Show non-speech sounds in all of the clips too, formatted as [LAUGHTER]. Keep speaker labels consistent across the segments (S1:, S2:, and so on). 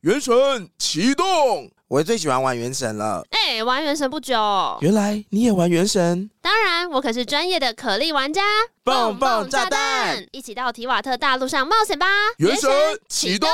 S1: 原神启动。
S2: 我最喜欢玩原神了。
S3: 哎、玩原神不久，
S2: 原来你也玩原神？
S3: 当然我可是专业的可莉玩家。
S2: 蹦蹦炸弹，
S3: 一起到提瓦特大陆上冒险吧！
S1: 原神启动。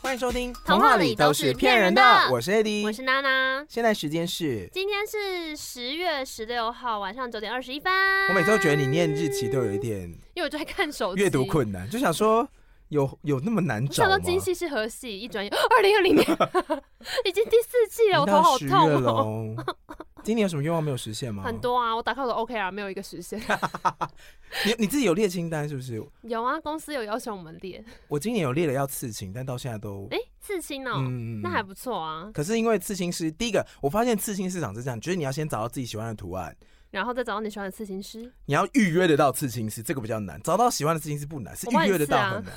S2: 欢迎收听《
S3: 童话里都是骗人的
S2: 我是 AD，
S3: 我是娜娜。
S2: 现在时间是，
S3: 今天是十月十六号晚上九点二十一分。
S2: 我每次都觉得你念日期都有一点
S3: 因为我就在看手机
S2: 阅读，困难，就想说有有那么难
S3: 我想
S2: 找
S3: 到
S2: 吗？
S3: 今夕是何夕，一转眼二零二零
S2: [LAUGHS]
S3: 年已经第四季了，
S2: 已
S3: 我
S2: 经
S3: 头
S2: 到
S3: 好
S2: 十
S3: 痛
S2: 月
S3: 哦。
S2: 喽今年有什么愿望没有实现吗？
S3: 很。多啊，我打开我的 OK 啊，没有一个实
S2: [LAUGHS]
S3: 现。
S2: 你你自己有列清单是不是？
S3: 有啊，公司有要求我们列。
S2: 我今年有列了要刺青，但到现在都
S3: 哎、刺青哦、
S2: 嗯
S3: 那还不错啊。
S2: 可是因为刺青师，第一个我发现刺青市场是这样，就是你要先找到自己喜欢的图案，
S3: 然后再找到你喜欢的刺青师，
S2: 你要预约得到刺青师，这个比较难。找到喜欢的刺青师不难，是
S3: 我帮
S2: 预
S3: 你
S2: 约得
S3: 刺啊
S2: 到很难。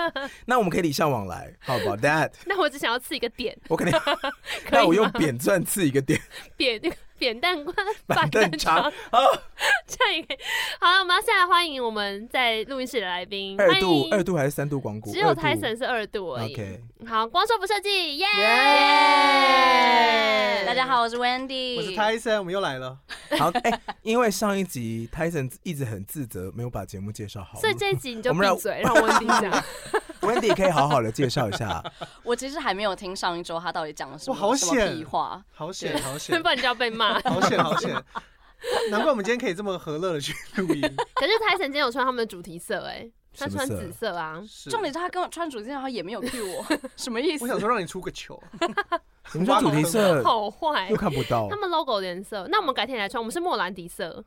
S2: [LAUGHS] 那我们可以礼尚往来，好不好？That
S3: [LAUGHS] 那我只想要刺一个点，
S2: 我肯定，
S3: 可以
S2: 那我用
S3: 吗
S2: 扁钻刺一个
S3: [LAUGHS]
S2: 点，
S3: 扁那个扁担棍、
S2: 板凳长
S3: 长，
S2: 啊，
S3: 这样也可以。好了，我们要现在欢迎我们在录音室的来宾，
S2: 二
S3: 欢
S2: 度
S3: 迎
S2: 二度还是三度光顾？
S3: 只有
S2: 二度
S3: Tyson 是二度而已。
S2: OK，
S3: 好，光说不设计，耶、
S4: 耶！大家好，我是 Wendy，
S5: 我是 Tyson，我们又来了。
S2: 好，哎、因为上一集 Tyson 一直很自责，没有把节目介绍好，
S3: 所以这一集你就
S2: 我
S3: 闭
S2: 们来
S3: 嘴，让温迪讲。
S2: [LAUGHS] Wendy 可以好好的介绍一下。
S4: 我其实还没有听上一周他到底讲了什么，
S5: 哇好
S4: 什么
S5: 险
S4: 屁话。
S5: 好险，好险
S3: 不，然你就要被骂。
S5: 好险，好险！难怪我们今天可以这么和乐的去录音。
S3: 可是泰森今天有穿他们的主题色、哎，他
S2: 什么
S3: 穿
S2: 色
S3: 紫色啊。
S5: 是
S4: 重点是他跟我穿主件，然后也没有 cue 我，什么意思
S5: 我？想说让你出个糗。
S2: 你们说主题社
S3: 好坏
S2: 呃又，看不到
S3: 他，们 logo 的颜色。那我们改天来穿，我们是莫兰迪色，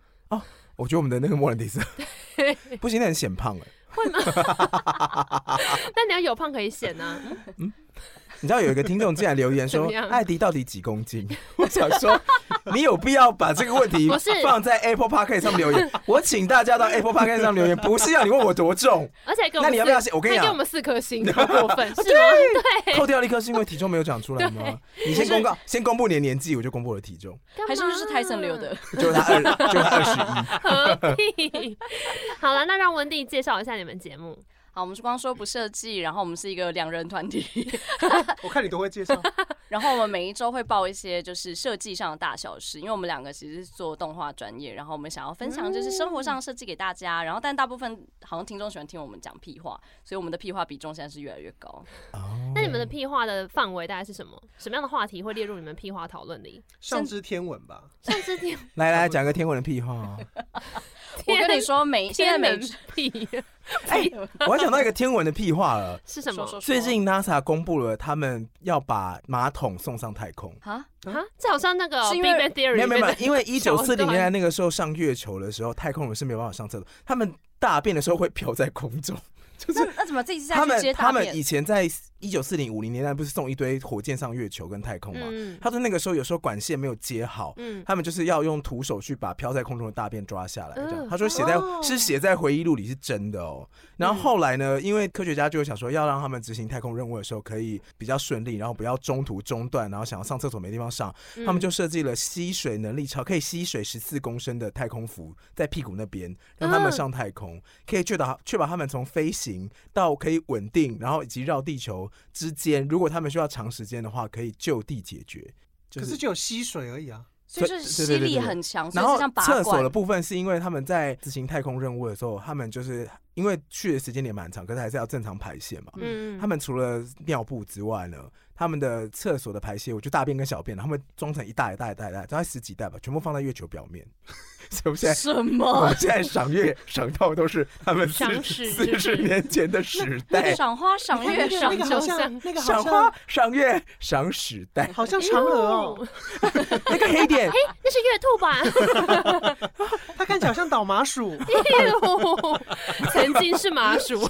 S2: 我觉得我们的那个莫兰迪
S3: [LAUGHS]
S2: 色不行，那很显胖哎、
S3: 但你要有胖可以显啊。
S2: 你知道有一个听众竟然留言
S3: 怎
S2: 说
S3: 么样：“
S2: 艾迪到底几公斤？”我想说，你有必要把这个问题
S3: 不是
S2: 放在 Apple Park 上面留
S3: [LAUGHS]
S2: 言。我请大家到 Apple Park 上留言，不是要你问我多重，
S3: 而且还给我
S2: 那
S3: 们
S2: 你要
S3: 四，
S2: 不要先我跟你
S3: 他
S2: 讲
S3: 给我们四颗星，好过分是吗？ [LAUGHS] 对，
S2: 扣掉了一颗是因为体重没有讲出来吗？你先公告，先公布你的年纪，我就公布我的体重，
S3: 干嘛
S4: 还是不是 Tyson 留
S5: 嗯
S4: 的？
S2: 就是他二，就是他二十一。
S3: [LAUGHS] 何必？好了，那让温蒂介绍一下你们节目。
S4: 好，我们是光说不设计，然后我们是一个两人团体， [LAUGHS]
S5: 我看你都会介绍，
S4: 然后我们每一周会报一些就是设计上的大小事，因为我们两个其实是做动画专业，然后我们想要分享就是生活
S3: 嗯
S4: 上的设计给大家，然后但大部分好像听众喜欢听我们讲屁话，所以我们的屁话比重现在是越来越高。
S3: 那你们的屁话的范围大概是什么？什么样的话题会列入你们屁话讨论里？
S5: 上知天文吧？
S3: 像是天
S2: 来来讲个天文的屁话啊。
S4: 我跟你说，每现在
S3: 天
S4: 每哎
S3: 人
S4: [LAUGHS]
S3: 屁
S2: 我还想到一个天文的屁话了。
S3: 是什么
S4: 说说说
S2: 最近 NASA 公布了，他们要把马桶送上太空。
S4: 啊，
S3: 啊？这好像那个
S4: 是
S3: Big
S4: 因为
S3: Bang Theory
S2: 没有没有，没
S3: 里
S2: 有，因为
S4: [LAUGHS]
S2: 一九四零
S3: 段
S2: 年代那个时候上月球的时候，太空人是没有办法上厕所，他们大便的时候会飘在空中。
S4: 那那怎么自己 [LAUGHS] 下
S2: 他
S4: 去直接
S2: 们
S4: 大
S2: 他们
S4: 便
S2: 以？前在一九四零五零年代不是送一堆火箭上月球跟太空
S3: 面
S2: 吗
S3: 的？嗯
S2: 他说那个时候有时候管线没有接好。
S3: 嗯，
S2: 他们就是要用徒手去把飘在空中的大便抓下来，这样。
S3: 嗯
S2: 他说写在、
S3: 哦
S2: 是写在回忆录里是真的哦。然后后来
S3: 嗯
S2: 呢，因为科学家就想说要让他们执行太空任务的时候可以比较顺利，然后不要中途中断，然后想要上厕所没地方上，
S3: 嗯
S2: 他们就设计了吸水能力超，可以吸水十四公升的太空服，在屁股那边让他们
S3: 嗯
S2: 上太空，可以确保确保他们从飞行到可以稳定，然后以及绕地球之间，如果他们需要长时间的话，可以就地解决。就
S5: 可是就有吸水而已啊。
S4: 所以就是吸力很强，哦所
S2: 然
S4: 以是
S2: 后
S4: 像拔
S2: 厕所
S4: 罐
S2: 的部分是因为他们在执行太空任务的时候，他们就是因为去的时间点蛮长，可是还是要正常排泄嘛。
S3: 嗯
S2: 他
S3: 们
S2: 们除了尿布之外呢，他们的厕所的排泄，我就大便跟小便，他们装成一袋一袋一袋一袋，大概十几袋吧，全部放在月球表面。 [LAUGHS] 所以我们
S4: [LAUGHS]
S2: 现在，
S4: 什
S2: 我
S4: 么
S2: 们现在赏月赏到都是他们四
S3: 赏屎
S2: 四十年前的时代，
S4: 赏花赏月赏
S5: 那个好像，那个好
S2: 赏
S5: 像
S2: 花、赏月、赏屎袋，
S4: [LAUGHS]
S5: 好像嫦娥
S3: 哎
S5: 哦，
S2: 那个黑点
S3: 那是月兔吧？
S5: 它看起来好像倒麻薯。
S3: 哟曾经是麻薯，
S2: [LAUGHS]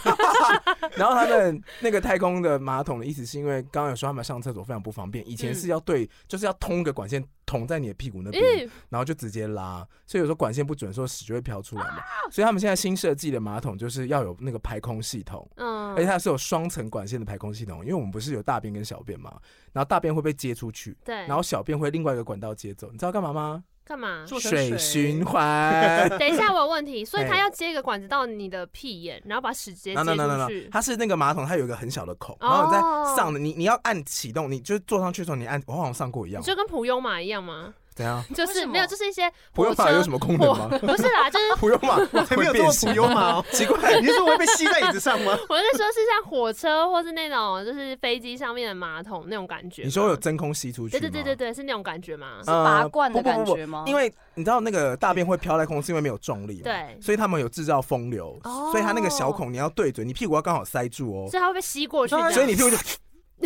S2: 然后他们那个太空的马桶的意思是因为刚刚有说他们上厕所非常不方便，以前是要对，就是要通个管线捅在你的屁股那边，
S3: 嗯
S2: 然后就直接拉，所以有时候管线不准，说屎就会飘出来嘛。所以他们现在新设计的马桶就是要有那个排空系统，而且
S3: 嗯，
S2: 它是有双层管线的排空系统，因为我们不是有大便跟小便嘛，然后大便会被接出去，
S3: 对，
S2: 然后小便会另外一个管道接走，你知道干嘛吗？
S3: 干嘛？
S5: 做成
S2: 水循环。 [LAUGHS]
S3: 等一下，我有问题，所以他
S2: 哎
S3: 要接一个管子到你的屁眼，然后把屎直接接
S2: no no no no
S3: 出
S2: no，
S3: 去。
S2: 它是那个马桶，它有一个很小的孔，
S3: 哦
S2: 然后你在上的，你你要按启动，你就是坐上去的时候，你按，我好像上过一样
S3: 你，就跟普悠玛一
S2: [LAUGHS]
S3: 样吗？
S2: 怎样？
S3: 就
S4: 为
S3: 是
S4: 什么
S3: 没有，就是一些
S2: 普悠玛有什么
S3: 么
S2: 功能吗？
S3: 不是啦，就是 [LAUGHS]
S2: 普悠玛
S5: 才没
S2: 会
S5: 有这
S2: 变
S5: 么
S2: 形。
S5: 普，悠嘛、哦
S2: 奇怪，
S5: 你是说我会被吸在椅子上吗？
S3: 我是说，是像火车或是那种就是飞机上面的马桶那种感觉吗。
S2: 你说有真空吸出去吗？
S3: 对对对对对，是那种感觉吗？
S4: 是拔
S2: 呃
S4: 罐的
S2: 不不
S4: 感
S2: 不不
S4: 觉吗？
S2: 因为你知道那个大便会飘在空中，是因为没有重力嘛，
S3: 对
S2: 所以他们有制造风流，
S3: 哦
S2: 所以它那个小孔你要对准，你屁股要刚好塞住哦，
S3: 所以它会被吸过去这样，
S2: 所以你屁股就，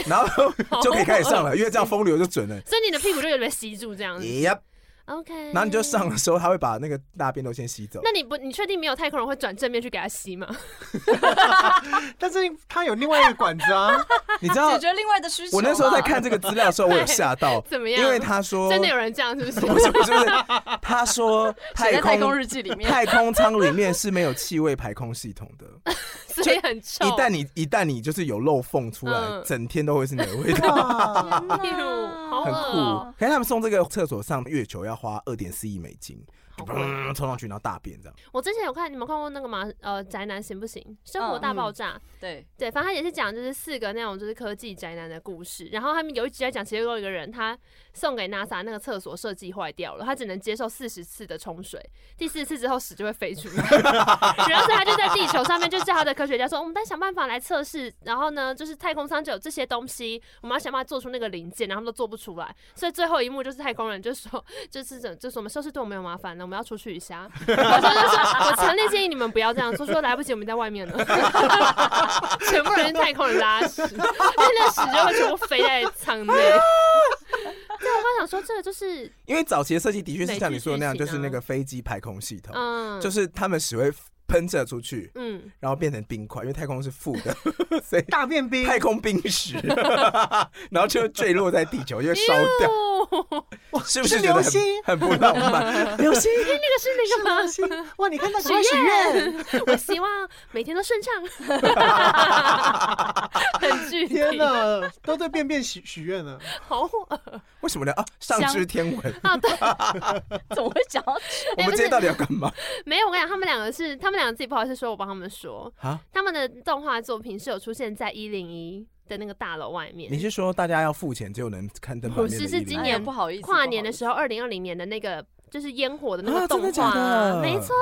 S2: 然后就可以开始上了，因为这样风流就准了。
S3: 所以你的屁股就有被吸住这样子。
S2: 耶，
S3: OK，
S2: 然后你就上。的时候，他会把那个大便都先吸走。
S3: 那你不，你确定没有太空人会转正面去给他吸吗？ [LAUGHS]
S5: 但是它有另外一个管子啊，
S2: 你知道
S4: 解决另外的需求嘛。
S2: 哦我那时候在看这个资料的时候，我有吓
S3: [LAUGHS]，
S2: 到
S3: 怎么样？
S2: 因为他说
S3: 啊真的有人这样，是不是？
S2: [LAUGHS] 不是不是
S3: [LAUGHS]
S2: 不是，他说
S4: 写
S2: 太
S4: 在太
S2: 空
S4: 空日记里面，
S2: 太空舱里面是没有气味排空系统的，
S3: [LAUGHS] 所以很臭。
S2: 一旦你一旦你就是有漏缝出来
S3: 嗯，
S2: 整天都会是你的味
S3: [LAUGHS]
S2: 道，
S5: 哇，
S3: 哎呦好
S2: 很
S3: 恶哦
S2: 酷。可是他们送这个厕所上月球要花二点四亿美金，
S3: 好
S2: 就
S3: 贵哦
S2: 砰冲上去然后大便这样。
S3: 我之前有看，你们看过那个吗？呃，宅男行不行？生活大爆炸。
S4: 对，
S3: 对，反正他也是讲就是四个那种就是科技宅男的故事，然后他们有一集在讲其中有一个人，他送给 NASA 那个厕所设计坏掉了，他只能接受四十次的冲水，第四次之后屎就会飞出来，然后所以他就在地球上面就叫他的科学家说，我们再想办法来测试，然后呢就是太空舱就有这些东西，我们要想办法做出那个零件，然后他们都做不出来，所以最后一幕就是太空人就说， [LAUGHS] 就是怎就是我们收拾队我们有麻烦了，我们要出去一下， [LAUGHS] 然后他就说我强烈建议你们不要这样做，说来不及我们在外面 [LAUGHS] 呢。全部人去太空人拉屎， [LAUGHS] 因为那屎就会全部飞在舱
S2: [LAUGHS]
S3: 内。对，我刚想说，这个就是
S2: 因为早期的设计的确是像你说的那样，
S3: 美剧
S2: 就
S3: 剧情啊
S2: 是那个飞机排空系统，
S3: 嗯，
S2: 就是是他们只会喷射出去，
S3: 嗯，
S2: 然后变成冰块，因为太空是负的， [LAUGHS] 所以
S5: 大便冰，
S2: 太空冰石， [LAUGHS] 然后就坠落在地球，就会烧
S3: [LAUGHS]
S2: 掉，
S3: 掉。
S2: 是不是
S5: 是
S2: 觉得
S5: 流
S2: 很
S5: 星
S2: 很不浪
S3: [LAUGHS]
S2: 漫？流星，
S3: 那个是那个吗？
S5: 是吗哇，你看到许
S3: 许
S5: 愿，
S3: 愿， [LAUGHS] 我希望每天都顺畅。 [LAUGHS] 很具体，
S5: 天哪，都对便便许许愿了。
S3: 好恶
S2: 为什么呢？啊，上知天文，
S3: [LAUGHS] 啊！对，
S4: 怎么会讲到
S2: 我们
S3: 哎不
S2: 今
S3: 是
S2: 天到底要干嘛
S3: 没有，我跟你讲，他们两个是，他们两个自己不好意思说，我帮他们说，
S2: 啊？
S3: 他们的动画作品是有出现在一零一的那个大楼外面。
S2: [LAUGHS] 你是说大家要付钱，只有能看灯
S3: 不
S2: 版面的
S3: 是
S2: 一零一？
S3: 是今
S4: 哎
S3: 年
S4: 呀不好意思，
S3: 跨年的时
S4: 候
S3: 候，二零二零年的那个就是烟火的那
S2: 啊
S3: 个
S2: 真的
S3: 动画、
S2: 假的
S3: 没错。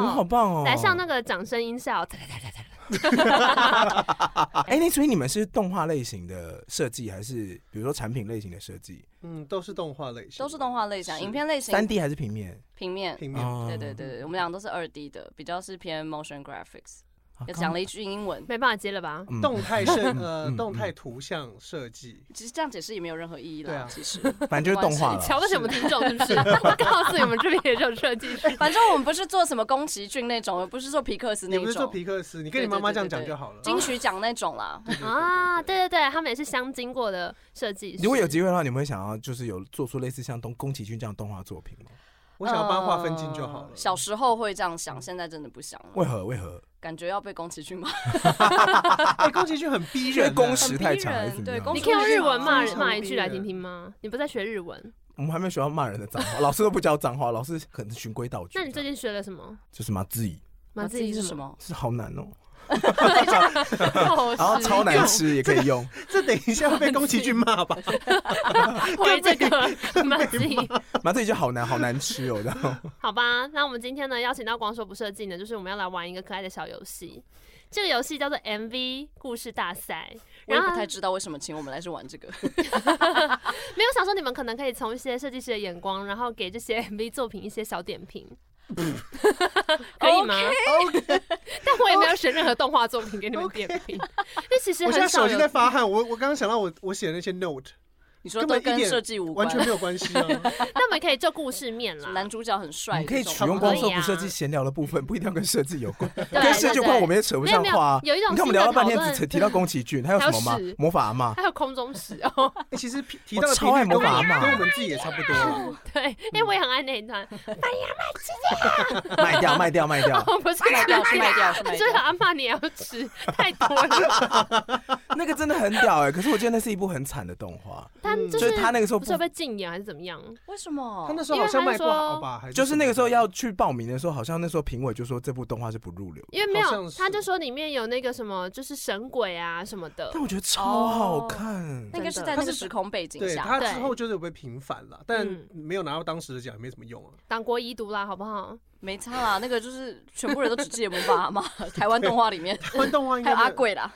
S2: 你好棒哦！
S3: 来上那个掌声音效， [LAUGHS]
S2: 哎，那所以你们是动画类型的设计，还是比如说产品类型的设计？
S5: 嗯，都是动画类型，
S4: 都是动画类型啊，
S5: 是
S4: 影片类型
S2: 三 D 还是平面？
S4: 平面。
S5: 平面。
S2: 哦
S4: 对对对对，我们俩都是二 D 的，比较是偏 motion graphics。
S2: 啊
S4: 也
S2: 刚
S4: 讲了一句英文，
S3: 没办法接了吧？
S2: 嗯
S5: 动态设呃
S2: 嗯嗯
S5: 动态图像设计，
S4: 其实这样解释也没有任何意义
S5: 对
S4: 啦。
S5: 啊
S4: 其实，
S2: 反正就是动画
S3: [LAUGHS]
S4: 好
S2: 了。
S3: 瞧不起我们听众是不 [LAUGHS] 是？我告诉你们，这边也是有设计师。
S4: 反正我们不是做什么宫崎骏那种，也不是做皮克斯那
S5: 你不是做
S4: 种，
S5: 皮克斯，你跟你妈妈这样讲就好了。
S4: 金曲奖那种啦。
S3: [LAUGHS] 啊，对对对，他们也是相经过的设计师。
S2: 如果有机会的话，你们会想要就是有做出类似像东宫崎骏这样的动画作品吗？
S5: 我想要把它划分进就好了
S4: 呃。小时候会这样想，现在真的不想了，
S2: 为何？为何？
S4: 感觉要被宫崎骏骂。
S5: 哎，宫崎骏很逼
S2: 因为
S5: 人，
S2: 工时
S4: 很
S2: 太
S4: 逼
S2: 长还
S4: 人
S2: 是怎么
S4: 对
S2: 样
S4: 工
S3: 你
S4: 时
S3: 可以用日文骂
S5: 非常
S3: 骂一
S5: 逼
S3: 句来
S5: 人
S3: 听听吗？你不在学日文，
S2: 我们还没学到骂人的脏话，老师都不教脏话，老师可能循规蹈矩。
S3: 那你最近学了什么？
S2: 就是嘛自己
S3: 马自己
S4: 是
S3: 什
S4: 什
S3: 么？
S4: 么？
S2: 是好难哦，
S3: 然
S2: [LAUGHS] 然后超
S3: [LAUGHS]
S2: 难吃也可以用，
S5: 这等一下会被宫崎骏骂
S4: [LAUGHS]
S5: 吧？
S3: 会这 [LAUGHS] 个马自己。
S2: 嘛自己就好难，好难吃哦，然后
S3: 好吧，那我们今天呢邀请到光说不设计呢，就是我们要来玩一个可爱的小游戏。这个游戏叫做 MV 故事大赛，
S4: 我也
S3: 然
S4: 不
S3: 后
S4: 太知道为什么请我们来是玩
S5: [LAUGHS]
S4: 这个。
S3: 没有想说你们可能可以从一些设计师的眼光，然后给这些 [LAUGHS] MV 作品一些小点
S5: [LAUGHS]
S3: 评，可以吗 [LAUGHS] 但我也没有选任何动画作品给你们点评，因为其实
S5: 我现在
S3: 很少
S5: 手
S3: 有
S5: 心在发汗，我我刚刚想到我我写的那些 note
S4: 你说
S5: 根
S4: 都
S5: 本一
S4: 跟
S5: 点
S4: 设计无关
S5: 完，全没有关系
S4: [LAUGHS]
S5: 啊。
S3: 那我们可以就故事面啦，
S4: 男主角很帅
S2: 你可以
S4: 这
S2: 取
S4: 种
S2: 用
S4: 吗，
S2: 光说不设计闲聊的部分，不一定要跟设计有关，
S3: 啊对
S2: 跟设计有关
S3: 对
S2: 我们也扯不
S3: 没有
S2: 上
S3: 没
S2: 话啊。
S3: 有有一种
S2: 你看我
S3: 新
S2: 们
S3: 的
S2: 聊
S3: 讨
S2: 了半天，
S3: 论
S2: 只提到宫崎骏，还有什么吗
S3: 还有屎？
S2: 魔法阿妈，
S3: 还有空中石哦，
S5: 哎其实提提
S2: 我
S5: 到的
S2: 超爱
S5: 频率
S2: 魔法
S5: 跟
S2: 阿嬷
S5: 跟我们自己也差不多了。
S3: 对，因为我也很爱那一段，
S2: [LAUGHS] 卖掉，卖掉，卖掉。
S3: 哦不是
S4: [LAUGHS] 卖掉是卖掉是卖
S3: [LAUGHS] 这个
S4: 掉。
S3: 阿妈你也要吃，太多了。 [LAUGHS]
S2: 欸那个真的很屌哎、可是我觉得那是一部很惨的动画，
S3: 他
S5: 嗯
S3: 就
S2: 就是是他那个时候
S3: 不是有
S2: 不，
S3: 被禁言还是怎么样？
S4: 为什么？
S5: 他那时候好像卖不好吧？还
S2: 就是那个时候
S5: 什么
S2: 要去报名的时候，好像那时候评委就说这部动画是不入流的，
S3: 因为没
S5: 好
S3: 有
S5: 像，是
S3: 他就说里面有那个什么，就是神鬼啊什么的
S2: 但。我觉得超
S3: 哦
S2: 好看。
S4: 那个是
S3: 真的
S4: 在那
S5: 他
S4: 个
S5: 是
S4: 时空背景
S5: 对
S4: 下，
S5: 他
S3: 对
S5: 之后就是有被平反了，但
S3: 嗯
S5: 没有拿到当时的奖也没什么用啊。
S3: 党国遗毒啦，好不
S2: [LAUGHS]
S3: 好？
S4: 没差啦。那个就是全部人都只记得魔法
S5: [LAUGHS]
S4: 阿妈，台湾动画里面
S5: 台湾动画应
S4: 还
S5: 该
S4: 有阿，贵啦，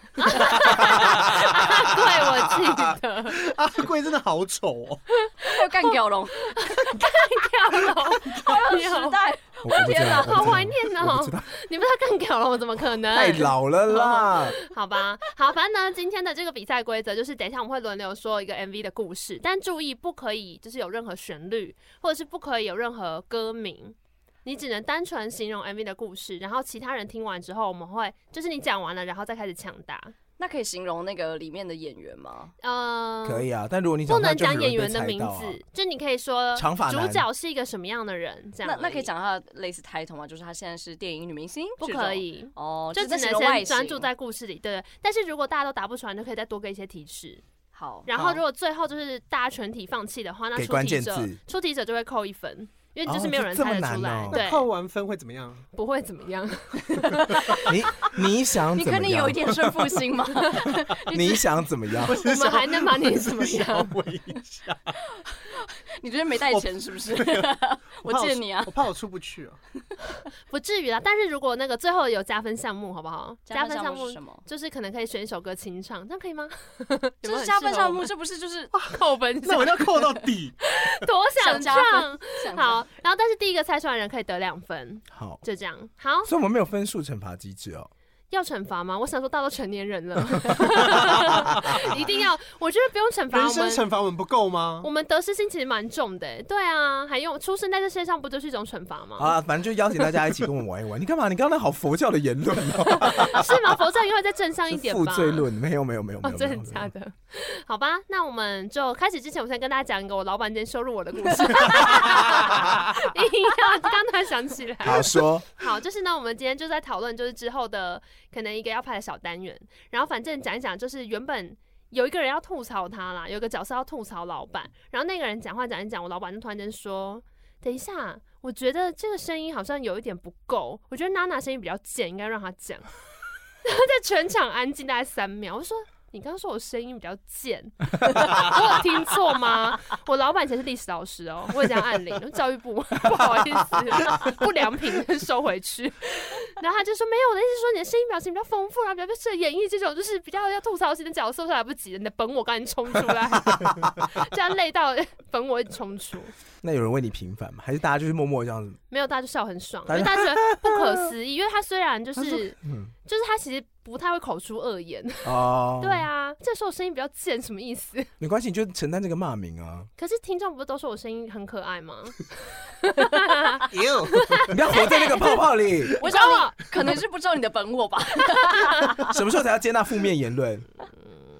S3: 对，我记
S2: [LAUGHS]
S3: 得。 [LAUGHS]
S5: 阿贵真的好丑哦，
S4: 还有干掉龙，
S3: 跳楼，
S4: 还有
S3: 有
S4: 时代。
S2: [LAUGHS] 我我不知
S4: 天哪
S2: 道，
S3: 好怀念
S2: 我不
S3: 哦 [LAUGHS]
S2: 知！道，
S3: 你不知道更屌了，我怎么可能？
S2: 太老了啦。
S3: [LAUGHS] 好吧，好，反正呢，今天的这个比赛规则就是，等一下我们会轮流说一个 MV 的故事，但注意不可以就是有任何旋律，或者是不可以有任何歌名，你只能单纯形容 MV 的故事，然后其他人听完之后，我们会就是你讲完了，然后再开始抢答。
S4: [LAUGHS] 那可以形容那个里面的演员吗？
S3: 呃，
S2: 可以啊，但如果你
S3: 不
S2: 讲
S3: 能
S2: 那就很
S3: 讲
S2: 容
S3: 演
S2: 易被
S3: 员的
S2: 猜
S3: 名
S2: 到啊
S3: 字，就你可以说
S2: 长发
S3: 主
S2: 男
S3: 角是一个什么样的人，这样
S4: 那那
S3: 而
S4: 可以
S3: 已，
S4: 讲他的类似 title 吗？就是他现在是电影女明星？
S3: 不
S4: 这种
S3: 可以。
S4: 哦，
S3: 就只
S4: 是
S3: 能
S4: 形容外
S3: 先
S4: 形
S3: 专注在故事里，对。但是如果大家都答不出来，你就可以再多给一些提示。
S4: 好。
S3: 然后
S5: 好
S3: 如果最后就是大家全体放弃的话，那
S2: 给
S3: 出
S2: 关
S3: 题
S2: 键
S3: 者
S2: 字
S3: 出题者就会扣一分，因为就
S2: 哦
S3: 是没有
S2: 这
S3: 人
S2: 这
S3: 猜
S2: 么
S3: 得出
S2: 难
S3: 来，
S2: 哦
S3: 对，
S5: 扣完分会怎么样？
S3: 不会怎么
S2: [LAUGHS]
S3: 样。
S2: 你 [LAUGHS] 你想
S4: 你
S2: 怎么
S4: 肯定有
S2: 样
S4: 一？点胜负
S3: [LAUGHS]
S4: 心吗？
S2: 你想怎么样？
S5: 我只
S3: 我
S5: 是
S3: 们
S5: 想
S3: 还能把
S2: [LAUGHS]
S3: 你
S5: [LAUGHS]
S3: 怎么样？
S5: 我一下，
S4: 你觉得没带钱是
S3: [LAUGHS]
S4: 不是？我借你啊！
S5: 我怕我出不去啊。
S3: 不至于啦。但是如果那个最后有加分项目，好不好？加分项
S4: 目
S3: 目
S4: 是什么？
S3: 就是可能可以选一首歌清唱，这样可以吗？有没
S4: [LAUGHS]
S3: 有
S4: 就是
S3: 很
S4: 加分
S3: 适合
S4: 项
S3: 我
S4: 目，
S3: 们
S4: 这不是就是
S3: 扣分
S5: 那
S3: 项
S5: 我，要扣到底，
S3: [LAUGHS] 多想
S4: 想加
S3: 唱。
S4: 想
S3: 好，然后但是第一个猜出来的人可以得两分，
S2: 好，
S3: 就这样。好，
S2: 所以我们没有分数惩罚机制哦。
S3: 要惩罚吗？我想说，到都成年
S2: [LAUGHS]
S3: 人了， [LAUGHS] 一定要。我觉得不用惩罚
S5: 人
S3: 我
S5: 生
S3: 们。
S5: 惩罚我们不够吗
S2: 哦
S3: 我？们得失心其实蛮重的欸，对啊，还用出生在这世界上不就是一种惩罚吗？
S2: 好啦，反正就邀请大家一起跟我们玩一 [LAUGHS] 玩。你干嘛？你刚刚那好佛教的言论
S3: [LAUGHS]
S2: 哦，
S3: 是吗？佛教应该会再正向一
S2: 是
S3: 点
S2: 负
S3: 吧？
S2: 罪论没有没有没有没
S3: 哦，
S2: 有，
S3: 真
S2: 没
S3: 的
S2: 有
S3: 假的？好吧，那我们就开始之前，我先跟大家讲一个我老板今天羞辱我的故
S2: [LAUGHS]
S3: 事。 [LAUGHS] 硬要刚才想起来，
S2: 好说，
S3: 好，就是呢，我们今天就在讨论，就是之后的可能一个要拍的小单元，然后反正讲一讲，就是原本有一个人要吐槽他啦，有一个角色要吐槽老板，然后那个人讲话讲一讲，我老板就突然间说：“等一下，我觉得这个声音好像有一点不够，我觉得娜娜声音比较贱，应该让她讲。” [LAUGHS] 然后在全场安静大概三秒，我说。你刚刚说我声音比较贱， [LAUGHS] 我有听错吗？我老板以前是历史老师哦， [LAUGHS] 我也这样按铃，教育部 [LAUGHS] 不好意思，不良品收回去。然后他就说没有，我的意思是说你的声音表情比较丰富，然后比较适合演绎这种就是比较要吐槽型的角色，我说来不及了，你的本我赶紧冲出来， [LAUGHS] 这样累到本我一直冲出。
S2: 那有人为你平反吗？还是大家就是默默这样子？
S3: 没有，大家就笑很爽，因
S2: 大
S3: 为
S2: 家
S3: 大家觉得不可思议，因为他虽然就是
S2: 他说
S3: 就
S2: 嗯，
S3: [LAUGHS] 是他其实不太会口出恶言，
S2: 哦，
S3: 对，啊，这时候声音比较贱什么意思？
S2: 没关系，你就承担这个骂名啊， [LAUGHS]
S3: 可是听众不是都说我声音很可爱吗？
S2: 你不要活在那个泡泡里。
S4: 我
S3: 知
S4: 想
S3: 道
S4: 你可能是不知道你的本我吧？
S2: 什么时候才要接纳负面言
S3: [LAUGHS]
S2: 论？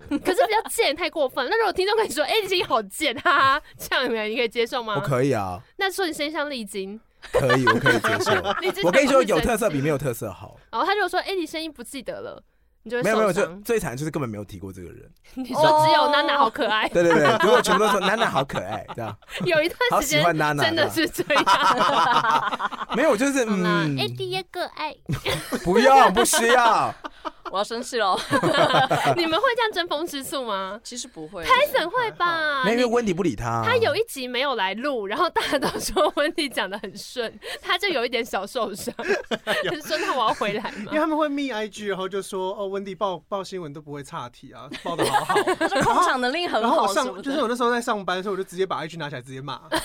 S3: 可是比较贱太过分。那如果听众跟你说，哎、你声音好贱，哈哈，这样你可以接受吗
S2: 我？可以啊，
S3: 那说你声音像丽晶，
S2: 可以，我可以接受。
S3: 你之
S2: 啊
S3: 前
S2: 我跟你说，
S3: 不是
S2: 有特色
S3: 生
S2: 比
S3: 气
S2: 没有特色好。
S3: 然后他就说：“哎、你声音不记得了。”你就会
S2: 没有没有，就
S3: 受伤。
S2: 最惨就是根本没有提过这个人。
S3: 你说只有
S4: 哦
S3: 娜娜好可爱，
S2: 对对对，如果全部都说楠楠好可爱，这样
S3: 有一段
S2: 好
S3: 时
S2: 喜
S3: 间
S2: 欢娜娜，
S3: 真的
S2: 这
S3: 是这样。
S2: 样没有，就是
S3: 好啦，哎、
S2: 嗯，
S3: 第一个
S2: [LAUGHS]
S3: 爱，
S2: 不用不需
S3: [LAUGHS]
S2: 要，
S4: 我要生气了。
S3: 你们会这样争风吃醋吗？
S4: 其实不会，
S3: 开很会吧？
S2: 没有因为
S3: 你
S2: 温迪不理他，
S3: 他有一集没有来录，然后大家都说温迪讲的很顺，他就有一点小受伤，就说那我要回来
S5: [LAUGHS] 因为
S3: 嘛。
S5: 他们会密 IG，然后就说哦，温迪报报新闻都不会岔题啊，报的好好。
S4: 他说控场能力很
S5: 然后
S4: 好
S5: 我
S4: 什么
S5: 上
S4: 的。
S5: 就是我那时候在上班，所以我就直接把 IG 拿起来直接骂，我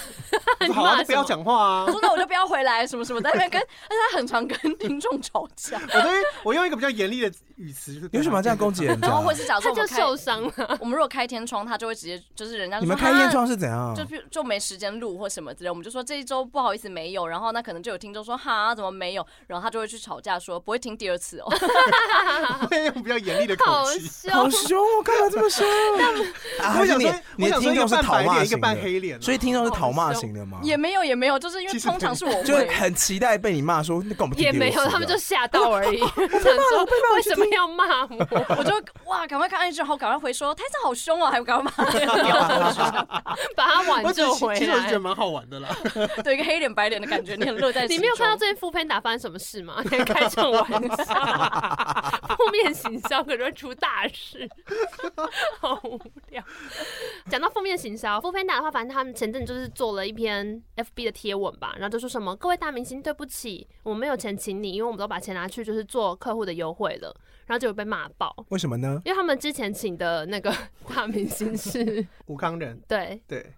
S3: 你
S5: 说好啊，
S3: 骂
S5: 就不要
S3: 什
S5: 讲话啊 [LAUGHS]
S4: 我。说那我就不要回来，什么什么，在那边跟，而且他很常跟听众吵架，
S5: 我都会我用一个比较严厉的语词，就是
S2: 你为什么要这样攻击人家
S4: 然？后或者是假设
S3: 他
S4: 我
S3: 就
S4: 们开，
S3: 受伤了，
S4: 我们如果开天窗，他就会直接就是人家就
S2: 你
S4: 说啊
S2: 们开
S4: 哈
S2: 验窗是怎样
S5: 嗯
S4: 就？譬如就没时间录或什么之类，我们就说这一周不好意思没有，然后那可能就有听众说哈怎么没有，然后他就会去吵架说不会听第二次哦，
S5: [LAUGHS] 我会用比较严厉的
S3: 好
S5: 口气。
S3: 凶。
S2: 好凶哦，干嘛这么凶？啊
S3: [LAUGHS]
S5: 我
S2: 还是
S5: 想
S2: 你
S5: 说，
S2: 你的
S5: 我想说
S2: 听
S5: 一个
S2: 众是
S5: 半
S2: 讨
S5: 白
S2: 骂
S5: 脸，一个
S2: 型
S5: 半
S2: 的，
S5: 黑脸啊，
S2: 所以听众是讨骂
S3: 好凶
S2: 型的吗？
S4: [LAUGHS] 也没有也没有，就是因为
S5: 啊其实
S4: 通常是我
S2: 就是
S4: 会。
S2: 很期待被你骂说，那干嘛不听
S3: 也
S2: 第二
S3: 没有，
S2: 次
S3: 他们
S5: [LAUGHS]
S2: 的
S3: 就吓到而已。想说为什么要骂我，
S4: 我就哇，赶快看 IG，好，赶快回说台长好凶哦，还有赶快把他秒回
S3: 把他挽
S5: 我只
S3: 救
S5: 其
S3: 回
S5: 其实我是觉得
S3: 来。
S5: 蛮好玩
S2: [LAUGHS]
S5: 的啦。
S4: 去，对一个黑脸白脸的感觉，你很乐在其中。
S3: 你没有看到最近副片打发生什么事
S5: [LAUGHS]
S3: 吗？你还开这种玩笑，负面行销可能会出大
S5: [LAUGHS]
S3: 事，好无聊。讲到负面行销，副片打的话，反正他们前阵子就是做了一篇 FB 的贴文吧，然后就说什么各位大明星，对不起，我们没有钱请你，因为我们都把钱拿去就是做客户的优惠了，然后就被骂爆。
S2: 为什么呢？
S3: 因为他们之前请的那个 [LAUGHS] 大明星是，
S5: 武康人，
S3: 对，
S5: [LAUGHS] 对，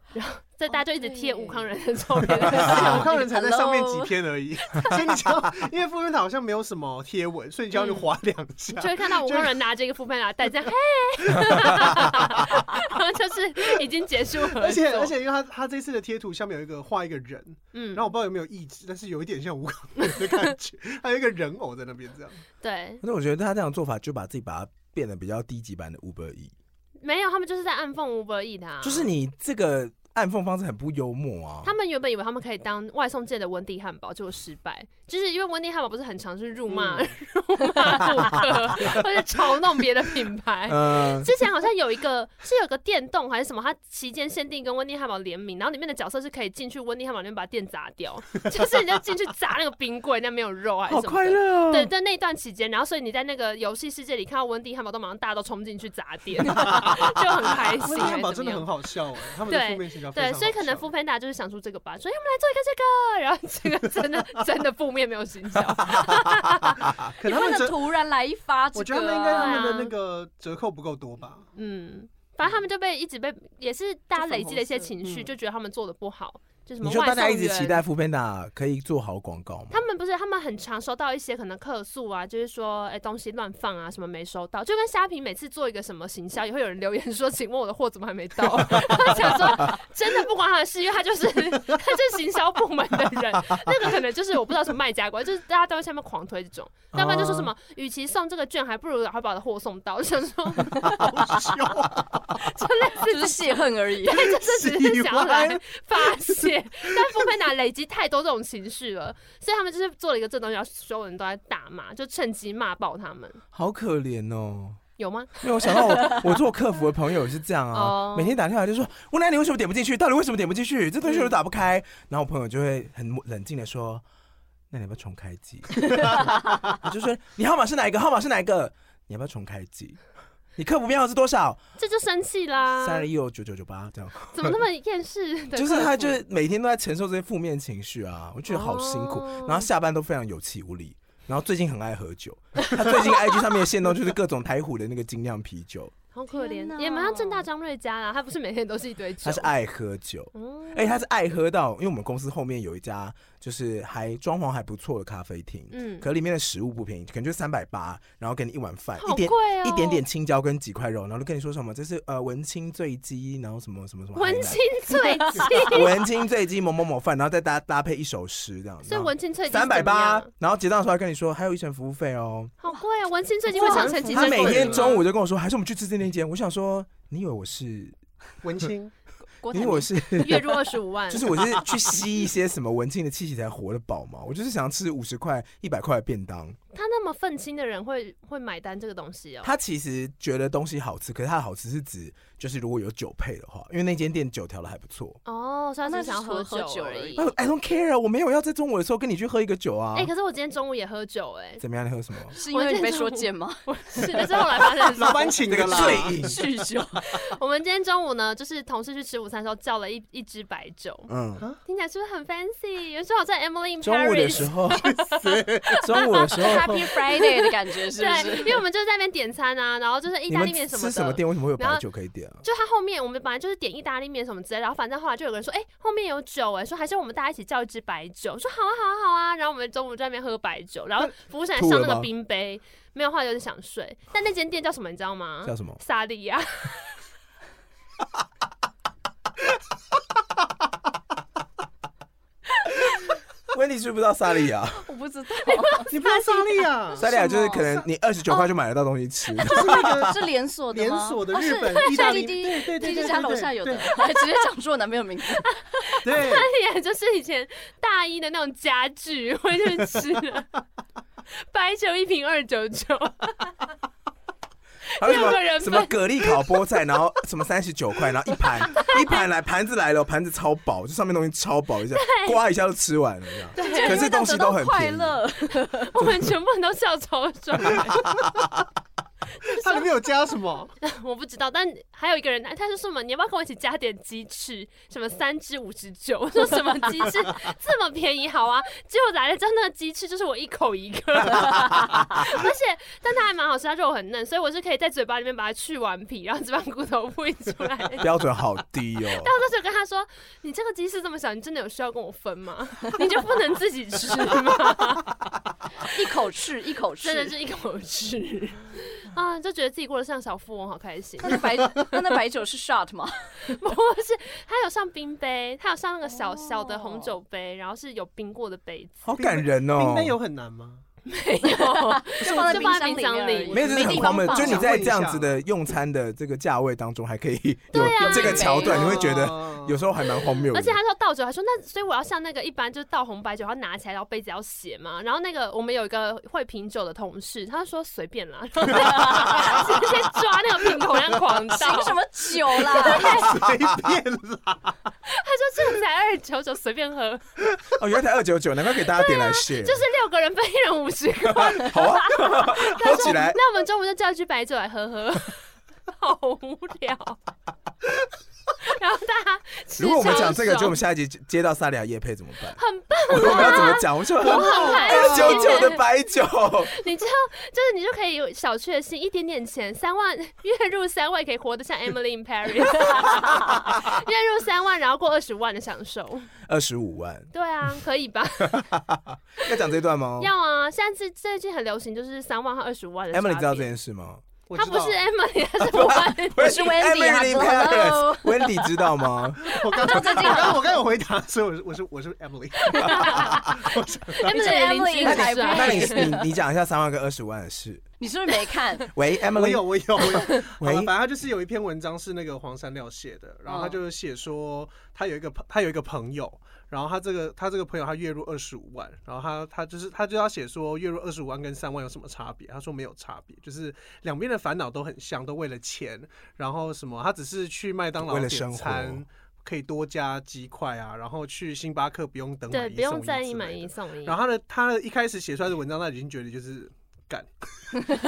S3: 所以大家就一直贴吴康仁的照片。 [LAUGHS]
S5: 而
S3: 啊
S5: 且武康人才在上面几
S4: Hello
S5: 天而已， [LAUGHS] 所以你只要因为富人塔好像没有什么贴文，所以你就要去划两
S3: [LAUGHS]
S5: 下
S3: 就。会看到吴康仁拿着一个副片拿袋这样，嘿， [LAUGHS] 然后就是已经结束合作，
S5: 而且而且，因为他他这次的贴图下面有一个画一个人，
S3: 嗯
S5: 然，后我不知道有没有意志，但是有一点像武康人的感觉，
S3: [LAUGHS]
S5: 还有一个人偶在那边这样。
S3: 对，
S2: 那我觉得他这样的做法就把自己把它变得比较低级版的 Uber E，
S3: 没有，他们就是在暗讽吴伯义的啊，
S2: 就是你这个暗讽方式很不幽默啊。
S3: 他们原本以为他们可以当外送界的温蒂汉堡，结果失败。就是因为温蒂汉堡不是很常去辱骂、
S5: 嗯
S3: [LAUGHS] 辱骂顾客，或者嘲弄别的品牌。
S2: 嗯，
S3: 之前好像有一个是有个电动还是什么，它期间限定跟温蒂汉堡联名，然后里面的角色是可以进去温蒂汉堡里面把店砸掉， [LAUGHS] 就是你就进去砸那个冰柜，那没有肉还是
S2: 好
S3: 什么
S2: 快
S3: 的。
S2: 乐哦。
S3: 对，在那一段期间，然后所以你在那个游戏世界里看到温蒂汉堡，都马上大家都冲进去砸
S2: [LAUGHS]
S3: 店， [LAUGHS] 就很开心。
S5: 温蒂汉堡真
S3: 还是怎么
S5: 的
S3: 样
S5: 很好笑哎，他们的
S3: 对
S5: 负面形象非
S3: 对，
S5: 常好
S3: 所以可能
S5: 笑
S3: 副 panda 就是想出这个吧，所以我们来做一个这个，然后这个真的 [LAUGHS] 真的负面没有行销，
S2: [LAUGHS]
S5: 啊可
S4: 你
S5: 能
S4: 不
S5: 他们
S4: 能
S5: 折，
S4: 突然来一发
S5: 我
S4: 这
S5: 觉得他
S4: 个
S5: 们应该
S4: 啊、
S5: 他们
S3: 啊
S5: 的那个折扣不够多吧。
S3: 嗯，反正他们就被一直被也是大家累积的一些情绪，
S5: 嗯
S3: 就觉得他们做的不好，就什么
S2: 你说
S3: 外
S2: 大
S3: 送
S2: 家一直
S3: 员。
S2: 期待 f o o p a n d a 可以做好广告吗？
S3: 他们不是，他们很常收到一些可能客诉啊，就是说，哎、东西乱放啊，什么没收到，就跟虾皮每次做一个什么行销，也会有人留言说，请问我的货怎么还没到？我想说，真的不关他的事，因为他就是他就是行销部门的人，那个可能就是我不知道什么卖家关，就是大家都在下面狂推这种，要不然就说什么，与其送这个券，还不如赶快把我的货送到，我想说， [LAUGHS] 就类似
S4: 就是泄恨而
S5: [LAUGHS]
S3: [LAUGHS]
S4: 已。
S3: 对，就是只是想要来
S5: 喜
S3: 发泄，但傅佩娜累积太多这种情绪了，所以他们就是做了一个这东西，然后所有人都在大骂，就趁机骂爆他们，
S2: 好可怜哦。
S3: 有吗？
S2: 因为我想到
S3: [LAUGHS]
S2: 我我做客服的朋友也是这样啊
S3: 哦，
S2: 每天打电话就说：“吴楠，你为什么点不进去？到底为什么点不进去？这东
S3: 嗯
S2: 西我都打不开。然后我朋友就会很冷静的说：“那你要不要重开机？”
S3: [LAUGHS]
S2: 我就说：“你号码是哪一个？号码是哪一个？你要不要重开机？你客服编号是多少？
S3: 这就生气啦，
S2: 三二一哦九九九八这样。”
S3: 怎么那么厌世的客户？
S2: 就是他就是每天都在承受这些负面情绪啊，我觉得好辛苦。
S3: 哦
S2: 然后下班都非常有气无力，然后最近很爱喝酒。他最近 IG 上面的线动就是各种台虎的那个精酿啤酒，
S3: 好可
S4: 天哪
S3: 怜，哦也蛮像正大张瑞佳啦，他不是每天都是一堆酒，
S2: 他是爱喝酒。
S3: 嗯，
S2: 哎、他是爱喝到，因为我们公司后面有一家就是还装潢还不错的咖啡厅，
S3: 嗯，
S2: 可里面的食物不便宜，可能就三百八，然后给你一碗饭，一
S3: 好
S2: 点
S3: 贵哦，
S2: 一点点。青椒跟几块肉，然后就跟你说什么这是呃文青醉鸡，然后什么什么什么海
S3: 文
S2: 南
S3: 青醉
S2: [LAUGHS]
S3: 鸡，
S2: 文青醉鸡某某某饭，然后再搭搭配一首诗这样，
S3: 所以
S2: 然后
S3: 文青醉鸡
S2: 嗯三百
S3: 怎么
S2: 八
S3: 样，
S2: 然后结账的时候还跟你说还有一成服务费哦。
S3: 好贵啊！文青醉鸡会想成绩
S2: 他
S3: 最
S2: 每
S3: 贵的
S2: 天
S3: 吗
S2: 中午就跟我说，还是我们去吃这那间。我想说，你以为我是，你
S5: 文青，
S4: 郭
S2: 以
S4: 台
S2: 为
S4: 铭
S2: 我是，
S3: 月入二十五万，
S2: [LAUGHS] 就是我是去吸一些什么文青的气息才活得饱嘛？我就是想吃五十块、一百块的便当。
S3: 他那么愤青的人会会买单这个东西哦。
S2: 他其实觉得东西好吃，可是他的好吃是指就是如果有酒配的话，因为那间店酒调的还不
S3: [LAUGHS]
S2: 错。
S3: 哦，所以他只
S4: 那
S3: 是想要
S4: 是喝
S3: 喝
S4: 喝酒
S3: 而
S4: 而已
S2: [LAUGHS]
S3: 已。
S2: I I don't care，我啊没有要在中午的时候跟你去喝一个酒啊。
S3: 哎哎、可是我今天中午也喝酒、哎，
S2: 怎么样？你喝
S5: [LAUGHS]
S2: 什么？
S4: 是因为你被说贱吗？
S3: 我是的，是后来发生的
S5: 老
S3: 事。
S5: 板请
S2: 那
S5: 的
S2: 个
S5: 啦。
S2: 醉饮，
S4: 酗酒，
S3: 我们今天中午呢，就是同事去吃午餐的时候叫了一一支白酒，
S2: 嗯。
S3: 听起来是不是很 fancy？有时候好像 Emily in
S2: 中午的时
S3: [LAUGHS] Paris。 [LAUGHS]
S2: 候， [LAUGHS] 中午的时候，
S4: [LAUGHS] Happy Friday 的感觉是不
S3: 对，
S4: 是
S3: 因？为我们就在那边点餐啊，然后就是意
S2: 你
S3: 大
S2: 们
S3: 利面什么
S2: 吃
S3: 的。
S2: 什么店为什么会有
S3: 然
S2: 白
S3: 后
S2: 酒可以点啊？
S3: 就他后面我们本来就是点意大利面什么之类的，然后反正后来就有个人说，哎、后面有酒哎、说还是我们大家一起叫一支白酒，我说好啊好啊好啊，然后我们中午在那边喝白酒，然后服务生还
S2: 吐
S3: 上
S2: 了
S3: 那个
S2: 吗
S3: 冰杯，没有话就是想睡，但那间店叫什么你知道吗？
S2: 叫什么？
S3: 萨莉亚。 [LAUGHS]
S2: 温蒂知不知道萨莉
S3: [LAUGHS]
S2: 亚？
S4: 我不知道，
S5: 你不要上力啊！
S2: 萨莉亚就是可能你二十九
S3: 哦
S2: 块就买得到东西
S3: [LAUGHS]
S2: 吃，
S5: 就是那个
S4: [LAUGHS] 是连锁的
S5: 连
S4: 吗？
S5: 锁的
S4: 哦
S5: 日
S4: 是
S5: 本意大
S4: 夏
S5: 利，
S4: 利
S5: 对
S4: 迪
S5: 对对对
S4: 第
S5: 对，
S4: 一家楼下有的
S5: 对，
S4: 还直接讲出我男朋友名字，
S5: 对，
S3: 那也就是以前大一的那
S2: [LAUGHS]
S3: 种家具，我就去吃了。白酒一瓶二九九，
S2: 还有什
S3: 六个人
S2: 么
S3: 份
S2: 什么蛤蜊烤菠菜，然后什么三十九块，然后一盘一盘来盘子来了，盘子超饱，就上面东西超饱，一下刮一下就吃完了这样。
S3: 对
S2: 可是东西都很
S4: 快
S2: 便宜，
S4: 乐，
S3: 我们全部人都笑抽出来。
S5: 它里面有加什么？
S3: [LAUGHS] 我不知道，但还有一个人，他就说什么你要不要跟我一起加点鸡翅，什么三只五十九， [LAUGHS] 我说什么鸡翅这么便宜，好啊。结果来了之后，那个鸡翅就是我一口一个， [LAUGHS] 而且但它还蛮好吃，它肉很嫩，所以我是可以在嘴巴里面把它去完皮，然后只把骨头喂出来 [LAUGHS] 的。
S2: 标准好低哦。
S3: 到时候就跟他说：“你这个鸡翅这么小，你真的有需要跟我分吗？ [LAUGHS] 你就不能自己吃吗？ [LAUGHS]
S4: 一口吃一口
S3: 真的
S4: 吃。
S3: 是一口吃 [LAUGHS] 啊，就觉得自己过得像小富翁，好开心。”
S4: 那那白那那白酒是 shot 吗？
S3: [LAUGHS] 不是，它有上冰杯，它有上那个小小的红酒杯，然后是有冰过的杯 [LAUGHS] 子，
S2: 好感人哦！
S5: 冰杯有很难吗？
S3: [LAUGHS] 没有，
S4: 就放在
S3: 就放在
S4: 冰
S3: 冰
S4: 箱
S3: 箱里
S4: 里面而已
S2: 没有，就是
S4: 没
S2: 很
S4: 地
S2: 荒
S4: 方
S2: 谬。
S4: 放
S2: 就你在这样
S5: 想问
S2: 子
S5: 一下
S2: 的用餐的这个价位当中，还可以有
S3: 对啊
S2: 有这个桥段，你会觉得
S5: 得
S2: 有时候还蛮荒谬的。
S3: 而且他说倒酒，他说那所以我要像那个一般就是倒红白酒，然后拿起来，然后杯子要斜嘛。然后那个我们有一个会品酒的同事，他就说随便 [LAUGHS] 啦，然后直接抓那个瓶口让狂倒。
S4: 行什么酒啦？
S5: 随便啦，
S3: 他说这个才二九九，随便喝，
S2: 哦，原来才二九九，难怪给大家点来 share，
S3: 啊就是六个人分一人五十块。
S2: 好啊，
S3: 他
S2: 喝
S3: 说
S2: 起来
S3: 那我们中午就叫一支白酒来喝喝， [LAUGHS] 好无
S2: [LAUGHS]
S3: 聊。然后大家吃
S2: 如果我们
S3: 超
S2: 讲这个，
S3: 爽
S2: 就我们下一集接到萨利亚叶配怎么办？
S3: 很棒，
S2: 我们要怎么讲？我们就
S3: 我很啊开
S2: 二
S3: 心。
S2: 九九的白酒，
S3: 你知道，就是你就可以有小确幸，一点点钱，三万月入三万，可以活得像 Emily in Paris，月入三万，然后过二十万的享受。
S2: 二十五万，
S3: 对啊，可以吧？
S2: 要讲这段吗
S3: 要啊，现在是最近很流行，就是三万和二十五万的差别。
S2: ？Emily 知道这件事吗？
S5: 我
S3: 他
S5: 知
S3: 不
S5: 道
S3: 是
S5: [LAUGHS]
S3: Emily，他是我。
S2: 我
S4: 是 Wendy 啊 hello
S2: Paris，Wendy 知道吗？
S5: 我刚才我刚我刚有回答，所以我是我是我是 Emily，
S4: 你
S3: Emily
S4: 是
S3: 的邻
S4: Emily
S3: 居
S4: 才
S3: 很帅
S4: 不
S2: 那你你你讲一下三万跟二十万的事。
S4: 你是不是没看？
S2: 喂
S5: 我有
S2: ，Emily，
S5: 我有我有。好了，
S2: 喂
S5: 反正他就是有一篇文章是那个黄山料写的，然
S3: 嗯
S5: 后他就是写说他有一个朋他有一个朋友，然后他这个他这个朋友他月入二十五万，然后他他就是他就要写说月入二十五万跟三万有什么差别？他说没有差别，就是两边的烦恼都很像，都为了钱，然后什么他只是去麦当劳
S2: 为了
S5: 点
S2: 生活
S5: 餐。可以多加鸡块啊，然后去星巴克不用等买
S3: 对，
S5: 一
S3: 不用
S5: 送
S3: 在
S5: 之
S3: 意买
S5: 类的
S3: 一送一。
S5: 然后他的他的一开始写出来的文章，他已经觉得就是干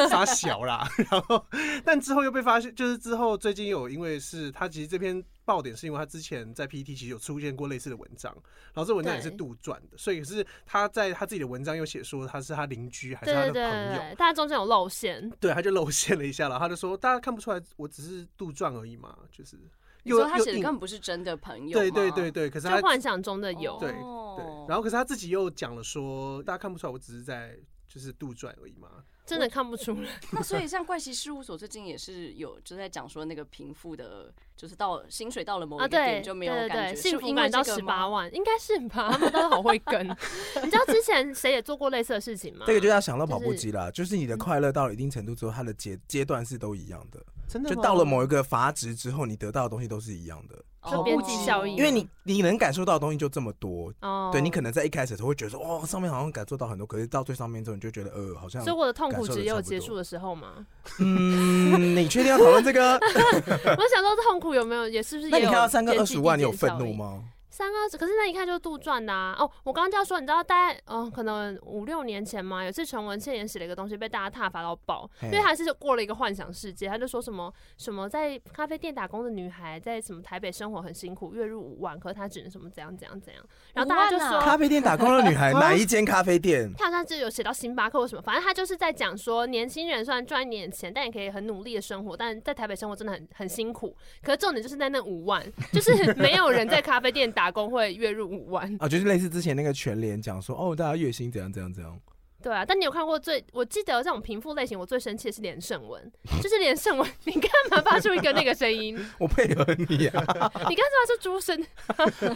S5: 傻小啦， [LAUGHS] 然后但之后又被发现，就是之后最近有因为是他其实这篇爆点是因为他之前在 PPT 其实有出现过类似的文章，然后这文章也是
S3: 对
S5: 杜撰的，所以是他在他自己的文章又写说他是他邻居还是
S3: 对
S5: 他
S3: 对
S5: 的
S3: 对
S5: 朋
S3: 对
S5: 友，
S3: 对，大家中间有露馅，
S5: 对，他就露馅了一下，然后他就说大家看不出来，我只是杜撰而已嘛，就是
S4: 你
S5: 又
S4: 说他
S5: 又
S4: 写的
S5: 硬
S4: 根本不是真的朋友吗，
S5: 对对对对，可是
S3: 就
S5: 他
S3: 幻想中的有。
S5: 对对，
S4: 哦
S5: 然后可是他自己又讲了说，大家看不出来，我只是在就是杜撰而已嘛。
S3: 真的看不出来，
S4: 那所以像怪奇事务所最近也是有就在讲说那个贫富的，就是到薪水到了某一
S3: 啊，
S4: 个
S3: 对
S4: 点
S3: 对
S4: 就没有
S3: 对
S4: 感
S3: 对，
S4: 觉，
S3: 幸
S4: 是
S3: 福
S4: 因为
S3: 感
S4: 这
S3: 到
S4: 个
S3: 十
S4: 吗
S3: 八万，应该是吧？
S4: [LAUGHS]
S3: 他们都好会跟。 [LAUGHS] 你知道之前谁也做过类似的事情吗？
S2: 这个就要想到跑步机啦，就是你的快乐到了一定程度之后，它的阶阶段是都一样的，
S5: 真的
S2: 就到了某一个阀值之后，你得到的东西都是一样的，
S4: 哦
S5: 就
S3: 边际效益
S2: 因为你你能感受到的东西就这么多。
S3: 哦，
S2: 对你可，能在一开始的时候会觉得说，哦，上面好像感受到很多，可是到最上面之后，你就觉得，呃，好像
S3: 所以，我的痛苦
S2: 感受
S3: 值
S2: 得
S3: 也有
S2: 差不
S3: 结
S2: 多
S3: 束的时
S2: [LAUGHS]
S3: 候嘛。
S2: 嗯，你确定要讨论这
S3: [LAUGHS]
S2: 个？
S3: 我想说，痛苦有没有，也是不是
S2: 那
S3: 也
S2: 你
S3: 有
S2: 看到三个
S3: 边
S2: 二
S3: 际
S2: 十万，你
S3: 递
S2: 有
S3: 减
S2: 愤
S3: 效
S2: 怒
S3: 应？
S2: 吗？
S3: 三个，可是那一看就是杜撰的啊！哦，我刚刚就要说，你知道大概嗯、呃可能五六年前嘛，有一次陈文茜也写了一个东西，被大家挞伐到爆，
S2: 嘿
S3: 因为她是过了一个幻想世界，她就说什么什么在咖啡店打工的女孩，在什么台北生活很辛苦，月入五万，可是她只能什么怎样怎样怎样，然后大家就
S4: 5万啊
S3: 说。
S2: 咖啡店打工的女
S3: [LAUGHS]
S2: 孩，
S5: 啊
S2: 哪一间咖啡店？
S3: 她好像就有写到星巴克或什么，反正她就是在讲说，年轻人虽然赚一点钱，但也可以很努力的生活，但在台北生活真的很很辛苦。可是重点就是在那五万，就是 [LAUGHS] 没有人在咖啡店打工会月入五万。
S2: 啊，就是类似之前那个全联讲说，哦，大家月薪怎样怎样怎样。
S3: 对啊，但你有看过最？我记得这种贫富类型，我最生气的是连胜文，就是连胜文，你干嘛发出一个那个声音？
S2: 我配合你啊，
S3: [LAUGHS] 你干嘛发出猪声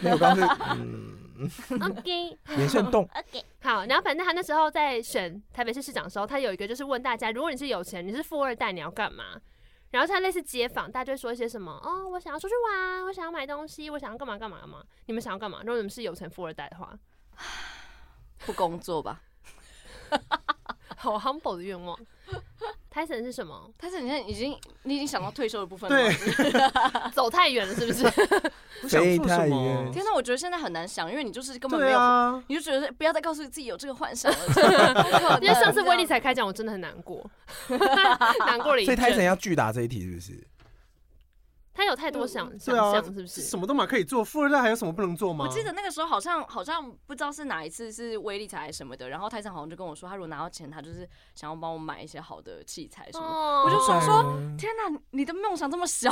S2: 没有，刚刚是嗯，
S3: ？OK，
S2: 连胜
S3: [LAUGHS]
S2: 动，
S3: 好，然后反正他那时候在选台北市市长的时候，他有一个就是问大家，如果你是有钱，你是富二代，你要干嘛？然后他类似街访，大家就会说一些什么哦，我想要出去玩，我想要买东西，我想要干嘛干嘛干嘛。你们想要干嘛？如果你们是有钱富二代的话，
S4: 不工作吧？
S3: 好 humble 的愿望。 Tyson 是什么？
S4: 但是你现在已经你已经想到退休的部分了
S5: 对
S4: 吗，
S3: 走太远了是不是？
S5: 不想
S2: 飞
S5: 做
S2: 太
S5: 什
S2: 远
S5: 么？
S4: 天哪，我觉得现在很难想，因为你就是根本没
S5: 对
S4: 有，
S5: 啊，
S4: 你就觉得不要再告诉自己有这个幻想了，真
S3: [LAUGHS]
S4: 的不可能
S3: 因为上次威力才开讲，我真的很难过， [LAUGHS] 难过了一
S2: 所以泰森
S3: 阵。
S2: 要巨打这一题是不是？
S3: 他有太多想想
S5: 对啊
S3: 象，是不是
S5: 什？么都嘛可以做，富二代还有什么不能做吗？
S4: 我记得那个时候好像好像不知道是哪一次是威力才还是什么的，然后泰森好像就跟我说，他如果拿到钱，他就是想要帮我买一些好的器材什么的。
S3: 哦
S4: 我就想
S2: 帅
S4: 说
S2: 啊
S4: 天哪，你的梦想这么小，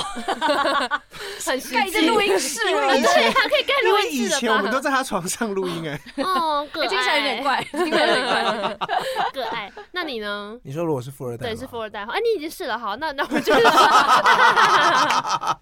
S3: 很实
S4: 盖一
S3: 际
S4: 个录音室
S5: 因
S4: 了，
S5: 为以前，
S3: 盖
S5: 因
S3: 录
S5: 为
S3: 音
S5: 以
S3: 室
S5: 前我们
S3: 了
S5: 都
S3: 吧？
S5: 在他床上录音哎，
S3: [LAUGHS] 哦，可
S4: 欸
S3: 爱，
S4: 听起来有点，怪，听起来有点 [LAUGHS] 怪。
S3: 可爱。那你呢？
S2: 你说如果是富二代吗，
S3: 对，是富二代。好哎，你已经试了，好，那那我就 [LAUGHS]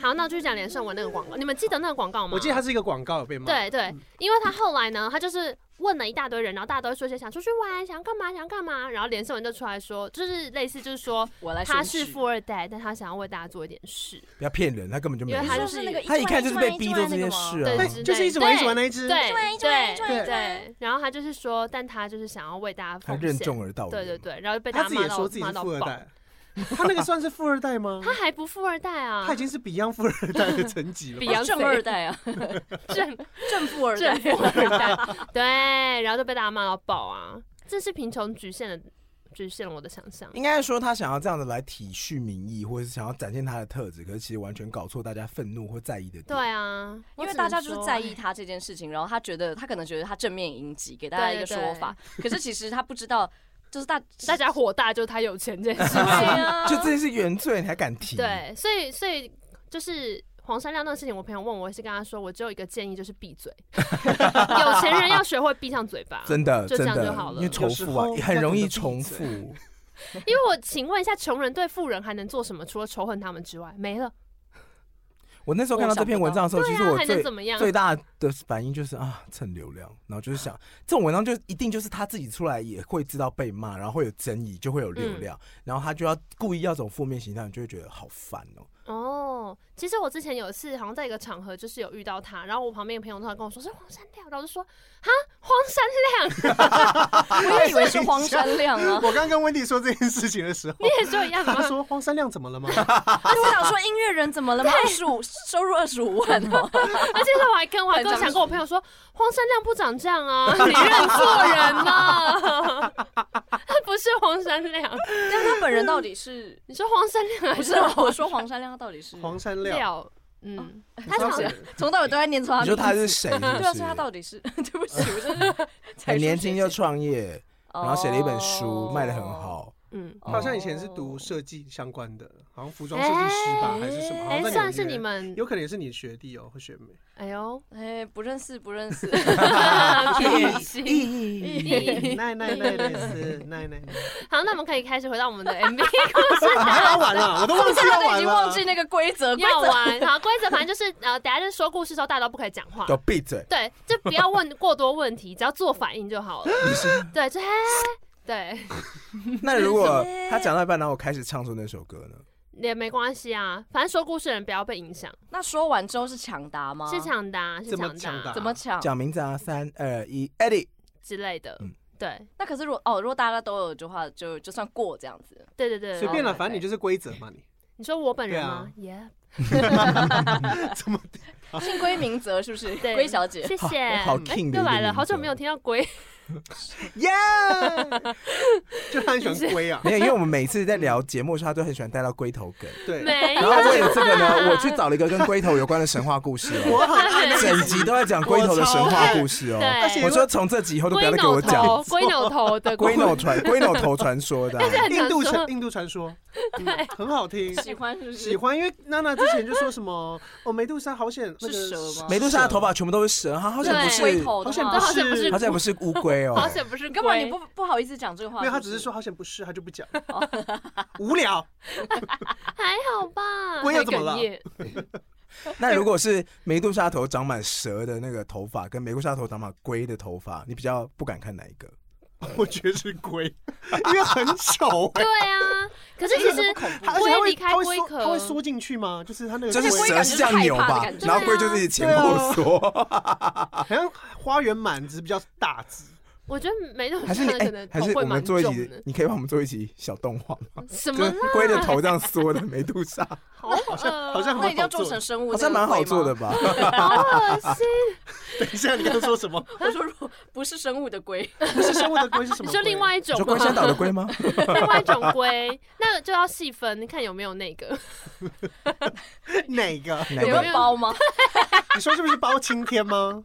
S3: 好，那我就讲连胜文那个广告。你们记得那个广告吗？
S5: 我记得他是一嗯个广告有被骂，
S3: 对对，因为他后来呢，他就是问了一大堆人，然后大家都会说一些想出去玩、想干嘛、想干嘛，然后连胜文就出来说，就是类似就是说
S4: 我来
S3: 他
S4: 选
S3: 是
S4: 举，
S3: 富二代，但他想要为大家做一点事。
S2: 不要骗人，他根本就没
S3: 因为他
S2: 有。
S3: 就是
S4: 那个
S2: 他一
S4: 直
S2: 看
S4: 玩
S2: 就是被逼做这件
S4: 一直玩一直玩那个吗
S2: 事啊
S3: 对，
S5: 哎，就是一直玩一直玩那一只，
S3: 对
S4: 玩一直玩一
S3: 对
S4: 直玩一直玩
S3: 对，然后他就是说，但他就是想要为大家
S2: 他
S3: 奉
S2: 任
S3: 献。
S2: 重而道远。
S3: 对对对，然后就被
S5: 他
S3: 大家
S5: 自己
S3: 骂
S5: 也
S3: 到
S5: 说自己
S3: 骂
S5: 是
S3: 到
S5: 富二
S3: 爆。
S5: 代，他那个算是富二代吗？
S3: 他还不富二代啊，
S5: 他已经是 Beyond 富二代的层级了吧。
S3: 比杨
S4: 正二代啊，
S3: 正
S4: 正富二代 [LAUGHS]
S3: 正。富二代，对，然后就被大家骂到爆啊！这是贫穷局限的，局限了我的想象。
S2: 应该说他想要这样子来体恤民意，或者是想要展现他的特质，可是其实完全搞错大家愤怒或在意的点。
S3: 对啊，
S4: 因
S3: 我
S4: 为
S3: 只
S4: 大家
S3: 能
S4: 就是
S3: 说
S4: 在意他这件事情，然后他觉得他可能觉得他正面迎击，给大家一个说法，可是其实他不知道，就是大
S3: 大家火大，就是他有钱这件事。
S4: [LAUGHS] 对
S2: [LAUGHS]
S4: 啊
S2: 就这是原罪，你还敢提？，
S3: 对，所以所以就是黄山料那个事情，我朋友问我，我也是跟他说，我只有一个建议，就是闭嘴。 [LAUGHS] 有钱人要学会闭上嘴巴。
S2: 真的
S3: 就
S2: 真
S3: 这样
S2: 的
S3: 就好，了
S2: 因为重复啊
S5: 有时候，
S2: 很容易重复。
S3: 因为我请问一下，穷人对富人还能做什么？除了仇恨他们之外，没了。
S2: 我那时候看到这篇文章的时哦候，其实
S3: 那
S2: 我
S3: 啊还能
S2: 最
S3: 怎么样？
S2: 最大的反应就是啊，蹭流量，然后就是想这种文章就一定就是他自己出来也会知道被骂，然后会有争议，就会有流
S3: 嗯
S2: 量，然后他就要故意要走负面形象，你就会觉得好烦哦。
S3: 哦，其实我之前有一次好像在一个场合，就是有遇到他，然后我旁边的朋友突然跟我说是黄山料，然后我就说哈黄山亮， [LAUGHS]
S4: 我也以为是荒山亮
S5: [LAUGHS]
S4: 啊。
S5: 我刚跟温迪说这件事情的时候
S3: 你，也说一样
S5: 他
S3: 吗？
S5: 说荒山亮怎么了吗？
S4: 但是我想说音乐人怎么了吗？二十五收入二十五万哦，
S3: 而且我还跟我还跟我想跟我朋友说黄山亮不长这样啊，你认错人了，他不是黄山亮，
S4: 但他本人到底是
S3: 你说黄山亮还
S4: [LAUGHS] 不是啊
S3: 是？
S4: 我说黄山亮他到底是
S5: 黄山亮，
S3: 料？嗯，
S5: 你
S4: 他
S5: 知道
S4: 长
S5: 谁
S4: 得从头到尾都在念错他
S2: 你说
S4: 名
S2: 他
S4: 字。
S2: 是
S3: [LAUGHS]
S2: 谁？是不
S4: 对啊，
S2: 是
S4: 所以他到底是 [LAUGHS] 对不起，我
S2: [LAUGHS]
S4: 真的
S2: 很年轻就创业，然后写了一本
S4: 哦
S2: 书，卖的很，好。
S3: 嗯，
S5: 他好像以前是读设计相关的，好像服装设计师吧，还是什么？好
S3: 哎
S5: 像，在
S3: 算是
S5: 纽约
S3: 你，们，
S5: 有可能也是你学弟哦，或学妹。
S3: 哎
S4: [LAUGHS]
S3: 呦，
S4: 哎，不认识
S2: [LAUGHS]
S4: 不认识，
S3: 哎
S5: 哎奈奈奈奈是奈奈， [LAUGHS]
S3: 好，那我们可以开始回到我们
S4: [LAUGHS]
S3: 的 MV
S5: 啊还要玩了，我都忘记要
S4: 他已
S5: 玩
S4: 经忘
S5: 了。啊
S4: 记那个规则，规
S3: 要
S4: 则
S3: 玩。好，规则反正就是呃，等下就是说故事的时候，大家都不可以讲话
S2: 给。我闭
S3: [LAUGHS]
S2: 嘴！
S3: 对，就不要问过多问题，只要做反应就好了。对，就嘿，对，
S2: 那如果他讲到一半，然后我开始唱出那首歌呢？
S3: 也没关系啊，反正说故事的人不要被影响，
S4: 那说完之后是抢答吗？
S3: 是抢答，是
S5: 怎么
S3: 抢
S5: 抢答
S4: 怎么抢？
S2: 讲名字啊，三二一，Eddie，
S3: 之类的
S2: 嗯。
S3: 对，
S4: 那可是如果哦，如果大家都有的话，就就算过这样子。
S3: 对对对，
S5: 随便
S3: 了。
S5: 了，反正你就是规则嘛，你
S3: 你说我本人
S5: 对啊
S3: 吗？Yeah，
S5: [LAUGHS] 怎么
S4: 姓归名泽 [LAUGHS] 是不是？
S3: 对
S4: 归小姐，
S3: 谢谢。
S2: 好好 king 的一个
S3: 嗯 [LAUGHS] 又来
S2: 名
S3: 了，
S2: 字
S3: 好久没有听到龟。
S5: 耶？ [LAUGHS] 就他很喜欢龟啊，
S2: 没有，
S3: [LAUGHS]
S2: 因为我们每次在聊节目的时候，他都很喜欢带到龟头梗。
S5: 对，
S3: 没
S2: 然
S3: 有
S2: 后为了这个呢，
S3: 啊
S2: 我去找了一个跟龟头有关的神话故事
S3: [LAUGHS]
S2: 哦，
S5: 我很爱那
S2: 整集都在讲龟头的神话故事哦。
S3: 对，
S5: 且
S2: 我说从这集以后都不要
S3: 龟
S2: 再给我
S3: 脑
S2: 讲
S3: 头，龟脑头的
S2: [LAUGHS] 龟脑传龟脑头传说
S3: [LAUGHS]
S2: 的啊，
S3: 这很
S5: 印
S3: 常
S5: 度
S3: 说
S5: 传印度传说，嗯很好听，
S4: 喜欢是不
S5: 喜
S4: 是？
S5: 欢，因为娜娜之前就说什么哦，梅杜莎好险，那个
S4: 是蛇吗？哦
S2: 美杜莎的头发全部都是蛇，她好像不
S3: 对
S2: 是
S4: 龟，头的
S5: 好险
S4: 话，
S3: 好险不
S5: 是
S3: 是
S2: 好，像不是乌龟哦。
S3: 好险不是龟。
S4: 根本你不不好意思讲这个话。
S5: 没有，他
S4: 不
S5: 只是说好险不是，他就不讲，
S3: 哦
S5: [LAUGHS] 无聊。
S3: 还好吧？
S5: 龟又怎么了
S3: 还
S2: [LAUGHS]
S3: 哽咽
S2: 那如果是梅杜莎头长满蛇的那个头发，跟梅杜莎头长满龟的头发，你比较不敢看哪一个？
S5: 我觉得是龟，因为很丑
S3: [LAUGHS]
S5: 哎、
S3: 对啊，可是其实
S5: 它而且它
S3: 龟
S5: 会
S3: 离开
S5: 它会
S3: 龟
S5: 缩，
S3: 壳，
S5: 它会缩进去吗？就是它那个
S2: 就是
S5: 龟
S2: 蛇是这样扭吧，然后龟就是前后缩。
S5: 好像花园满只是比较大只，
S3: 我觉得没那么
S2: 还是你
S3: 像，
S2: 哎、
S3: 可能
S2: 还
S3: 头
S2: 是我
S3: 会蛮
S2: 们做一
S3: 重
S2: 集
S3: 的，。
S2: 你可以帮我们做一集小动画吗？
S3: 什
S2: 就
S3: 么
S2: 是
S3: 啦？
S2: 龟的头这样缩的梅杜莎，
S3: 好恶啊，
S5: 好像
S4: 那一定要做成生物，
S2: 好像蛮好做的。吧？ [LAUGHS]
S3: 好恶心。
S5: 等一下，你刚刚
S3: [LAUGHS]
S5: 说什么？
S4: [LAUGHS] 我说如果不是生物的龟，
S5: 不是生物的龟是什么龟？
S3: 你说另外一种
S2: 你说
S3: 吗
S2: 龟山岛的龟吗？
S3: [LAUGHS] 另外一种龟，那就要细分，看有没有那个。 [LAUGHS]
S5: 哪个？
S2: 哪
S4: 有
S2: 个
S4: 没有包吗？
S5: 你说是不是包青天吗？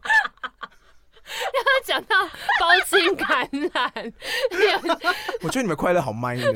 S3: 他讲到包茎感 [LAUGHS] 染，
S2: 我觉得你们快乐好慢一点，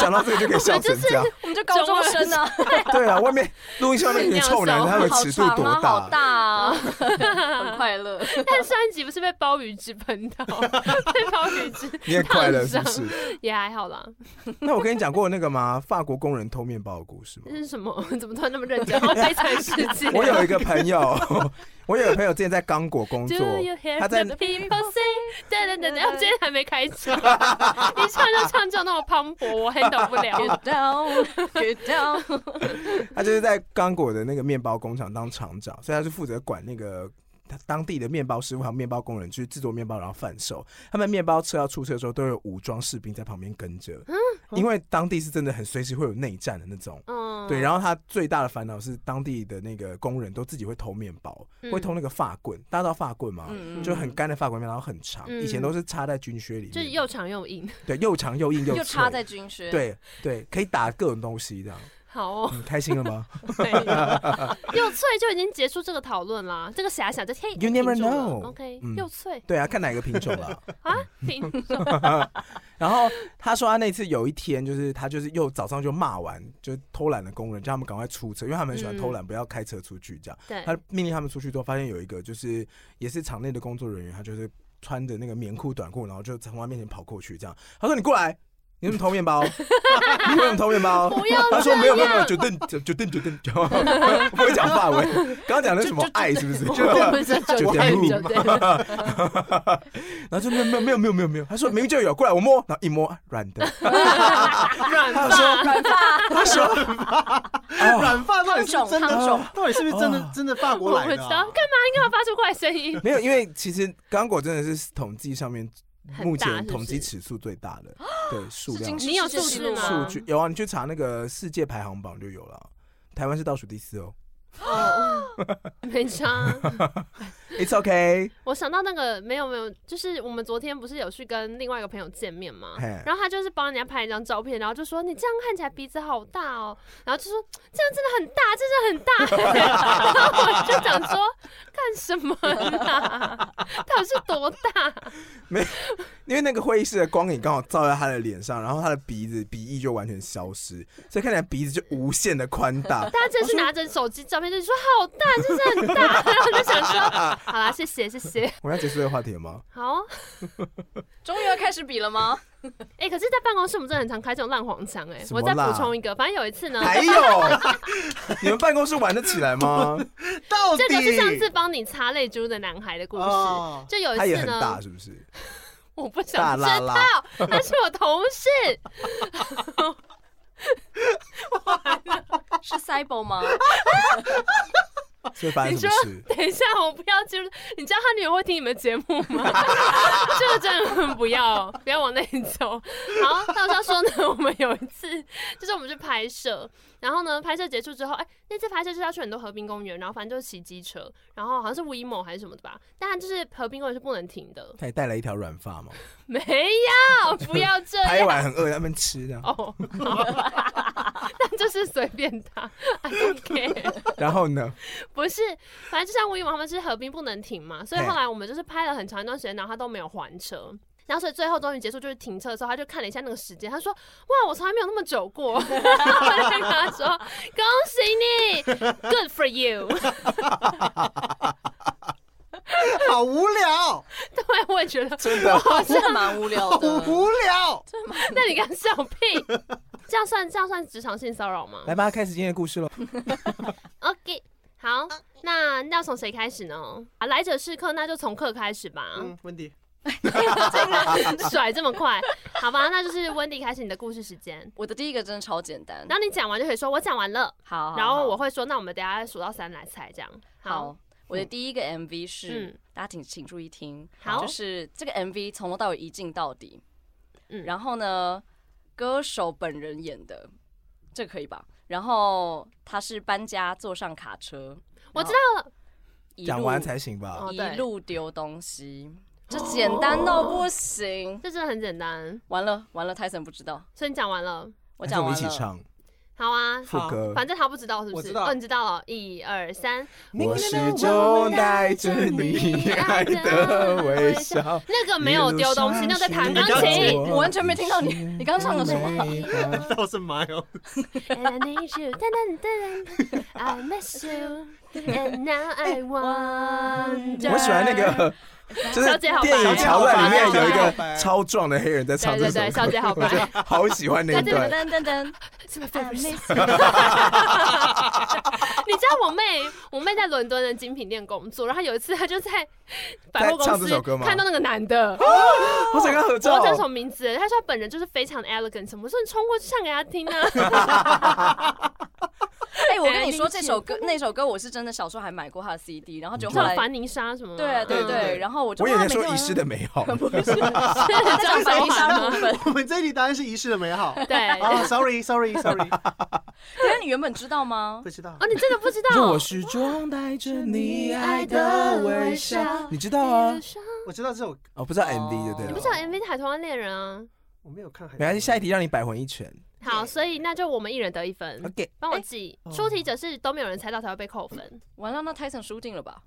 S2: 讲到这个就可以笑成这样。
S4: [LAUGHS] 我们就高中生啊，
S2: 对啊，外面录音室外面有点臭男人，他们
S4: 好
S2: 尺度
S4: 长
S2: 多
S4: 啊，
S2: 大？
S4: 好大啊， [LAUGHS] 很快乐。
S3: [LAUGHS] 但上一集不是被鲍鱼汁喷到， [LAUGHS] 被鲍鱼汁
S2: 你也快乐是不是？
S3: 也还好啦。
S2: [LAUGHS] 那我跟你讲过那个吗？法国工人偷面包的故事吗
S3: 这？是什么？ [LAUGHS] 怎么突然那么认真？然后悲惨世界。
S2: 我有一个朋友， [LAUGHS] 我有一个朋友之前在刚果工
S3: Do
S2: 作
S3: you，hear
S2: 他在
S3: the people sing？对对对对，我今天还没
S2: [LAUGHS]
S3: 开场，一唱就唱就那么磅礴，我 handle 不了。
S4: Get down, get down。
S2: 他就是在刚果的那个面包工厂当厂长，所以他是负责管那个。他当地的面包师傅还有面包工人去制作面包，然后贩售。他们面包车要出车的时候，都有武装士兵在旁边跟着，因为当地是真的很随时会有内战的那种。
S3: 嗯，
S2: 对，然后他最大的烦恼是当地的那个工人都自己会偷面包，
S3: 嗯
S2: 会偷那个发棍，大家知道发棍吗？
S4: 嗯
S2: 就很干的发棍面，然后很长，以前
S3: 嗯
S2: 都是插在军靴里面的，
S3: 就是又长又硬。
S2: 对又长又硬又
S4: [LAUGHS] 又
S2: 脆
S4: 插在军靴，， [LAUGHS]
S2: 对对，可以打各种东西这样，
S3: 好哦，
S2: 你开心了吗 [LAUGHS]
S3: 没有又脆就已经结束这个讨论啦，这个遐想就嘿
S2: You never
S3: 停住了
S2: know
S3: OK，
S2: 嗯
S3: 又脆
S2: 对啊，看哪个品种了。
S3: 啊，
S2: [LAUGHS]
S3: 停。
S2: 然后他说他那次有一天就是他就是又早上就骂完，就偷懒的工人，叫他们赶快出车，因为他们很喜欢偷懒，不要开车出去这样。
S3: 对，
S2: 他命令他们出去之后，发现有一个就是也是场内的工作人员，他就是穿着那个棉裤短裤，然后就从他面前跑过去，这样他说：“你过来，你怎么偷面包？你为什么偷面包？”
S3: 不要
S2: 他说：“没有没有没有，
S3: 这
S2: 就瞪就就瞪就瞪，就不会讲法文。刚刚讲的是什么爱是不是？就
S3: 这
S2: 就
S3: 就
S2: 点
S3: 对
S2: 入
S3: 就
S4: [LAUGHS]
S3: 对了
S2: 然后就没有没有没有没有没有没有，他说明明就有，过来我摸，然后一摸啊软的，
S3: 软
S2: 他说
S4: [LAUGHS]
S3: 发，
S2: 他说哦
S5: [LAUGHS] 软发到底是不是真的
S2: 汤种？
S5: 到底是不是真
S2: 哦
S5: 的？真的法国
S3: 我
S5: 来
S3: 不知
S5: 的
S3: 道
S5: 啊？
S3: 干嘛，你干嘛发出怪声音？
S2: [LAUGHS] 没有，因为其实刚果真的是统计上面
S3: 很
S2: 目
S3: 大
S2: 前
S3: 是不
S2: 统计
S3: 是
S2: 尺数最大的，对数
S4: 是
S2: 量
S4: 金
S3: 你有数字吗
S2: 数据有啊，你去查那个世界排行榜就有了。台湾是倒数第四哦。
S3: 哦，没差。啊
S2: It's OK，
S3: 我想到那个没有没有，就是我们昨天不是有去跟另外一个朋友见面嘛
S2: 嘿，
S3: 然后他就是帮人家拍一张照片，然后就说你这样看起来鼻子好大哦，然后就说这样真的很大，真的很大， [LAUGHS] 然后我就想说干什么啦？到底是多大？。
S2: [LAUGHS] 因为那个会议室的光影刚好照在他的脸上，然后他的鼻子鼻翼就完全消失，所以看起来鼻子就无限的宽大 [LAUGHS]
S3: 大家真是拿着手机照片就是说好大，就是很大，然后我就想说好啦，谢谢谢谢，
S2: 我们要结束这个话题了
S4: [LAUGHS]
S2: 吗？
S3: 好哦。
S4: 终于要开始比了吗？
S3: 哎、可是，在办公室我们真的很常开这种烂黄腔哎、
S2: 什么
S3: 我
S2: 啦
S3: 再补充一个，反正有一次呢，
S2: 还有，你们办公室玩得起来
S4: [LAUGHS]
S2: 吗？
S4: 哦
S5: 到底
S3: 这个是上次帮你擦泪珠的男孩的故事。
S5: 哦
S3: 就有一
S2: 他也
S3: 次
S2: 很
S3: 呢
S2: 大，，是不是？
S3: 我不
S2: 大
S3: 想知
S2: 拉
S3: 道，
S2: 拉，
S3: 他是我同事，
S4: [LAUGHS] 是 Cyber [LAUGHS] 吗？
S2: 所 [LAUGHS] 以发生
S3: 你
S2: 什
S3: 说
S2: 么事？
S3: 等一下我不要进入，你知道他女友会听你们节目吗？
S2: [LAUGHS]
S3: 这个真的很不要，不要往那里走。好，到时候说呢，我们有一次就是我们去拍摄，然后呢，拍摄结束之后，哎、那次拍摄就是要去很多河滨公园，然后反正就是骑机车，然后好像是 WeMo 还是什么的吧，但就是河滨公园是不能停的，
S2: 他也带了一条软发嘛，
S3: 没有，不要这样。
S2: 拍完很饿，他们吃
S4: [LAUGHS]
S2: 这样。
S3: 哦，那就是随便他，I [LAUGHS] don't care。
S2: 然后呢？
S3: 不是，反正就像吴以王他们是合并不能停嘛，所以
S2: 嘿
S3: 后来我们就是拍了很长一段时间，然后他都没有还车。然后所以最后终于结束，就是停车的时候，他就看了一下那个时间，他说：“哇，我从来没有那么久过。”
S2: [LAUGHS]
S3: 我就跟他说：“恭喜你，Good for you。 [LAUGHS]
S5: 好无聊，”
S3: 对，我也觉得
S2: 真的，
S4: 真的蛮无聊
S5: 好
S4: 的。
S5: 无聊。
S3: 那你敢笑屁？这样算这样算职场性骚扰吗
S2: 来吧，开始今天的故事喽。
S3: ？OK，好，那要从谁开始呢？啊，来者是客，那就从客开始吧。
S5: 嗯，温迪，
S3: 甩这么快，好吧，那就是温迪开始你的故事时间。
S4: 我的第一个真的超简单。
S3: 然
S5: 哦
S3: 后你讲完就可以说“我讲完了”，
S4: 好，好
S3: 然后我
S4: 好
S3: 会说“那我们等一下数到三来猜”这样。
S4: 好，我的第一个 MV 是，
S3: 嗯
S4: 大家请请注意听，
S3: 好
S4: 就是这个 MV 从头到尾一镜到底，
S3: 嗯
S4: 然后呢，歌手本人演的，这可以吧？然后他是搬家坐上卡车，
S3: 我知
S4: 道了，一
S2: 讲
S4: 路
S2: 完才行吧？
S3: 哦对哦
S4: 一路丢东西，这简单到不行。
S3: 这真的很简单，
S4: 完了完了，泰森不知道，
S3: 所以你讲完了，
S4: 我
S2: 还是
S4: 讲
S2: 我们一
S4: 完
S2: 起
S4: 了。
S2: 唱
S3: 好啊，
S2: 副歌。
S3: 反正他不知道是不
S5: 呃我
S3: 是？
S5: 知道
S3: 哦，你知道了，一二三，
S2: 我始终带着你爱的微笑。
S3: 那个没有丢东西，那个在弹钢琴。
S4: 我完全没听到你你刚刚唱了什么
S2: 么？
S5: 倒是蛮有
S3: And I need you, dun dun dun dun. I miss you, and now I wonder。
S2: 我喜欢那
S3: [LAUGHS]
S2: 个，就是
S3: 小姐好白
S2: 电影桥段里面有一
S5: 小姐好
S2: 个
S5: 白
S2: 超壮的黑人在唱这
S3: 对对
S2: 首
S3: 对
S2: 歌，
S3: 小姐好白
S2: 我觉得好喜欢那一
S4: 噔噔
S2: 段。
S4: 噔噔噔，
S3: 是不是 favorite？
S4: I miss you [LAUGHS]
S3: 你知道我妹，我妹在伦敦的精品店工作，然后有一次她就在百货
S2: 在
S3: 公
S2: 唱这
S3: 司
S2: 首歌吗哦
S3: 看到那个男的，
S2: 好想跟他合
S3: 我忘
S2: 照
S3: 记。叫什么名字了，她说她本人就是非常 elegant，我说你冲过去唱给她听
S2: [LAUGHS]
S3: 啊。
S4: 哎、我跟你说，
S3: 哎
S4: 这首歌那首歌我是真的小时候还买过他的 CD，然后就后
S3: 唱
S4: 来
S3: 凡妮莎什么？
S4: 对对
S3: [LAUGHS]
S5: 嗯
S4: 对，然后我就
S2: 我以为
S4: 哇
S2: 说
S4: 每天
S2: 遗失
S4: [LAUGHS]
S2: 的美好，
S4: 晚上不是
S3: 嗯，
S4: 他讲白衣
S3: 莎
S4: 莎
S2: 哦
S4: 部分， [LAUGHS]
S5: 我们这一题答案是遗失的美好。
S3: 对，
S5: 啊
S3: 哦，
S5: ，sorry，sorry，sorry，
S4: 可是你原本知道吗 [LAUGHS]
S5: 不？知道。
S3: 你真的不知
S2: 是
S3: 道
S2: 我？始终带着你爱的微笑。你知道啊？
S5: 我知道这首，
S2: 哦，不知道 MV 就对
S3: 你
S2: 了
S3: 不知。道 MV 是海豚湾恋人啊？
S5: 我没有看。
S2: 没关系，下一题让你百魂一拳。
S3: 好，所以那就我们一人得一分，
S2: OK，
S3: 帮我记。
S2: 哦
S5: 哎
S3: 出题者是都没有人猜到才会被扣分。
S4: 完了，那 Tyson 输定了吧？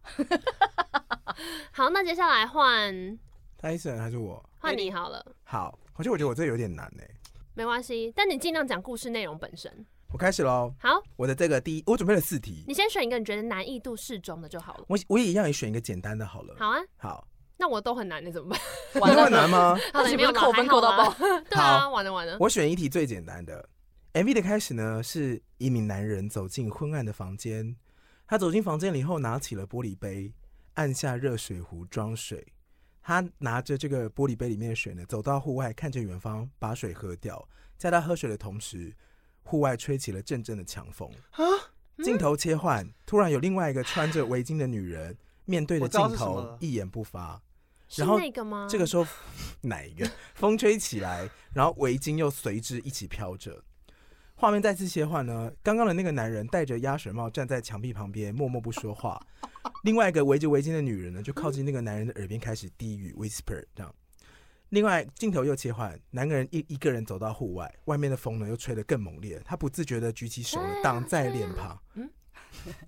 S3: 好，那接下来换
S2: 泰森还是我？
S3: 换你好了，
S2: 好，我觉得我觉得我这有点难哎。
S3: 没关系，但你尽量讲故事内容本身。
S2: 我开始喽，
S3: 好，
S2: 我的这个第一，我准备了四题，
S3: 你先选一个你觉得难易度适中的就好了。
S2: 我我也一样也选一个简单的好了。
S3: 好啊，
S2: 好，
S3: 那我都很难，你怎么办？ [LAUGHS]
S4: 完
S2: 那么
S4: 了，
S2: 难吗？
S3: 好了，
S4: [LAUGHS] 那
S3: 你
S4: 岂
S3: 没
S4: 不
S3: 有
S4: 是
S3: 啦
S4: 扣分扣到？
S3: 还
S4: 爆
S3: 好？啦对啊，完了完了。
S2: 我选一题最简单的。MV 的开始呢，是一名男人走进昏暗的房间，他走进房间里后，拿起了玻璃杯，按下热水壶装水。他拿着这个玻璃杯里面的水呢，走到户外，看着远方，把水喝掉。在他喝水的同时，户外吹起了阵阵的强风。镜头切换，突然有另外一个穿着围巾的女人面对着
S5: 我知道
S2: 镜
S5: 是什么
S2: 头
S5: 了，
S2: 一言不发。
S3: 是
S2: 然后
S3: 那个吗？
S2: 这个时候哪一个风吹起来，然后围巾又随之一起飘着。画面再次切换呢，刚刚的那个男人戴着鸭舌帽站在墙壁旁边，默默不说话。另外一个围着围巾的女人呢，就靠近那个男人的耳边开始低语 whisper 这样。另外镜头又切换，男人一一个人走到户外，外面的风呢又吹得更猛烈，他不自觉地举起手挡在脸旁。
S3: 嗯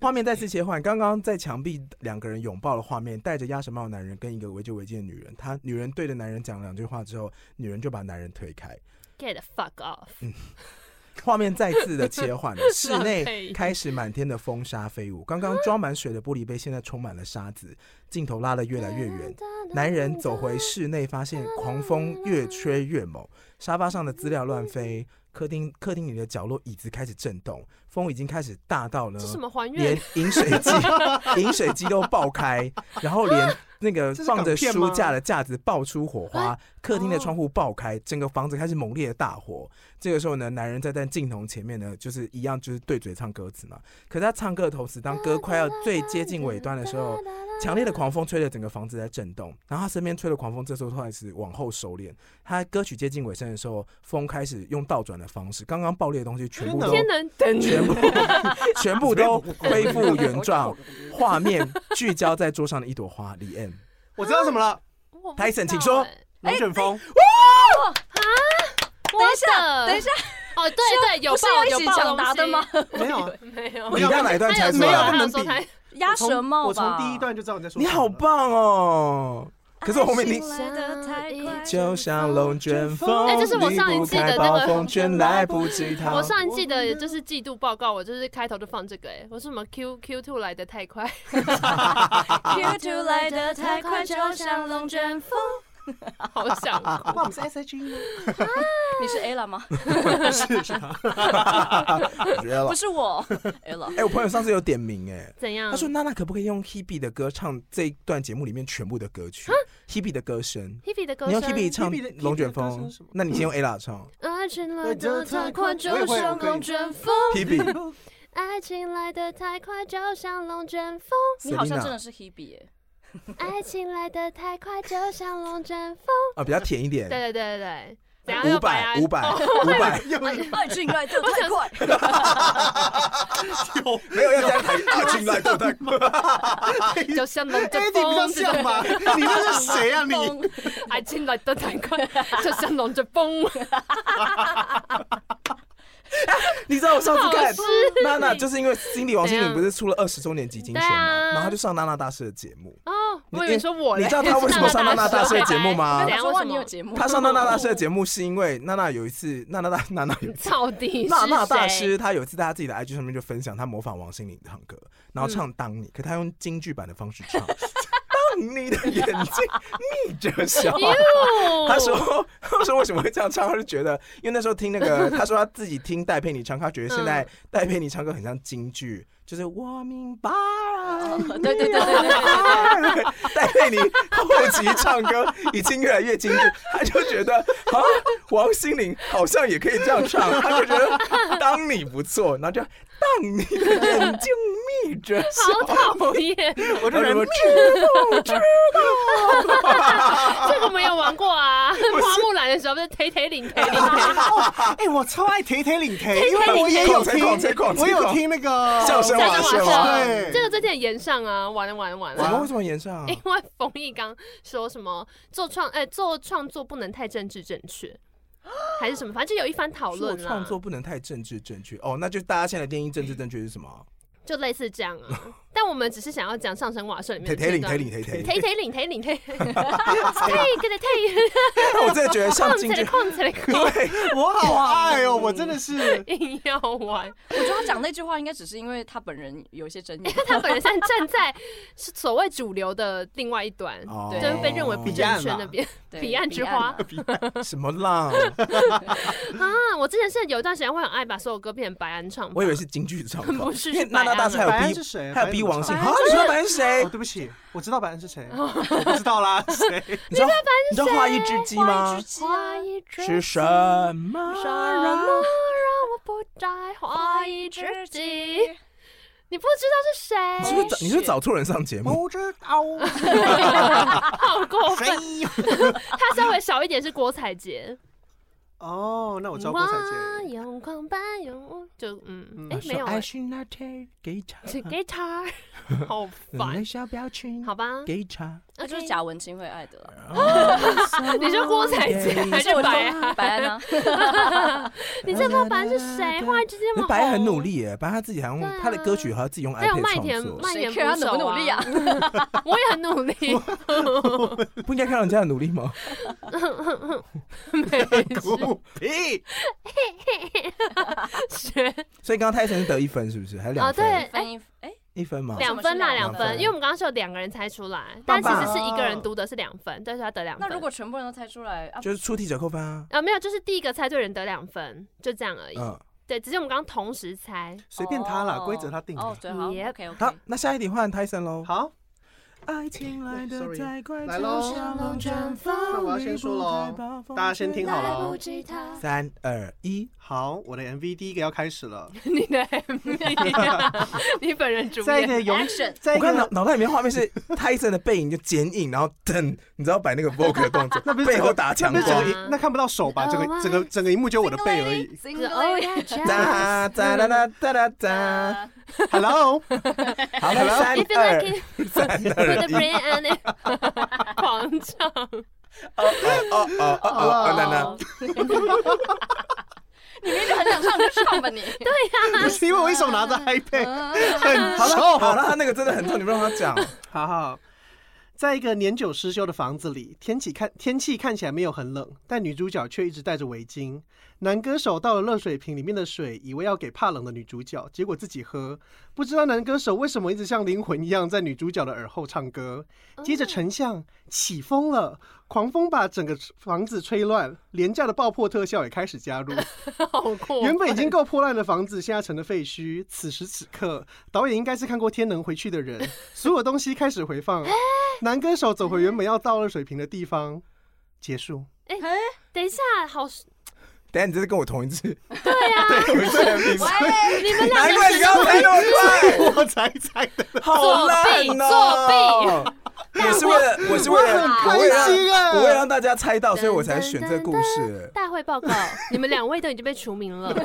S2: 画面再次切换，刚刚在墙壁两个人拥抱的画面，戴着鸭舌帽的男人跟一个围着围巾的女人，他女人对着男人讲两句话之后，女人就把男人推开。
S3: get the fuck off，
S2: 画面再次的切
S3: [LAUGHS]
S2: 换了，室
S3: 浪费
S2: 内开始满天的风沙飞舞。刚刚装满水的玻璃杯现在充满了沙子，镜头拉得越来越远。男人走回室内，发现狂风越吹越猛，沙发上的资料乱飞，客厅客厅里的角落椅子开始震动，风已经开始大到了
S3: 这什么还
S2: 连
S3: 原？
S2: 饮水机
S5: [LAUGHS]
S2: 饮水机都爆开，然后连那个
S5: 这是
S2: 放着
S5: 港片
S2: 书
S5: 吗啊哦
S2: 架的架子爆出火花，客厅的窗户爆开，整个房子开始猛烈的大火。这个时候呢，男人站在镜头前面呢，就是一样就是对嘴唱歌词嘛。可是他唱歌的同时，当歌快要最接近尾端的时候，强烈的狂风吹得整个房子在震动，然后他身边吹的狂风这时候突然是往后收敛。他歌曲接近尾声的时候，风开始用倒转的方式，刚刚爆裂的东西全部都
S3: 天能等
S2: 全部全部都恢复原状，画面聚焦在桌上的一朵花。李 M，
S5: 我知道什么了，
S3: 我不
S2: Tyson，
S3: 知道
S2: 请说
S3: 欸
S5: 龙卷风。
S3: 等
S4: 一下等一下，
S3: 哦，对对，有
S4: 不是要
S3: 爆
S4: 一
S3: 有
S4: 起
S3: 爆
S4: 抢答的
S3: 东
S2: [LAUGHS]
S3: 西
S4: 吗？？
S5: 没有啊，
S3: 没有，
S2: 你让哪一段
S3: 他
S2: 猜
S3: 有
S2: 出
S3: 说
S5: 没有
S3: 啊
S5: 不
S2: 来？
S3: 他有
S5: 能
S3: 说
S5: 比
S3: 他
S4: 鸭
S5: 我从
S4: 舌帽吧。
S5: 我从第一段就知道你在说。
S2: 你好！棒哦！可是我后面你
S4: 爱情来得太快
S2: 就像龙卷风，
S3: 哎这是我上一
S2: 离不
S3: 季的
S2: 开
S3: 那
S2: 暴
S3: 个
S2: 风圈来不及逃。
S3: 我上一季的就是季度报告，我就是开头就放这个、哎，我说什么 Q Q two 来的太快， [LAUGHS] 啊
S4: Q two 来得太快，就像龙卷 [LAUGHS] 风。
S3: 好想
S4: [LAUGHS]
S3: 哭。
S5: 哇，我们是 S H E 吗？
S4: 你是 Ella 吗？
S2: 不
S4: 不是我 [LAUGHS] ，Ella。
S2: 哎，我朋友上次有点名哎。
S3: 怎样？
S2: 他说：“娜娜可不可以用 Hebe 的歌唱这一段节目里面全部的歌曲？Hebe 的歌声，
S3: Hebe 的歌
S2: 你用
S3: 声，
S2: Hebe 唱
S5: Hebe 的 Hebe 的
S2: 龙卷
S5: 歌声
S2: 风
S5: 是什么，
S2: 那你先用 Ella 唱
S3: 爱情来得太快，就像龙卷风，
S2: Hebe。
S3: 爱情来得太快，就像龙卷风。
S4: 你好像
S2: Selina
S4: 真的是 Hebe 耶、
S3: 爱情来得太快，就像龙卷风。
S2: 啊，比较甜一点，
S3: 对对对对对，然后
S2: 五百五
S3: 哦
S2: 百五
S3: [LAUGHS]
S2: 百，
S4: 爱情来得太快，
S2: 没有要加台啊，进来对太快，
S3: 就像龙
S2: [LAUGHS]
S5: 哎，
S3: 卷
S5: 你比较
S3: 风，对
S5: 像吧？你那是谁啊？你
S4: 风
S3: 爱情来得太快， [LAUGHS] 就像龙卷风。
S2: 你知道我上次看
S3: 好
S2: 娜娜，就是因为心理王心
S3: 怎
S2: 凌
S3: 样
S2: 不是出了二十周年集金选
S3: 啊对
S2: 嘛，
S3: 啊
S2: 然后她就上娜娜大师的节
S3: [LAUGHS]
S2: 目。
S3: 哦，我以为说我嘞，
S2: 你知道他为什么上娜娜大师的节目
S3: [LAUGHS]
S2: 吗
S3: 等一下
S4: 说
S3: 为
S4: 哇，
S3: 什
S4: 你有
S3: 么？
S4: 节目？
S2: 她上娜娜大师的节目是因为娜娜有一次，娜娜大娜娜
S3: [LAUGHS]
S2: 有一次
S3: 到底
S2: 娜
S3: 是
S2: 娜大
S3: 谁
S2: 师，他有一次在他自己的 IG 上面就分享他模仿王心凌唱歌，然
S3: 嗯
S2: 后唱《当你》，可他用京剧版的方式唱， [LAUGHS] 当你的眼睛眯着
S3: [LAUGHS]
S2: 笑。
S3: 哟
S2: 他说：“他说为什么会这样唱？他就觉得，因为那时候听那
S4: [LAUGHS]
S2: 个，他说他自己听戴佩妮唱歌，他觉得现
S4: 嗯
S2: 在戴佩妮唱歌很像京剧，就是我明白了，
S4: 哦对对对对对对
S2: [LAUGHS] 戴佩妮后期唱歌已经越来越精致，他就觉得啊，王心凌好像也可以这样唱，他就觉得当你不错，然后就当你的眼睛眯着笑，
S3: 好
S2: [LAUGHS]
S3: 讨厌，
S2: 我就觉得嗯
S3: 这个没有玩过
S2: [LAUGHS]
S3: 啊！花木兰的时候不是腿腿领腿领，
S5: 哎，我超爱腿腿领腿，因为我也有
S2: 狂吹
S5: 听
S2: 狂吹狂，
S5: 我
S2: 吹
S5: 有
S2: 狂，
S5: 听那个
S2: 笑声
S3: 笑
S2: 娃
S3: 声
S2: 是
S3: 娃
S2: 吗？
S5: 对
S3: 这个最近也延上啊，完了完了完
S2: 我
S3: 了。
S2: 们为什么啊延上？
S3: 因为冯一刚说什么做创哎、做创作不能太政治正确，还是什么，反正就有一番讨
S2: 做
S3: 论啦
S2: 创，作不能太政治正确哦，那就大家现在定义政治正确是什么？啊
S3: 就类似这样啊。但我们只是想要讲上神瓦舍里面
S2: 腿
S3: 的
S2: 腿
S3: 这
S2: 领腿
S3: 段。
S2: 领腿腿，
S3: 腿腿领腿领腿，嘿，
S2: [LAUGHS]
S3: 给的腿，
S2: 但 [LAUGHS] 我真的觉得像
S3: 矿起
S2: 京
S3: [LAUGHS] 来
S2: 剧，
S3: 矿起来矿， [LAUGHS]
S2: 对，
S5: 我好爱哦，我真的是。
S3: 硬
S2: [LAUGHS]
S3: 要玩。
S4: 我觉得他讲那句话应该只是因为他本人有一些争议。
S3: [LAUGHS] 他本人现在站在是所谓主流的另外一端，
S2: 哦
S3: 就是被认为不
S5: 彼岸
S3: 正确
S5: 嘛
S3: 那 [LAUGHS] 边。
S4: 对
S3: 彼岸之花
S4: 彼
S2: 哦什么浪？
S3: 啊，我之前是有一段时间会很爱把所有歌变成白安唱法，
S2: 我以为是京剧唱法
S3: [LAUGHS] 不是
S2: 因为
S3: 是
S2: 娜娜
S3: 白
S2: 大
S3: 安
S2: 师
S3: 的
S2: 还有
S5: 白安
S2: 逼
S5: 是，谁？
S2: 还有逼王
S5: 姓。
S2: 信
S3: 白
S2: 啊！
S3: 安
S2: 你说白安是谁
S5: 哦，？对不起，我知道白安是谁，我不知道啦，谁？
S2: 你知道你知道画一只鸡吗
S4: 岸之？
S3: 花一枝
S2: 是什么
S3: 什么让
S2: 让？
S3: 我不再怀疑自己？你不知道
S2: 你
S3: 是
S2: 是
S3: 谁？
S2: 不是找你是不是找错人上
S4: 哎
S2: 节
S3: 哦
S2: 目？
S5: 不知道
S3: [LAUGHS] 好过分！
S5: 谁。
S3: 他稍微少一点是郭采洁。
S5: [LAUGHS] 哦，那我知道郭采
S3: 哇，
S5: 洁。
S3: 阳光般涌，就嗯，
S5: 嗯
S3: 哎，没有
S2: 爱
S3: 哎
S2: 是拿铁给他，
S3: 这 guitar，好
S2: 冷
S3: 烦
S2: 的。小表情
S3: 好吧，
S2: 给他。
S4: 那就是
S3: OK
S4: 贾文清会爱的啦，
S3: [LAUGHS] 你说郭采洁
S2: 哦
S3: [LAUGHS] 还是白啊安？
S4: 白安啊
S3: [LAUGHS]
S4: 呢？
S3: 你真的不知道白安是谁？花一枝这么
S2: 那白安很努
S3: 红
S2: 力耶，白安他自己还用
S3: 对啊
S2: 他的歌曲，还要自己用
S3: 还有
S2: iPad
S3: 麦
S2: 创
S3: 田
S2: 作，
S3: 麦
S4: 谁
S3: 田
S4: care 他努不
S3: [LAUGHS]
S4: 努力啊？
S3: 哎我也很努力，
S2: 不应该看到人家的努力吗？
S3: 没事
S5: 屁！
S4: [LAUGHS]
S3: 学
S2: 所以刚刚泰森是得一分，是不是？还是两
S3: 哦，
S2: 分？
S3: 对，哎，
S4: 翻译哎，
S2: 一分吗？
S3: 两分啦，
S4: 为什
S2: 么
S3: 两
S2: 是两分
S3: 分，因为我们刚刚是有两个人猜出来，但
S2: 棒
S3: 其
S2: 棒
S3: 实是一个人读的是两分，但是他得两分。
S4: 哦那如果全部人都猜出来啊，
S2: 就是出题者扣分啊。
S3: 啊没有，就是第一个猜对人得两分，就这样而已。
S2: 嗯，
S3: 对，只是我们刚刚同时猜，
S5: 随便他啦，
S4: 哦
S5: 规则他定
S4: 哦
S5: 的，。
S4: 对，好
S3: Yep
S4: ，OK
S2: 好
S4: OK，，
S2: 那下一题换泰森喽。
S5: 好，
S2: 爱情来得
S5: Sorry
S2: 太快，
S5: 来咯
S2: 就像龙卷风
S5: 那我要先说咯
S2: 雨不太暴风
S5: 大家先听好了哦
S3: 及他
S2: 三二一，
S5: 好，我的 MV 第一个要开始
S4: [LAUGHS]
S5: 了，
S3: [LAUGHS] 你的 MV，你本人主
S5: 在一
S3: 演。
S5: 个永，
S4: Action
S5: 在
S2: 我
S5: 一
S2: 看脑
S5: 个
S2: 脑袋里面画面是泰森的背影就剪影，然后噔，你知道摆那个 vogue 的动作，
S5: 那不是
S2: 背
S5: 整
S2: 后
S5: 个
S2: 打
S5: 那
S2: 强
S5: 不是整
S2: 光。
S5: 个一那看不到手吧？整
S3: Oh my
S5: 个整个整个一幕就我的背而已。
S3: 就是哦
S4: ，Single lady，
S2: 哒哒哒哒哒哒哒，
S4: 啊
S5: Hello， [LAUGHS]
S2: 好，三
S3: If you
S2: 二
S3: like it, [LAUGHS]
S2: 三
S3: put
S2: 二
S3: a
S2: 一，
S3: brain on
S2: [LAUGHS]
S3: it，狂唱。
S2: 哦哦哦哦哦，那那
S4: 哦， [LAUGHS] 你明明就很想唱，你就唱吧
S3: [LAUGHS]
S4: 你。
S5: 不是因为我一手拿着
S4: [LAUGHS]
S5: iPad，很
S2: 好了好
S5: 臭。
S2: 了，他那个真的很痛，你不让他讲。
S5: 好好，在一个年久失修的房子里，天气看天气看起来没有很冷，但女主角却一直戴着围巾。男歌手倒了热水瓶里面的水，以为要给怕冷的女主角，结果自己喝。不知道男歌手为什么一直像灵魂一样在女主角的耳后唱歌。接着成像起风了，狂风把整个房子吹乱，廉价的爆破特效也开始加入。
S3: 好酷！
S5: 原本已经够破烂的房子，现在成了废墟。此时此刻，导演应该是看过《天能》回去的人，所有东西开始回放。男歌手走回原本要倒热水瓶的地方，结束。
S3: 等一下，好，
S2: 等
S3: 啊
S2: 一下你这是跟我同一次， [LAUGHS]
S5: 对，我在比赛，
S4: 喂，
S3: 你们两
S2: 难
S3: 个
S2: 怪你刚才那么
S5: 我才猜的，
S2: 快，好烂哦！也是为了，我是为了，
S3: 我
S2: 我
S3: 很
S2: 为
S5: 开
S2: 了
S5: 心啊
S2: 让，我为了让大家猜到，所以我才选这个故事。
S3: 大会报告，你们两位都已经被除名
S2: [LAUGHS]
S3: 了，是不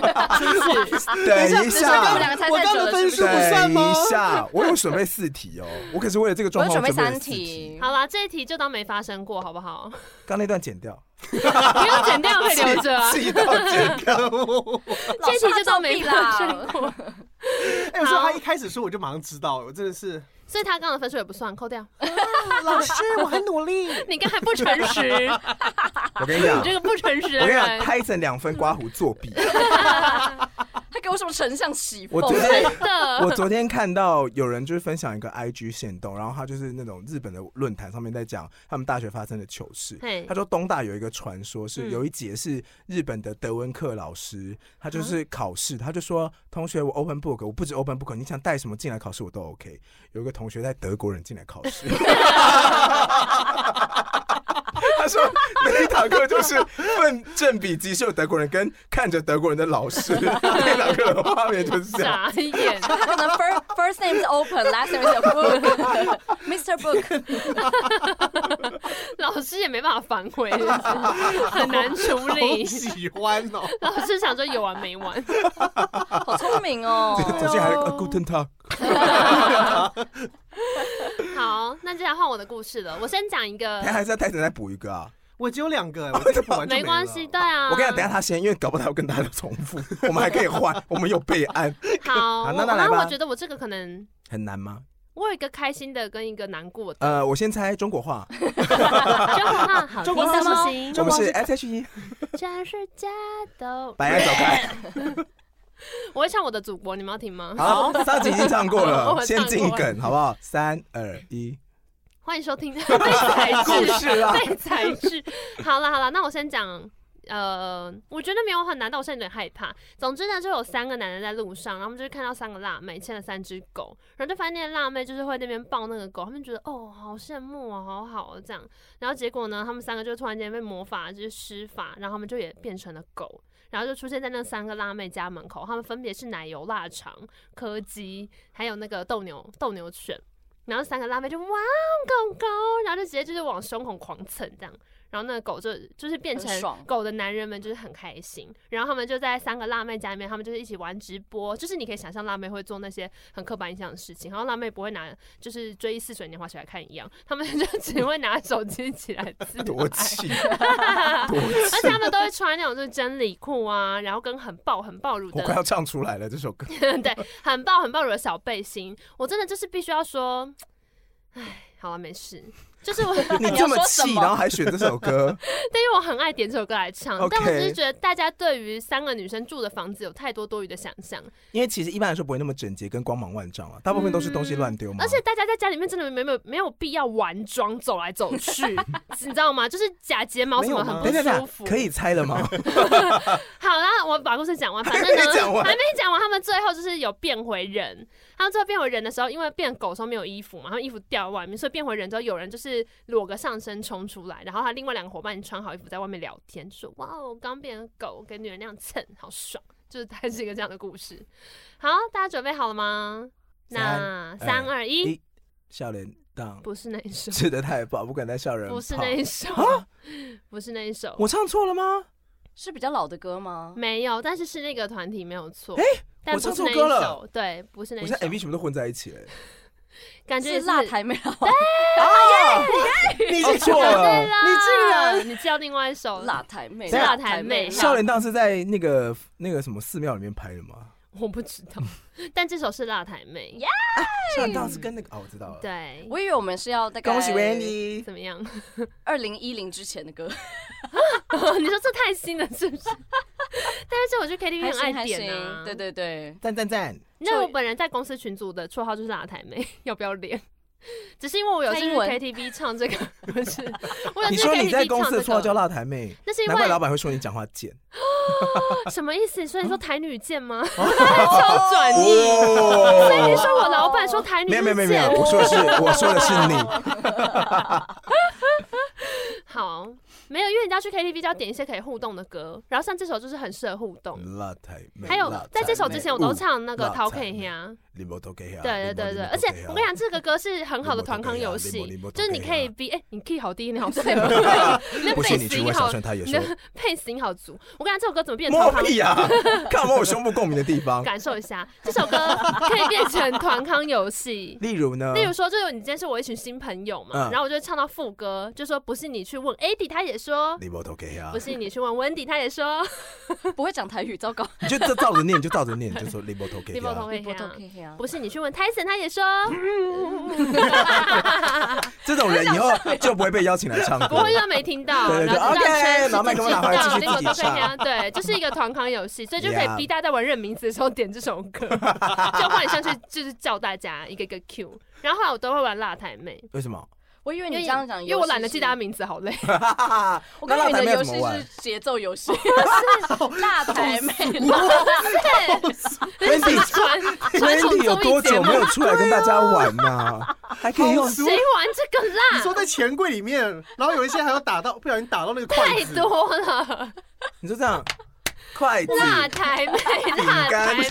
S3: 是？
S2: 等一
S4: 等一下我们两
S2: 下，
S4: 个猜
S5: 我
S4: 太久
S5: 刚
S4: 了，
S5: 的分
S4: 是
S5: 数
S4: 不是？
S5: 不算
S2: 等
S5: 吗
S2: 一下，我有准备四题哦，我可是为了这个
S4: 我
S2: 状
S4: 有
S2: 况
S4: 准备
S2: 了
S4: 三
S2: 四
S4: 题。
S3: 好啦，这一题就当没发生过，好不好？ [LAUGHS]
S2: 刚那段剪掉，
S3: 不用剪掉，可以留着啊。
S5: 气到这个，
S3: 这一题就当没发生
S4: 老师
S3: 过，
S5: 哎，我说他一开始说我就马上知道，我真的是，
S3: 所以他刚刚的分数也不算，扣掉。
S5: 老师我很努力，
S3: 你刚才不诚 [LAUGHS] 实，
S2: 我跟你讲
S3: [LAUGHS] 你，这个不诚实
S2: 我跟
S3: 的 [LAUGHS]
S2: 你讲，
S3: 人。
S2: 拍成两分刮胡作弊。
S4: [LAUGHS] 他给我什么丞相起
S2: 我
S4: 风？
S2: 昨天
S3: 真的， [LAUGHS]
S2: 我昨天看到有人就是分享一个 IG 线动，然后他就是那种日本的论坛上面在讲他们大学发生的糗事
S3: 嘿。
S2: 他说东大有一个传说是
S3: 嗯
S2: 有一节是日本的德文课老师，他就是考试，他就说同学我 open book，我不止 open book，你想带什么进来考试我都 OK。有一个同学带德国人进来考试。他说那一堂课就是问正比级是有德国人跟看着德国人的老师，那堂课的画面就是这样。
S3: 傻眼。
S4: 他可能 first first name 是 open, last name 是
S3: [LAUGHS]
S4: book，Mr. Book。
S3: 老师也没办法反
S2: [LAUGHS]
S3: 悔，是不是很难处理
S5: 好。喜欢哦，
S3: [LAUGHS] 老师想说有完没
S2: [LAUGHS]
S3: 完，
S4: 好聪明哦！
S2: 走进来呃，Guten Tag，
S3: 好，那接下来换我的故事了。我先讲
S2: [LAUGHS]
S3: 一个
S2: 哎他，还是要泰森再补一个啊。
S5: 我只有两个，哎我这个补完就
S3: 没
S5: 了
S3: 关系，对啊。
S2: 我跟你讲，等一下他先，因为搞不好他要跟大家重复，我们还可以换，我们有备案。
S3: 好，
S2: 好
S3: 我
S2: 那那来
S3: 然后
S2: 吧
S3: 我觉得我这个可能，
S2: 很难吗？
S3: 我有一个开心的跟一个
S2: [LAUGHS]
S3: 难过的，
S2: 呃，我先猜中国话，
S3: 中国话好听
S5: [LAUGHS] 中国
S3: 的
S5: 话
S3: 不
S4: 是
S3: 行，
S2: 我们是 S H E
S3: 全世界都。
S2: 白眼走开。
S3: 我会唱我的祖国，你们要听吗？
S2: 好，上集已经唱过
S3: 我
S2: 了，
S3: 们
S2: 先
S3: 唱
S2: 进
S3: 过
S2: 梗好不好？三二一，
S3: 欢迎收听
S2: [LAUGHS]
S3: 被采
S2: 故
S3: 制，
S2: 事啊啦。
S3: 被采制。好了好了，那我先讲。呃，我觉得没有很难，但我现在有点害怕。总之呢，就有三个男人在路上，然后他们就是看到三个辣妹牵了三只狗，然后就发现那些辣妹就是会那边抱那个狗，他们觉得哦好羡慕啊，好好啊这样。然后结果呢，他们三个就突然间被魔法就是施法，然后他们就也变成了狗，然后就出现在那三个辣妹家门口，他们分别是奶油腊肠、柯基，还有那个斗牛斗牛犬。然后三个辣妹就哇哦狗狗，哦然后就直接就是往胸口狂蹭这样，然后那个狗就就是变
S4: 很
S3: 成
S4: 爽
S3: 狗的男人们就是很开心，然后他们就在三个辣妹家里面，他们就是一起玩直播，就是你可以想象辣妹会做那些很刻板印象的事情，然后辣妹不会拿就是追忆似水年华起来看一样，他们 [LAUGHS] 就只会拿手机起来
S2: [LAUGHS]
S3: 自
S2: 多
S3: 拍。
S2: 气，
S3: [LAUGHS]
S2: 多
S3: 而
S2: 气
S3: 且，他们都会穿那种就是真理裤啊，然后跟很暴很暴乳
S2: 我
S3: 的
S2: 快要唱出来了这首歌。
S3: [LAUGHS] 对，很爆很爆乳的小背心，我真的就是必须要说，唉，好了、没事，就是我， [LAUGHS]
S2: 你
S4: 要
S2: 这么
S4: 说什
S2: 气，
S4: 么
S2: 然后还选这首歌，
S3: 但因为我很爱点这首歌来唱
S2: OK
S3: 但我只是觉得大家对于三个女生住的房子有太多多余的想象，
S2: 因为其实一般来说不会那么整洁跟光芒万丈啊，大部分都是东西乱丢嘛。
S3: 而且大家在家里面真的没没有没有必要玩妆走来走
S2: [LAUGHS]
S3: 去，你知道吗？就是假睫毛什
S5: 没
S3: 么
S5: 有
S3: 很
S5: 吗
S3: 不
S2: 等一下等
S3: 舒
S2: 一
S3: 服。
S2: 下，可以猜了吗？
S3: 好啦，我把故事讲完，反正
S2: 还
S3: 呢
S2: 没讲完
S3: 还没讲完，他们最后就是有变回人。他们最后变回人的时候，因为变狗的时候没有衣服嘛，他们衣服掉在外面，所以变回人之后，有人就是裸个上身冲出来，然后他另外两个伙伴穿好衣服在外面聊天，就说：“哇哦，刚变成狗，跟女人那样蹭，好爽。”就是它是一个这样的故事。好，大家准备好了吗？那
S2: 三
S3: 三二一，
S2: 一笑脸荡
S3: 不是那一首，
S2: 吃的太饱，不敢再笑人胖。
S3: 不是那一首，
S2: 啊
S3: 不是那一首，
S2: 我唱错了吗？
S4: 是比较老的歌吗？
S3: 没有，但是是那个团体没有错。但
S2: 我
S3: 不
S2: 唱
S3: 是
S2: 错
S3: 那一
S2: 歌了
S3: 首，对，不是那
S2: 我
S3: 一
S2: 现
S3: 首
S2: 在。MV 全部都混在一起了。
S3: 感嗯觉也
S4: 是
S3: 是
S4: 辣台妹老
S2: 啊，你是错了。[LAUGHS]
S3: 哦啦，你竟然你叫另外一首
S4: 辣，台妹，啊
S3: 是辣台妹
S2: 笑脸荡是在那个那个什么寺庙里面拍的吗？
S3: 我不知道，但这首是辣台妹，
S2: 笑脸荡是跟那个哦，我知道了。
S3: 嗯对，
S4: 我以为我们是要大概
S2: 恭喜 Wendy，
S3: 怎么样？ [LAUGHS]
S4: 二零一零之前的歌，
S3: 你说这太新了是不是？ [LAUGHS] 但是我去 KTV
S4: 还
S3: 很
S4: 行
S3: 爱
S4: 还
S3: 点啊
S4: 行，，对。
S3: [LAUGHS]
S4: 对对，
S2: 赞赞赞！
S3: 那我本人在公司群组的绰号就是辣台妹， [LAUGHS] 要不要脸？只是因为我有次
S4: 蔡
S3: 去
S4: 英文
S3: KTV 唱这个， [LAUGHS] 不是，我有
S2: 你
S3: 次去
S2: 说你在
S3: KTV
S2: 公司
S3: 唱
S2: 的绰号
S3: 这
S2: 叫
S3: 个，
S2: 辣台妹，
S3: 那是因
S2: 难怪老啊
S3: 为
S2: 板会说你讲话贱。
S3: 什么意思？所以说台女贱吗？
S4: 超转
S2: 哦
S3: 所以你说我老板说台女
S2: 没有没有没
S3: 是 [LAUGHS]
S2: 有没有，
S3: 贱，
S2: 我说的是我说的是你。
S3: 好，没有，因为你要去 KTV 就要点一些可以互动的歌，然后像这首就是很适合互动。
S2: 辣台妹，
S3: 还有
S2: 嗯辣
S3: 在这首
S2: 台
S3: 之
S2: 妹
S3: 前，我都，唱那个
S2: 嗯辣
S3: 《逃
S2: 菜
S3: 可以
S2: 妹
S3: 呀》。
S2: 你们都给啊
S3: 对对对对，而且我跟你，讲，这个歌是很好的团康游
S2: 你摸你
S3: 戏
S2: 摸，
S3: 就是你可以
S2: 你摸
S3: 逼，哎、你 key 好低，你好碎哦，
S2: 你
S3: 你的
S2: 啊 [LAUGHS] 不信你
S3: bass
S2: 去
S3: 音
S2: 问小
S3: 好，
S2: 顺，他也
S3: 你
S2: 说
S3: 的 bass 音好足。我跟你讲，这首歌怎么变成
S2: 摸
S3: 团康？
S2: 屁呀， [LAUGHS] 看摸我胸部共鸣的地方。
S3: 感受一下，这首歌可以变成团康游戏。
S2: 例如呢？
S3: 例如说，就是你今天是我一群新朋友嘛，
S2: 嗯
S3: 然后我就会唱到副歌，就说不信你去问 AD，他也说；
S2: 你摸都给啊
S3: 不，信你去问 Wendy，他也说。
S4: 不会讲台语，糟糕。
S2: 你就照照着念，你就照着念，你就说你摸都给
S3: 你摸都
S2: 啊
S3: 给。
S4: 波多可以啊
S3: 不信你去问 Tyson，他
S2: [LAUGHS]
S3: 也说。
S2: 这种人以后就不会被邀请来唱歌。
S3: [LAUGHS] 不会让没听到，
S2: 对对对
S3: 然后就让
S2: OK，
S3: 全世
S2: 然后麦
S3: 界
S2: 克风
S3: 知
S2: 拿回来
S3: 道，
S2: 继续自己
S3: 都可以啊。对，就是一个团康游戏，所以就可以
S2: Yeah
S3: 逼大家在玩认名字的时候点这首歌，就换上去就是叫大家一个一个 Q。然后后来我都会玩辣台妹，
S2: 为什
S3: [LAUGHS]
S2: 么？
S4: 我以为
S3: 因
S4: 你
S3: 为
S4: 这样讲，
S3: 因为我懒得记啊大家
S4: 他。
S3: 名字，好
S4: [LAUGHS]
S3: 累。
S4: 我
S2: 那
S4: 刚刚
S2: 辣
S4: 以为
S2: 台妹
S4: 你的游
S2: 怎么
S4: 戏
S2: 玩
S4: 是节奏游
S3: [LAUGHS]
S4: 戏，是辣台妹。
S2: Wendy
S3: 传传统
S2: Wendy 有
S3: 综艺
S2: 多
S3: 节
S2: 久
S3: 目
S2: 没，有出来跟大家玩呢、
S3: [LAUGHS]
S2: 还可以用
S3: 谁玩这个
S5: 你
S3: 啦？
S5: 说在钱柜里面，然后有一些还要打到，不小心打到那个筷
S3: 太
S5: 子，
S3: 多了，
S2: 你就这样，筷子
S3: 辣台妹，辣台妹。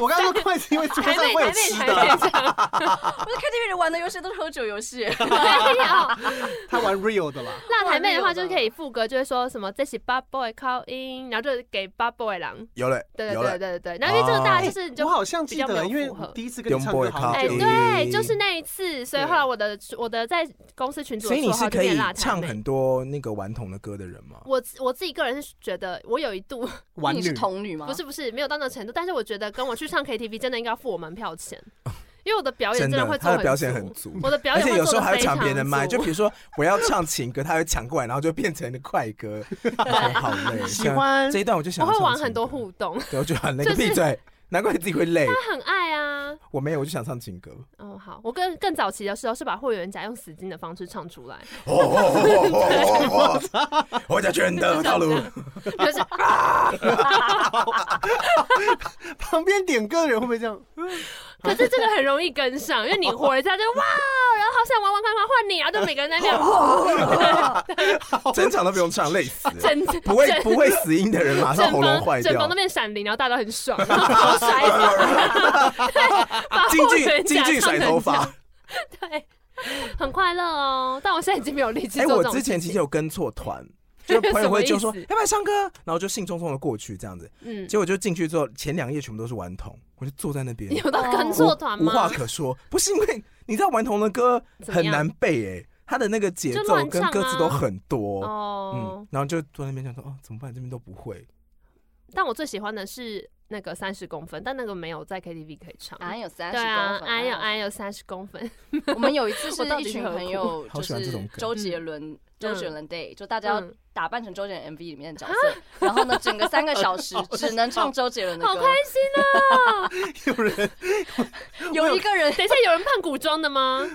S5: 我刚刚说筷子，因为桌
S3: 台
S5: 上
S3: 妹，
S5: 会有
S3: 台
S5: 吃
S3: 妹，
S5: 的。
S3: 台妹，
S2: 啊
S3: 这样
S4: 我在 KTV 里玩的游戏都是喝酒游戏，
S3: 没有。
S5: 他玩 real 的啦，
S3: 辣台妹的话，就是可以副歌，就是说什么这是 bad boy call in，然后就是给 bad boy 狼，
S2: 有了，
S3: 对
S2: 有
S3: 对对
S2: 了，
S3: 对对。然后因为这个大家就是你就
S5: 我好像记
S3: 比较
S5: 得，
S3: 没
S5: 因
S3: 有
S5: 为
S3: 符合
S5: 第一次跟你唱歌好
S3: 哎，
S5: 久
S2: 对
S5: 了，
S3: 对，就是那一次，所以后来我的我的在公司群组
S2: 所
S3: 的
S2: 以
S3: 绰
S2: 你
S3: 号
S2: 是
S3: 就
S2: 可
S3: 变
S2: 以
S3: 辣台
S2: 唱
S3: 妹。
S2: 很多那个顽童的歌的人吗？
S3: 我我自己个人是觉得，我有一度
S5: 玩
S4: 你是
S5: 女。
S4: 童女吗？
S3: 不是不是没有到那个程度，但是我觉得跟我去唱 KTV 真的应该要付我门票钱，因为我的表
S2: 真
S3: 演真会
S2: 他
S3: 做
S2: 的表现很
S3: 足，
S2: 足。
S3: 我的表
S2: 而
S3: 演
S2: 且
S3: 会
S2: 有
S3: 做
S2: 时候
S3: 得
S2: 还会
S3: 非
S2: 抢别人
S3: 常
S2: 的麦，
S3: 足
S2: 就比如说我要唱情歌，他会抢过来，然后就变成了快歌，
S3: [LAUGHS]
S2: 然后好累。
S5: 喜欢
S2: 这一段我就想要
S3: 我会
S2: 唱
S3: 玩
S2: 情
S3: 很多
S2: 歌，
S3: 互动， [LAUGHS]
S2: 对，我就很累，
S3: 就
S2: 个闭
S3: 是
S2: 嘴，难怪你自己会累。
S3: 他很爱啊。
S2: 我没有，我就想唱情歌。
S3: 哦，好，我更更早期的时候是把会员夹用死金的方式唱出来， [LAUGHS]
S2: 哦哦哦哦哦！我家全的道路，
S3: 就是
S5: 旁边点歌的人会不会这样？
S3: 可是这个很容易跟上，因为你火一下就哇，然后好想玩玩看看，换你啊，就每个人在那
S2: [LAUGHS]
S3: 边
S2: 整场都不用唱，累死
S3: [LAUGHS]
S2: 了。 [LAUGHS]
S3: 整整
S2: 不会不会死音的人马上
S3: 整
S2: 喉咙
S3: 房
S2: 坏
S3: 整
S2: 掉
S3: 房都。变闪灵，然后大家都很爽，然
S2: [LAUGHS]
S3: 后头甩头对，把
S2: 京
S3: 会
S2: 剧
S3: 员
S2: 京
S3: 夹
S2: 剧
S3: 唱
S2: 甩
S3: 成
S2: 头
S3: 这
S2: 发
S3: 样，。对，很快乐哦。但我现在已经没有力气
S2: 哎，
S3: 做这
S2: 我
S3: 种
S2: 之
S3: 事情。
S2: 前其实有跟错团，就
S3: [LAUGHS]
S2: 朋友会就说
S3: 什么意
S2: 要
S3: 思
S2: 不要唱歌，然后就兴冲冲的过去这样子，
S3: 嗯，
S2: 结果就进去之后前两页全部都是顽童，我就坐在那边
S3: 你，有到跟
S2: 无
S3: 错团
S2: 哦无话
S3: 吗？
S2: 可说，不是因为你知道顽童的歌
S3: 怎么
S2: 很
S3: 样
S2: 难背哎，他的那个节
S3: 就
S2: 奏
S3: 乱
S2: 跟
S3: 唱
S2: 歌词都
S3: 啊
S2: 很多，嗯
S3: 哦，，
S2: 然后就坐在那边想说哦怎么办，这边都不会，
S3: 但我最喜欢的是那个三十公分，但那个没有在 KTV 可以唱。
S4: 俺有哎三十
S3: 对
S4: 公
S3: 啊
S4: 分，，哎
S3: 俺有俺有三十公分，
S4: 我们有一次
S3: 我到
S4: 是
S3: 底
S4: 一群
S3: 是何
S4: 朋
S3: 苦
S4: 友，
S2: 好
S4: 就
S2: 喜欢这种
S4: 是
S2: 梗
S4: 周杰伦，周杰伦 day，就大家要
S3: 嗯啊
S4: 打扮成周杰伦 MV 里面的角色，然后呢，整个三个
S2: [LAUGHS]
S4: 小时只能唱周杰伦的
S3: 好
S4: 歌
S3: 开。心啊！
S5: 有
S3: [LAUGHS]
S5: 人 [LAUGHS]
S4: 有一个人，
S3: 等一下，有人扮古装的吗？
S2: [LAUGHS]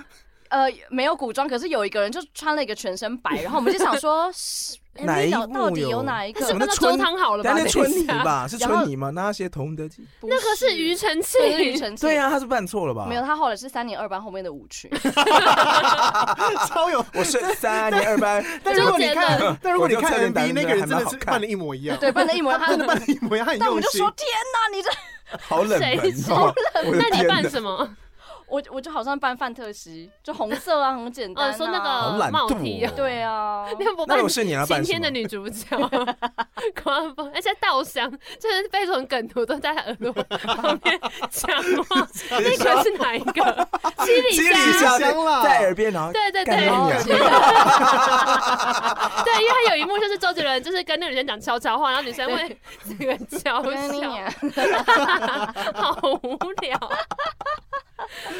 S4: 呃，没有古装，可是有一个人就穿了一个全身白，然后我们就想说，是
S2: [LAUGHS] 哪
S4: MV
S2: 一
S4: 到
S2: 幕
S4: 到底有
S2: 有
S4: 哪一个
S2: 那什？么
S3: 那个
S2: 春
S3: 周汤好了吧？
S2: 但那
S3: 等一
S2: 春泥
S3: 下，
S2: 吧，是
S4: 然后
S2: 春泥吗？那些同德基，
S3: [LAUGHS]
S4: 不
S3: 那个是庾，澄庆
S4: 不，是庾澄庆。
S2: 对，啊，他是办错了吧？
S4: 没有，他后来是三年二班后面的
S2: [LAUGHS]
S4: 舞曲。
S5: 超有，
S2: 我
S3: [LAUGHS]
S2: 是三年二班，
S5: 但如果你
S3: 周杰
S5: 看，但如果你
S2: 我就侧
S5: 看
S2: 面打
S5: MV 那个人真的
S2: 还蛮好
S5: 是
S2: 看
S5: 扮的一模一样，
S4: 对，扮的一模一
S5: 他真。
S4: 样
S5: 的扮的一模一样，他很
S4: 但我
S5: 用
S4: 就
S5: 心
S4: 说，。天哪，你这
S2: 好冷门
S3: 谁知
S2: 哦
S3: 道！
S2: 我的
S3: [LAUGHS] 那你
S2: 天
S3: 扮
S2: 哪，
S3: 什
S4: [LAUGHS]
S3: 么？
S4: 我我就好像扮范特西，就红色啊，很简单、啊。
S3: 哦，说那
S2: 好懒
S3: 个
S2: 惰
S3: 帽 T
S2: 哦
S3: 啊，
S4: 对啊，
S3: [LAUGHS] 那不
S2: 那
S3: 扮
S2: 如果是你要扮
S3: 今
S2: 什
S3: 天的
S2: 么？
S3: 女主角， [LAUGHS] 官方，而且稻香真的被这种梗图都在她耳朵旁边讲
S2: [LAUGHS]
S3: 话，那个是哪一个？七里
S2: 心里
S3: 香。
S2: 下
S5: 香啦
S2: 在耳边，然后
S3: 对对对，
S2: 干你娘
S3: 对， [LAUGHS] 因为他有一幕就是周杰伦，就是跟那个女生讲悄悄话，然后女生会这个悄
S4: 跟你
S3: 悄，
S4: 讲
S3: 好无聊。 [LAUGHS]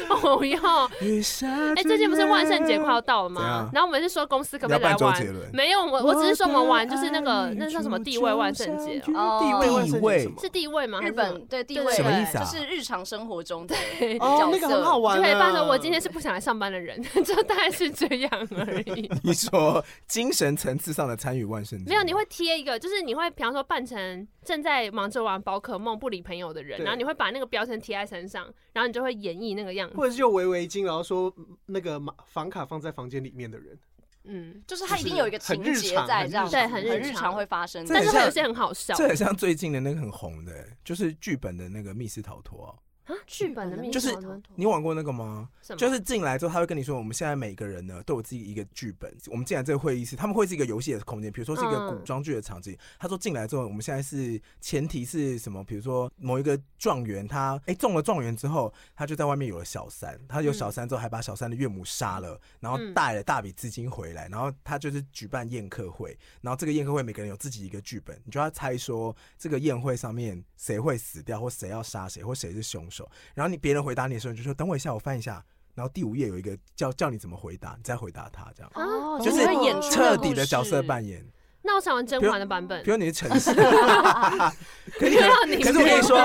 S3: 哦哟，
S2: 雨下着
S3: 哎，最近不是万圣节快要到了
S2: 怎
S3: 吗
S2: 样？
S3: 然后我们是说公司可不可以来
S2: 你要扮周杰
S3: 玩
S2: 伦？
S3: 没有，我我只是说我们玩就是那个那叫什么地位万圣节哦，
S4: 哦
S2: 地
S5: 万圣节
S2: 位
S5: 什么
S3: 是地位吗？还
S4: 日
S3: 是什么
S4: 本对地位
S3: 什
S2: 么意思啊
S4: 就是日常生活中的
S5: 哦
S4: 角，
S5: 那个很好
S4: 色。
S5: 玩啊。
S3: 就可以扮成我今天是不想来上班的人， [LAUGHS] 就大概是这样而已。
S2: [LAUGHS] 你说精神层次上的参与万圣节，
S3: 没有，你会贴一个，就是你会，比方说扮成正在忙着玩宝可梦不理朋友的人，
S5: 对
S3: 然后你会把那个标签贴在身上，然后你就会演绎那个样子。
S5: 或者是就围围巾，然后说那个马房卡放在房间里面的人，
S3: 嗯，
S4: 就是它一定有一个
S5: 就是
S4: 情
S5: 很日
S4: 节
S5: 常
S4: 在
S5: 很
S4: 这样子，
S5: 日常
S3: 对很
S4: 很
S3: 日
S4: 日
S3: 常
S4: 常会发生的。
S2: 这
S3: 但
S2: 很
S3: 是会有
S2: 像
S3: 一些很好笑
S2: 这很像最近的那个很红的、就是剧本的那个密室逃脱啊、
S3: 啊，剧本的命
S2: 就是
S3: 什么
S2: 你玩过那个吗？
S3: 什么
S2: 就是进来之后，他会跟你说，我们现在每个人呢都有自己一个剧本。我们进来这个会议室，他们会是一个游戏的空间，比如说是一个
S3: 嗯
S2: 古装剧的场景。他说进来之后，我们现在是前提是什么？比如说某一个状元他哎、中了状元之后，他就在外面有了小三，他有小三之后还把小三的岳母杀了，然后
S3: 嗯
S2: 带了大笔资金回来，然后他就是举办宴客会，然后这个宴客会每个人有自己一个剧本，你就要猜说这个宴会上面谁会死掉，或谁要杀谁，或谁是凶手。然后你别人回答你的时候，你就说等我一下，我翻一下。然后第五页有一个叫叫你怎么回答，你再回答他这样，
S3: 啊
S4: 哦，
S2: 就是
S4: 会演出
S2: 彻底的角色
S4: 故事
S2: 扮演。
S3: 那我想玩甄嬛的版本
S2: 比，如你是陈
S3: [LAUGHS]
S2: 曦，可以
S3: 要你
S2: 可是我跟你说，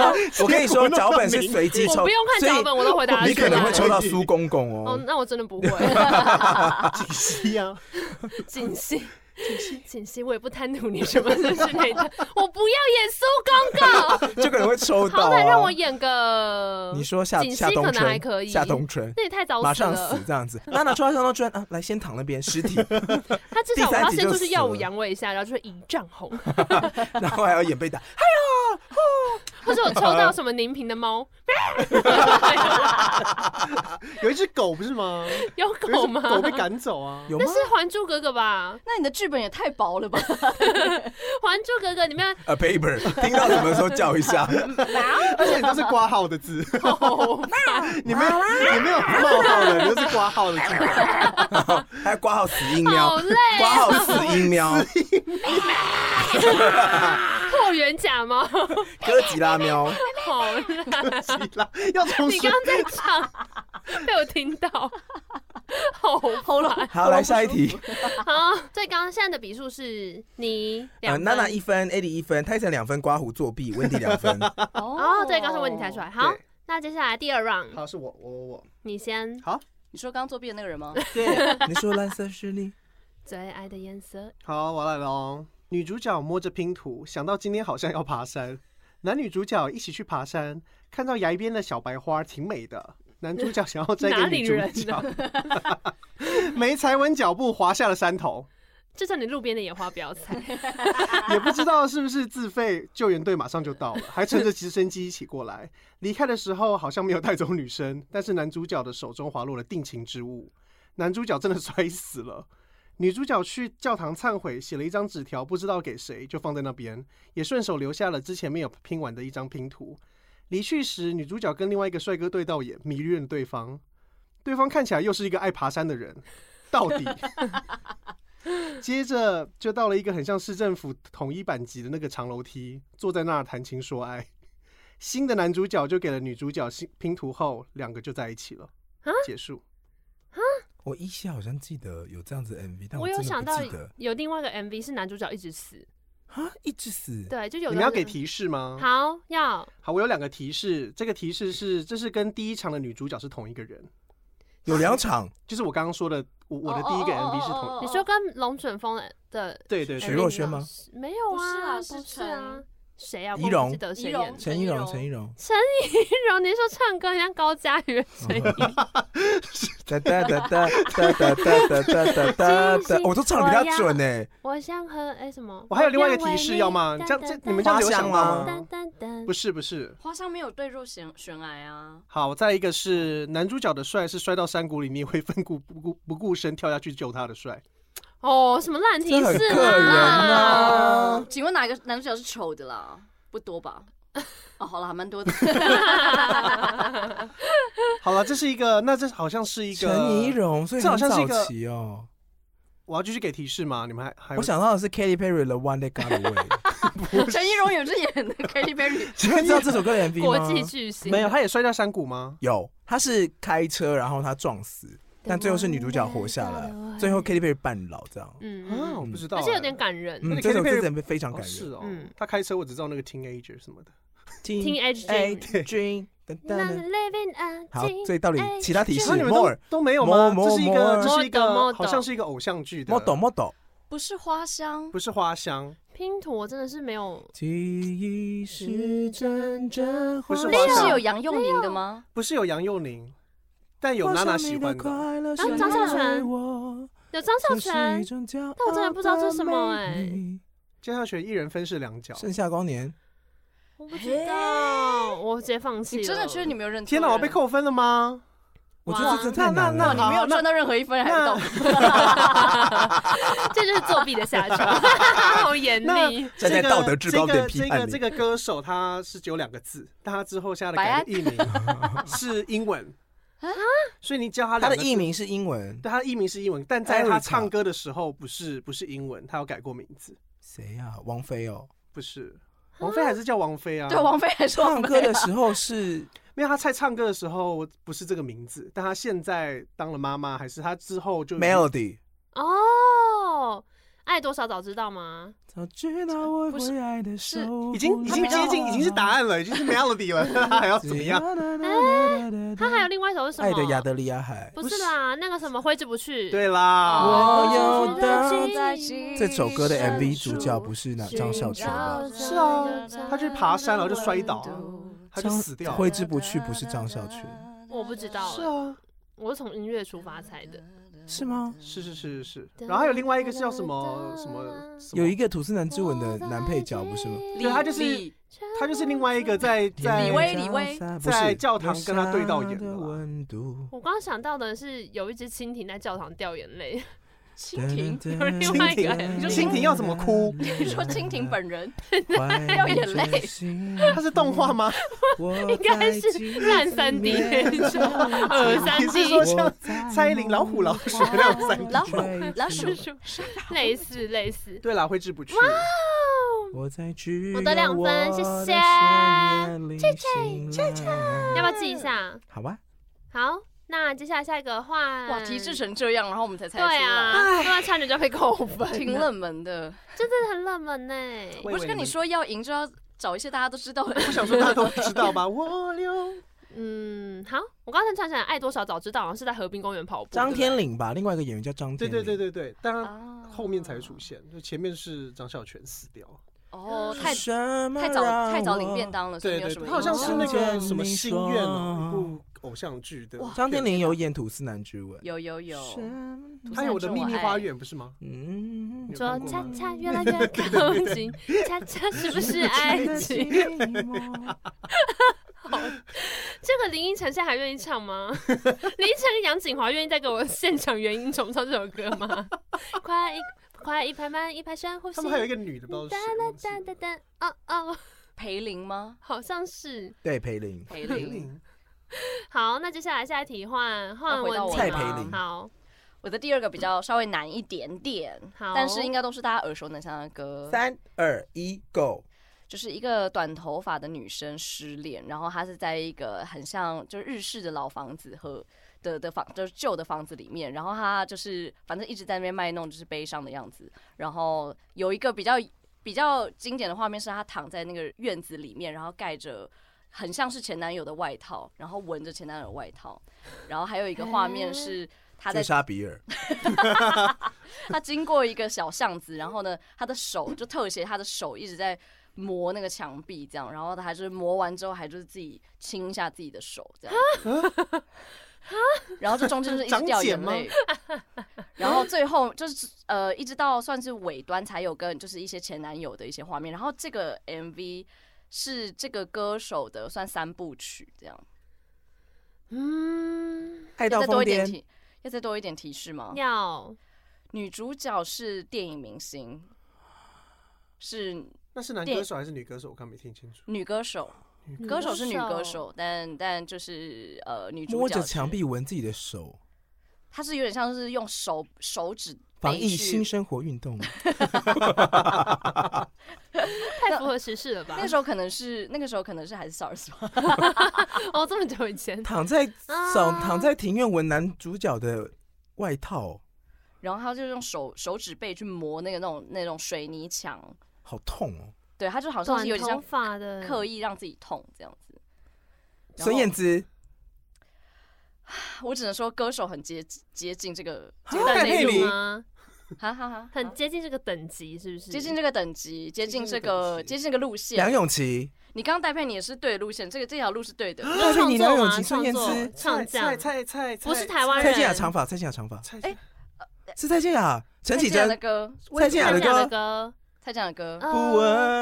S2: 我跟你说，
S5: 结果弄
S2: 脚本是
S5: 明
S2: 随机
S3: 我
S2: 抽，
S3: 不用看
S2: 所以
S3: 脚本我都回答得
S2: 你
S3: 出
S2: 可能会
S3: 来。
S2: 抽到苏公公
S3: 哦
S2: 哦，。
S3: 那我真的不会，
S2: [LAUGHS]
S5: 几息啊，
S3: 锦溪。锦溪，我也不贪图你什么之类的，我不要演苏公公，
S2: 就可能会抽到
S3: 哦好歹让我
S2: 啊。
S3: 演个。
S2: 你说夏
S3: 锦溪
S2: 夏冬
S3: 可能还
S2: 春
S3: 可，以
S2: 夏冬春。
S3: 那也太早
S2: 马
S3: 死
S2: 上
S3: 了
S2: 死，这
S3: [LAUGHS]
S2: 样子，那拿出来上到砖啊，来先躺那边尸体， [LAUGHS]
S3: 他至少
S2: 第
S3: 我
S2: 三
S3: 要
S2: 集
S3: 先
S2: 就
S3: 出去
S2: 死
S3: 耀武
S2: 了
S3: 扬威一下，然后就是一丈红， [LAUGHS]
S2: 然后还要眼被打，
S3: 或者我抽到什么宁平的猫， [LAUGHS]
S5: 有一只狗不是吗？
S3: 有
S5: 有一
S3: 狗
S5: 只
S3: 吗？
S5: 狗被赶走
S3: [LAUGHS]
S5: 啊，
S2: 有吗
S3: 那？是《还珠格格》吧？
S4: 那你的剧本也太薄了吧？
S3: 《还珠格格》里面
S2: a paper，听
S3: [LAUGHS]
S2: 到什么时候叫一下？
S5: 而且你都是挂号
S3: [LAUGHS]
S5: 的字，
S3: 哦，
S5: 你没有你没有冒号的，你都是挂号的字。
S2: 还要挂号
S3: [LAUGHS]
S2: 死音
S3: 好
S2: 喵，
S3: 累，啊
S2: 挂号
S3: [LAUGHS]
S2: 死音喵，
S3: 霍元甲猫，
S2: 哥吉拉
S3: [LAUGHS]
S2: 喵，
S3: 好累。
S5: 希
S3: [LAUGHS]
S5: 腊要从
S3: 你
S5: 水
S3: 刚刚在唱，被我听到，好
S4: 好了，
S2: 好，来下一题，呃
S3: 好。所以刚刚现在的比数是你
S2: 呃，
S3: 两
S2: 娜娜
S3: 分
S2: 一分，AD 一分，泰森两分，刮胡作弊，温迪两
S3: [LAUGHS]
S2: 分，
S4: 哦
S3: 哦，对，刚才问你猜出来。好
S5: 对，
S3: 那接下来第二 round，
S5: 好，是我我我我，
S3: 你先。
S4: 你说刚刚作弊的那个人吗？
S5: 对，
S2: 你说蓝色是你，
S3: 最爱的颜色，
S5: 好，我来喽。女主角摸着拼图，想到今天好像要爬山，男女主角一起去爬山，看到崖边的小白花挺美的，男主角想要摘
S3: 哪
S5: 给
S3: 里
S5: 女主
S3: 人
S5: 角， [LAUGHS] 没踩稳脚步滑下了山头，
S3: 就算你路边的野花不要采。
S5: 也不知道是不是自费，救援队马上就到了，还乘着直升机一起过来。离开的时候好像没有带走女生，但是男主角的手中滑落了定情之物，男主角真的摔死了。女主角去教堂忏悔，写了一张纸条，不知道给谁，就放在那边，也顺手留下了之前没有拼完的一张拼图。离去时，女主角跟另外一个帅哥对到眼，迷恋对方，对方看起来又是一个爱爬山的人，到底接着就到了一个很像市政府统一版级的那个长楼梯，坐在那儿谈情说爱。新的男主角就给了女主角新拼图后，两个就在一起了
S3: 啊。
S5: 结束。
S2: 我依稀好像记得有这样子的 MV，但
S3: 我有
S2: 真的
S3: 想到
S2: 不记得
S3: 有另外一个 MV 是男主角一直死，
S2: 啊，一直死，
S3: 对，就有
S5: 你
S3: 的
S5: 们要
S3: 是
S5: 给提示吗？
S3: 好要
S5: 好，我有两个提示。这个提示是，这是跟第一场的女主角是同一个人，
S2: 有两
S3: [LAUGHS]
S2: 场，
S5: 就是我刚刚说的，我我的
S4: 哦
S5: 第一个
S4: 哦哦
S5: MV 是
S4: 哦
S5: 同。
S3: 你说跟龙卷风的的呃
S5: 对对
S2: 许
S5: 对，
S2: 若瑄吗？
S3: 没有
S4: 不是
S3: 啊，
S4: 啊
S3: 不
S4: 是
S3: 是啊，谁啊？
S2: 怡
S3: 我不
S2: 蓉
S3: 记得谁
S4: 怡
S3: 演
S4: 蓉
S3: 的。
S2: 陈怡蓉，
S4: 陈
S2: 陈怡
S4: 怡
S2: 蓉，
S3: 怡蓉，你说唱歌很像高佳瑜的声音，
S2: 哒哒哒哒哒哒哒哒哒哒哒，我都唱的比他准呢，
S3: 我想和哎什么？
S5: 我还有另外一个提示要吗？这样这你们这样有
S2: 花香
S5: 想到
S2: 吗
S5: 吗？不是不是，
S4: 花香没有坠入悬悬崖啊！
S5: 好，再一个是男主角的帅是摔到山谷里，你也会奋顾不顾不顾身跳下去救他的帅。
S3: 哦，什么烂提
S2: 这很
S3: 示
S2: 个人
S3: [LAUGHS] 啊？
S2: 啊
S4: 哦请问哪一个男主角是丑的啦？不多吧？哦，好了，还蛮多的。
S5: 好了，这是一个，那这好像是一个
S2: 陈怡。蓉，所以
S5: 这
S2: 很
S5: 好像是一
S2: 早
S5: 个
S2: 期哦。
S5: 我要继续给提示吗？你们还还有
S2: 我想到的是 Katy Perry 的 One Day Got Away，
S4: 陈怡蓉也是演的 Katy Perry，
S2: 你们知道这首歌的 MV
S3: 国
S2: 吗？
S3: 际巨星
S5: 没有，他也摔到山谷吗？
S2: 有，他是开车然后他撞死，但最后是女主角活下来，最后 Katy Perry 半老这样。
S3: 嗯，
S5: 啊，
S3: 嗯
S5: 我不知道欸、
S3: 而且有点感人。
S2: 嗯，
S5: 那你
S2: 这首
S5: Katy
S2: 歌
S5: Perry-
S2: 真的非常
S5: 哦
S2: 感
S5: 是
S2: 人。
S5: 哦
S3: 嗯，
S5: 他开车我只知道那个 teenager 什么的。
S2: 哎听
S3: Teenage Dream，
S2: A Dream，噔噔噔
S3: living a
S2: 好，所以到底其他提示
S5: 啊你们都
S2: more
S5: 都没有吗？
S2: More-
S5: 这是一
S2: More-
S5: 个，这是
S3: More-
S5: 一个，好像是一个偶像剧的
S2: model model。
S4: 不是花香，
S5: 不是花香，
S3: 拼图我真的是没有。
S2: 记忆是阵阵
S5: 不是
S2: 花
S5: 花
S4: 那
S5: 香
S4: 个是有杨佑宁的吗？
S5: 不是有杨佑宁，但有
S2: 花
S5: 娜娜
S2: 香
S5: 喜
S2: 里的
S5: 欢的。
S2: 快乐
S3: 啊张孝
S2: 是
S3: 全
S2: 我
S3: 有张孝全，
S2: 但
S3: 但我真的不知道这是什么哎
S5: 接下去一人分饰两角。
S2: 盛夏光年，
S3: 我不知道，我直接放弃
S4: 你
S3: 了。
S4: 真的
S3: [LAUGHS]
S4: 觉得你没有认错
S5: 天哪，我
S4: 人
S5: 被扣分了吗？
S2: 我觉得
S3: 哇
S2: 这真的太
S5: 那
S2: 难
S5: 那
S4: 哦你
S5: 那
S2: 了。
S4: 没有
S5: 好那
S4: 赚到任何一分，还不到。
S3: 这就是作弊的下场，好严
S5: 那
S3: 厉。
S2: 站在
S5: 这个
S2: 道德制高点批
S5: 这
S2: 判
S5: 个
S2: 你
S5: 这个这个歌手他是只有两个字，但他之后下的
S4: 白
S5: 改
S4: 安
S5: 的艺名是英文
S4: 啊
S5: 所以你叫他
S2: 他
S5: 两
S2: 的
S5: 个字
S2: 艺，名是英文，
S5: 对他的艺名是英文，但在
S2: Erica
S5: 他唱歌的时候不是不是英文，他有改过名字，
S2: 谁呀？王菲哦，
S5: 不是王菲还是叫王菲啊？
S4: 对，王菲还说
S2: 唱歌的时候是
S5: 没有他在唱歌的时候不是这个名字，但他现在当了妈妈，还是他之后就
S2: Melody。
S3: 哦，爱多少早知道吗？
S2: 早知道我
S4: 不是
S2: 会爱的
S4: 是
S2: 手
S5: 已经
S2: 不
S5: 已经
S2: 要
S5: 接近已经是答案了，已经
S4: [LAUGHS]
S5: 是 Melody 了，他还要怎么样？？
S3: 他还有另外一首是什么？
S2: 哎爱的亚得利亚海，
S3: 不是啦，那个什么挥之不去。
S5: 对
S4: 啊
S5: 啦，
S2: 我有的
S3: 嗯
S2: 这首歌的 MV 主角不是那张孝全吧？
S5: 是啊他去爬山然后就摔倒啊他就
S2: 张
S5: 死掉了
S2: 挥。之不去不是张孝全，
S3: 我不知道
S5: 是啊。
S3: 我是从音乐出发猜的。
S2: 是吗？
S5: 是是是是
S4: 嗯
S5: 是，然后还有另外一个是叫什么什么，什么
S2: 有一个吐司男之吻的男配角不是吗？
S5: 对他就是
S4: 李
S5: 他就是另外一个在在
S4: 李威李威
S2: 不是
S5: 在教堂跟他对到眼的啦
S2: 的温度。
S3: 我刚刚想到的是有一只蜻蜓在教堂掉眼泪， [LAUGHS]
S4: 蜻蜓，
S3: 有另外一个
S5: 蜻
S4: 你说
S5: 蜓，蜻蜓要怎么哭？
S4: 你说蜻蜓
S2: [LAUGHS]
S4: 本人，
S2: 掉
S4: 眼泪，
S5: 它是动画吗？ [LAUGHS]
S2: 应
S3: 该是烂三 D 那种，耳三
S5: 你
S3: D
S5: 是说像蔡依林老虎老鼠那种三
S4: 老虎
S2: 吹
S4: 老鼠
S2: 着
S3: 类似类似。
S5: 对啦，挥之不去。
S2: 我在只
S3: 我得两分
S2: 有
S3: 谢
S2: 我的
S3: 谢
S2: 深夜里醒来
S3: 要不要记一？下？
S2: 好吧，
S3: 好，那接下来下一个换
S4: 哇，提示成这样，然后我们才猜
S3: 对
S4: 出来，
S3: 啊，对啊，差点就被扣分，
S4: 挺冷门的。
S3: 这真的很冷门呢、
S5: 我以为
S4: 不是跟你说要赢就要找一些大家都知道的，
S2: [LAUGHS]
S5: 你们，我想说大家都知道吧？我留
S3: 嗯，好，我刚才突然想，爱多少早知道，好像是在河滨公园跑步。
S2: 张
S3: 对不
S2: 天岭吧，另外一个演员叫张
S5: 对
S2: 天。
S5: 对对。对对，当然
S4: 啊
S5: 后面才出现，就前面是张孝全死掉，
S4: 哦，太
S2: 太太
S4: 太早太早领便。当了，所以
S5: 对对对，
S4: 没有什么影
S5: 他好
S4: 响。
S5: 像是那个
S2: 哦
S5: 什么心愿哦，
S2: 跟
S5: 一
S2: 你说
S5: 部偶像剧的片。
S2: 张天林有演《吐司男之吻》。
S4: 有有有，
S2: 啊什
S5: 他有我的秘密花园不是吗？
S2: 嗯
S3: 对
S5: 有
S3: 说
S5: 看过
S3: 恰
S5: 吗
S3: 恰越来越靠近，恰恰是不是爱
S2: [LAUGHS]
S3: 情？这个林依晨现在还愿意唱吗？ [LAUGHS] 林依晨跟杨景华愿意再给我现场原音重唱这首歌吗？快一快一拍慢一拍深呼吸
S5: 他，们还有一个女的，不知道
S3: 哒
S5: 是谁
S3: 哒
S5: 忘记
S3: 哒
S5: 了
S3: 哒哒，哦哦，
S4: 裴林吗？
S3: 好像是。
S2: 对，裴林。
S4: 裴
S5: 林
S4: 林，
S5: 林
S3: 好，那接下来下一题换换
S4: 要回到
S3: 文
S4: 我
S2: 蔡
S3: 静
S2: 培
S3: 吗
S2: 林
S3: 好，
S4: 我的第二个比较稍微难一点点，
S3: 好
S4: 但是应该都是大家耳熟能详的歌。
S2: 三二一，Go！
S4: 就是一个短头发的女生失恋，然后她是在一个很像就是日式的老房子和的的房就是旧的房子里面，然后她就是反正一直在那边卖弄就是悲伤的样子，然后有一个比较比较经典的画面是她躺在那个院子里面，然后盖着。很像是前男友的外套，然后闻着前男友的外套，然后还有一个画面是她在
S2: 追杀比
S4: [LAUGHS]
S2: 尔，
S4: 他经过一个小巷子，然后呢，他的手就特写他的手一直在磨那个墙壁，这样，然后他还就是磨完之后还就是自己亲一下自己的手，这样。然后这中间就是一直掉眼泪，然后最后就是呃，一直到算是尾端才有跟就是一些前男友的一些画面，然后这个 MV 是这个歌手的算三部曲这样，
S3: 嗯，
S2: 爱
S4: 要
S2: 到
S4: 再多
S2: 疯
S4: 一点
S2: 癫。
S4: 提，要再多一点提示吗？
S3: 要
S4: 女主角是电影明星，是
S5: 那是男歌手还是女歌手？我刚没听清楚。
S4: 女歌手，
S3: 女
S4: 歌手是女歌手，但但就是呃，女主角
S2: 摸着
S4: 是
S2: 墙，壁闻自己的手，
S4: 她是有点像是用手手指
S2: 防
S4: 背
S2: 疫
S4: 去
S2: 新生活运
S4: [LAUGHS]
S2: 动。
S3: 太符合时事了吧
S4: 那？个时候可能是那个时候可能是还是 SARS 吧，
S3: 哦，这么久以前，
S2: 躺在
S3: 啊
S2: 澡躺在庭院闻男主角的外套，
S4: 然后她就用手手指背去磨那个那种那种水泥墙，
S2: 好痛哦！
S4: 对，她就好像
S3: 短
S4: 是有点
S3: 头
S4: 像
S3: 发的
S4: 刻意让自己痛这样子。然
S2: 孙
S4: 后
S2: 燕姿，
S4: 我只能说歌手很接接近这个，
S3: 这个
S2: 啊
S3: 等
S5: 佩
S3: 级
S5: 妮
S3: 吗？
S4: 哈哈哈，
S3: 很接近这个等级，是不是？
S4: 接近这个等级，接近这个
S5: 接
S4: 接近这个路线。
S2: 梁咏琪，
S4: 你刚刚戴佩妮也是对的路线，这个这条路是对的。
S2: 但是你梁咏
S3: 创
S2: 琪、
S3: 作
S2: 孙燕姿、
S3: 唱将
S5: 蔡蔡蔡蔡
S3: 不是台湾人
S2: 蔡健雅长发，蔡健雅长发，
S5: 蔡
S4: 哎
S2: 是蔡健雅、陈绮
S4: 健的
S2: 贞、
S4: 歌，
S2: 蔡健雅的
S3: 蔡健雅
S2: 歌，
S3: 的歌，
S4: 蔡健雅的歌，
S2: 不
S3: 呃，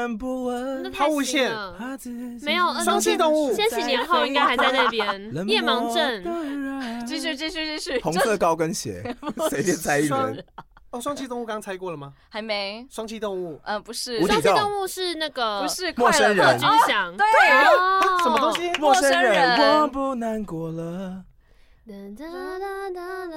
S2: 闻不
S3: 那
S2: 问，
S3: 太
S5: 抛物
S3: 新
S5: 线
S3: 了。
S2: 他只是
S3: 没有呃
S5: 双栖动物
S3: 千禧年后应该还在那边。夜盲症，
S2: [LAUGHS] 症
S4: 继续继续继续，
S2: 红
S4: 这
S2: 色高跟鞋， [LAUGHS] 随便猜一
S5: 双
S2: 轮。
S5: 哦，双栖动物刚刚猜过了吗？
S4: 还没，
S5: 双栖动物
S4: 呃，不是
S2: 无，
S3: 双
S2: 底
S3: 栖
S2: 洞
S3: 动物是那个
S4: 不是
S2: 陌
S4: 快乐
S2: 生
S4: 克
S2: 人
S4: 军
S3: 军翔，
S4: 对
S3: 哦
S5: 什么东？西？
S2: 陌生
S4: 陌生人
S2: 人，我不难过了，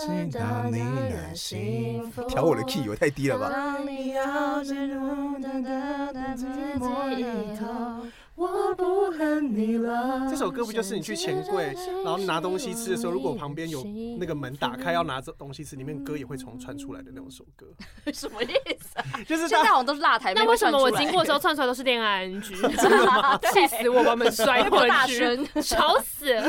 S2: 见到你的幸福。调我的 key 有太低了吧？
S6: 当你要进入的的的寂寞里头，我不恨你了。
S5: 这首歌不就是你去钱柜，然后拿东西吃的时候，如果旁边有那个门打开要拿着东西吃，里面歌也会从传出来的那种首歌，
S4: [LAUGHS]
S2: [LAUGHS]
S4: 什么意思啊？
S5: 就是
S4: 现在
S5: 它
S4: 好像都是
S5: 哎
S4: 辣台妹
S3: 那
S4: 会
S3: 为什
S4: 窜
S3: 么
S4: 出来，
S3: 我经过的时候窜出来都是恋爱
S5: [LAUGHS]
S3: NG？气死我，把门摔过
S4: 大
S3: 去，
S4: 声？
S3: 吵死了！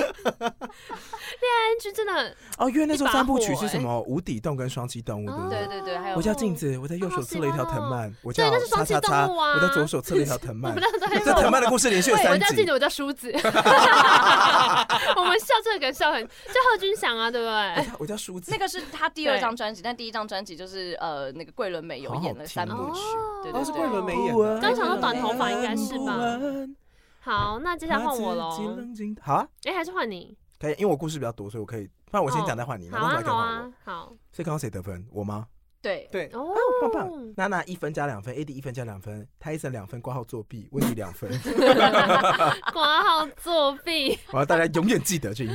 S3: 恋爱 NG 真的
S2: 哦，因为那时候三部曲
S3: 一把火哎
S2: 是什么无底洞跟双栖动物，
S3: 哦
S2: 对不
S4: 对
S2: 对？
S4: 对对，还有
S2: 我叫镜子，我在右手刺了一条藤蔓，我叫
S3: 对那是
S2: 叉
S3: 双
S2: 叉
S3: 栖
S2: 叉，
S3: 动物啊
S2: 我在左手刺了一条藤蔓。
S3: 对
S2: 这藤蔓的故事连续有
S3: 对，我
S2: 三
S3: 叫静
S2: 集
S3: 姐，。我叫
S2: [LAUGHS]
S3: 梳子。我们笑这个梗笑很，就贺军翔啊，对不
S2: 我 [LAUGHS]
S3: 对？
S2: 叫我叫梳子
S4: 那，个是他第二
S3: 对
S4: 张专辑，但第一张专辑就是呃那个桂纶镁有演了三
S2: 好哦
S4: 部
S2: 好
S4: 曲
S2: 听，
S4: 对
S5: 哦
S4: 对
S5: 是桂纶
S4: 对，
S5: 镁演
S2: 不闻
S5: 的。
S3: 刚想到短头发应该是吧
S2: 不闻
S3: 好，那接下来换我喽
S2: 自。己冷静好啊，
S3: 哎，还是换你。
S2: 可以，因为我故事比较多，所以我可以。不然我先讲，再换你。然
S3: 好
S2: 后
S3: 啊
S2: 再，换
S3: 好
S2: 我。
S3: 啊，好。
S2: 所以刚刚谁得分？我吗？
S4: 对，
S5: 对，
S3: 哦，
S2: 棒
S3: [LAUGHS]
S2: 棒！娜娜一分加两分，AD 一分加两分，Tyson 两分，挂号作弊，温迪两
S3: [LAUGHS]
S2: 分。
S3: 挂号作弊，
S2: 我要大家永远记得这一幕，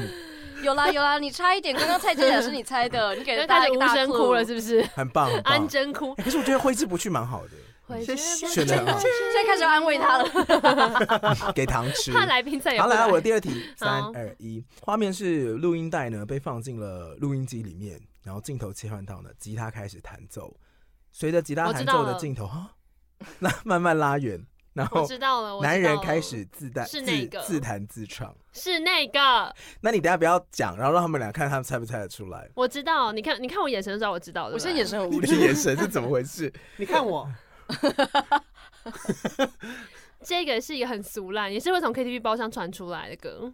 S4: 有啦有啦，你差一点，刚刚蔡健雅是你猜的，你给了
S3: 又
S4: 大
S3: 开
S4: 家
S3: 始
S4: 一个
S3: 无
S4: 大
S3: 声
S4: clue
S3: 哭了，是不是？
S2: 很棒，很棒
S3: 安。真哭。
S2: 欸可是我觉得挥之不去蛮好的，
S3: 回
S5: 谢
S3: 去
S5: 谢
S2: 选的很好，
S4: 现在开始要安慰他了，
S2: 给糖吃。
S3: 怕来宾再也
S2: 好，
S3: 不
S2: 来啊，
S3: 来。
S2: 我的第二
S3: [LAUGHS]
S2: 题，三
S3: 好
S2: 二一，画面是录音带呢被放进了录音机里面，然后镜头切换到呢吉他开始弹奏，随着吉他
S3: 我知
S2: 弹
S3: 道
S2: 奏的
S3: 了
S2: 镜头 [GASPS] 哈，拉慢慢拉远，然
S3: 我
S2: 后
S3: 知道了，我知道了
S2: 男人开始自带
S3: 是
S2: 自
S3: 那个
S2: 自弹自唱。
S3: 是那个，
S2: 那你等一下不要讲，然后让他们俩看他们猜不猜得出
S3: [LAUGHS]
S2: 来。
S3: 我知道。你看，你看我眼神就知道我知道的。
S4: 我现在眼神很
S2: 你
S4: 无
S2: 的
S4: 助。
S2: 眼神是怎么回事？
S5: 你看我，
S3: 这个是一个很俗烂，也是会从 KTV 包厢传出来的歌。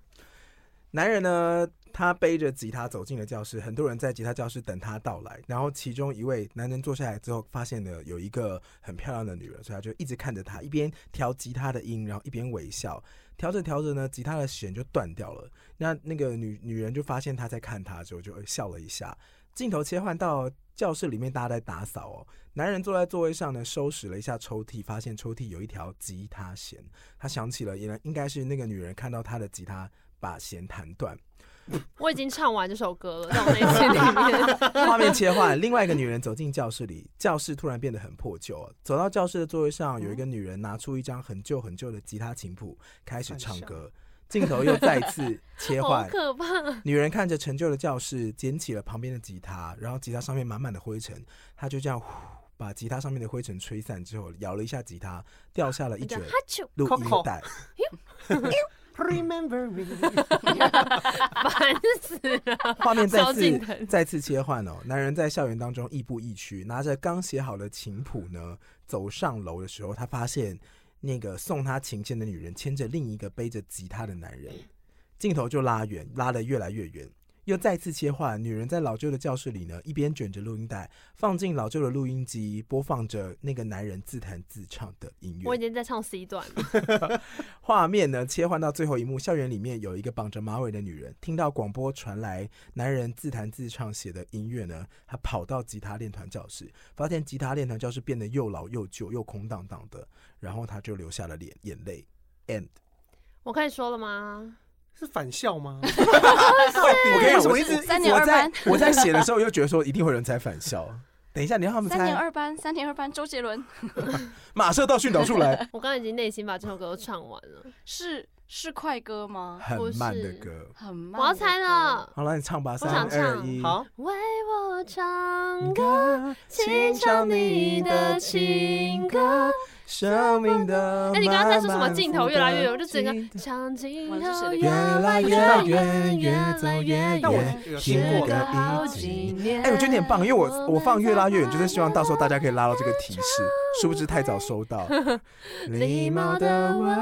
S2: 男人呢，他背着吉他走进了教室，很多人在吉他教室等他到来。然后其中一位男人坐下来之后，发现呢有一个很漂亮的女人，所以他就一直看着她，一边调吉他的音，然后一边微笑。调着调着呢，吉他的弦就断掉了。那那个女女人就发现他在看她之后，就呃笑了一下。镜头切换到教室里面，大家在打扫哦。男人坐在座位上呢，收拾了一下抽屉，发现抽屉有一条吉他弦。他想起了，原来应该是那个女人看到他的吉他把弦弹断。
S3: 我已经唱完这首歌了，
S2: [LAUGHS]
S3: 在我内心里面。
S2: 画面切换，另外一个女人走进教室里，教室突然变得很破旧哦。走到教室的座位上，有一个女人拿出一张很旧很旧的吉他琴谱，开始唱歌。镜头又再次切
S3: 好
S2: 换，
S3: 可怕！
S2: 女人看着陈旧的教室，捡起了旁边的吉他，然后吉他上面满满的灰尘，她就这样呼把吉他上面的灰尘吹散之后，摇了一下吉他，掉下了一
S3: 你
S2: 卷
S3: 讲哈啾，
S2: 录音带。
S5: Remember me，
S3: 烦死了！
S2: 画面再
S3: 萧敬
S2: 次
S3: 腾
S2: 再次切换哦，男人在校园当中亦步亦趋，拿着刚写好的琴谱呢，走上楼的时候，他发现那个送他琴线的女人牵着另一个背着吉他的男人，镜头就拉远，拉得越来越远。又再次切换，女人在老旧的教室里呢，一边卷着录音带，放进老旧的录音机，播放着那个男人自弹自唱的音乐
S3: 我已。经在唱 C 段了，
S2: 画面呢切换到最后一幕，校园里面有一个绑着马尾的女人，听到广播传来男人自弹自唱写的音乐呢，她跑到吉他练团教室，发现吉他练团教室变得又老又旧又空荡荡的，然后她就流下了眼眼泪。And
S3: 我可以说了吗？
S5: 是返校吗？
S2: 我跟你讲，
S5: 我
S2: 我
S5: 一
S2: 一
S5: 直
S2: 直
S4: 三年二
S2: 我在
S4: 班，
S2: 我在写的时候又觉得说一定会有人猜返校，等一下你让他们
S4: 三年
S2: 猜，
S4: 二班，三年二班，周杰伦
S2: 马上到训导处来，
S3: 我刚刚已经内心把这首歌都唱完了，
S4: 是是快歌吗？
S2: 很慢的歌。
S4: 很慢，
S3: 我要猜。了。
S2: 好了，你唱吧，
S3: 想
S2: 三二
S3: 唱
S2: 一，
S5: 好，
S3: 为我唱歌，
S2: 歌，
S3: 请唱你的情歌。
S2: 生命的。
S3: 那哎你刚刚在说什么？镜头越来越远，我就整个长镜
S4: 我是
S3: 头
S4: 谁的歌啊
S3: 越来越远，越走越远。
S5: 但我有
S2: 是
S5: 听过
S2: 个
S5: 的，
S3: 好几年。
S2: 哎、我觉得你很棒，因为我我放越拉越远，就是希望到时候大家可以拉到这个提示，殊不知太早收到。礼貌的吻。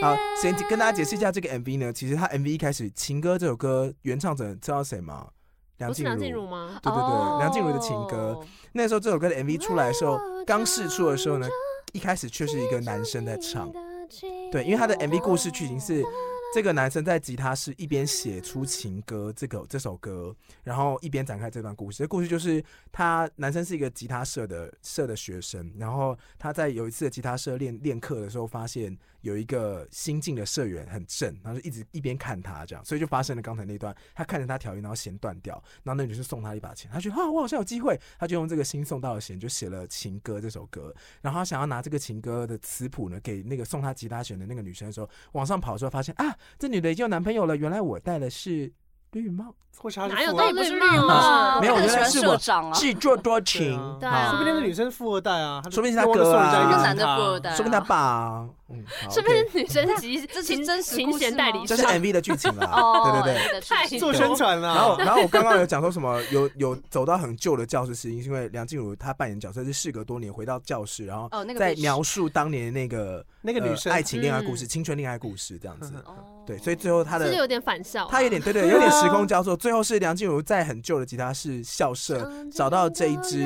S2: 好，先跟大家解释一下这个 MV 呢，其实它 MV 一开始《情歌》这首歌原唱者知道谁吗？哦梁
S3: 不是
S2: 静
S3: 梁静茹
S2: 茹。
S3: 吗？
S2: 对对对，梁静茹的情歌。
S4: 哦，
S2: 那时候这首歌的 MV 出来的时候
S6: 我，
S2: 刚试出的时候呢
S6: 唱，
S2: 一开始却是一个男生在唱。对，
S6: 对，
S2: 因
S6: 因
S2: 为
S6: 为
S2: 他
S6: 他
S2: 的
S4: 哦
S6: 的 MV
S2: MV 故
S6: 故
S3: [LAUGHS]
S2: 事
S6: 事
S2: 剧
S6: 剧
S2: 情
S6: 情
S2: 是
S6: 是
S2: 这个男生在吉他室一边写出情歌这个这首歌，然后一边展开这段故事。这故事就是他男生是一个吉他社的社的学生，然后他在有一次的吉他社练练课的时候，发现有一个新进的社员很正，然后就一直一边看他这样，所以就发生了刚才那段，他看着他调音，然后弦断掉，然后那女生送他一把钱，他觉得啊我好像有机会，他就用这个新送到的弦就写了《情歌》这首歌，然后他想要拿这个情歌的词谱呢给那个送他吉他弦的那个女生的时候，往上跑的时候发现啊这女的已经有男朋友了，原来我戴的是绿帽。
S5: 或许他
S3: 哪有
S5: 富
S3: 那
S5: 二
S4: 哦
S3: 么
S5: 代
S3: 绿
S5: 对
S3: 帽啊？
S2: 没有
S4: 他
S2: 我
S4: 可能
S2: 觉得
S4: 喜欢
S2: 是
S4: 社
S2: 我
S4: 长啊，
S2: 自作多情
S5: 啊，
S3: 对啊
S5: 说不定那女生是富二代啊，
S2: 说不定是他
S5: 她就
S2: 哥啊
S5: 忘了送人家一
S2: 那
S5: 个给
S4: 那男的
S5: 她
S4: 富二代啊，
S2: 说明他爸啊，嗯，好
S3: 顺
S2: OK
S3: 便女生急，
S4: [LAUGHS] 这是
S3: 情
S4: 真实
S3: 情
S4: 故事
S3: 弦代
S4: 吗
S3: 理
S2: 这是
S3: 商
S2: MV 的剧情啦，
S4: [LAUGHS] 哦啊
S2: 对，对对。
S4: 对太
S3: 太
S5: 做
S2: 对
S5: 宣传啊啦。
S2: 然后，然后我刚刚有讲说什么有有走到很旧的教室，是因为梁静茹她扮演角色是事隔多年回到教室，然后
S4: 哦那个
S2: 在
S4: 被
S2: 描述当年那个
S5: 那个女
S2: 呃
S5: 生
S2: 爱情恋爱故事、
S3: 嗯
S2: 青春恋爱故事这样子。
S4: 哦
S2: 对，所以最后她
S3: 是
S2: 的
S3: 有点反校啊，
S2: 她有点对
S4: [LAUGHS]
S2: 对，有点时空交错。最后是梁静茹在很旧的吉他室校
S4: 啊
S2: 舍找到这一支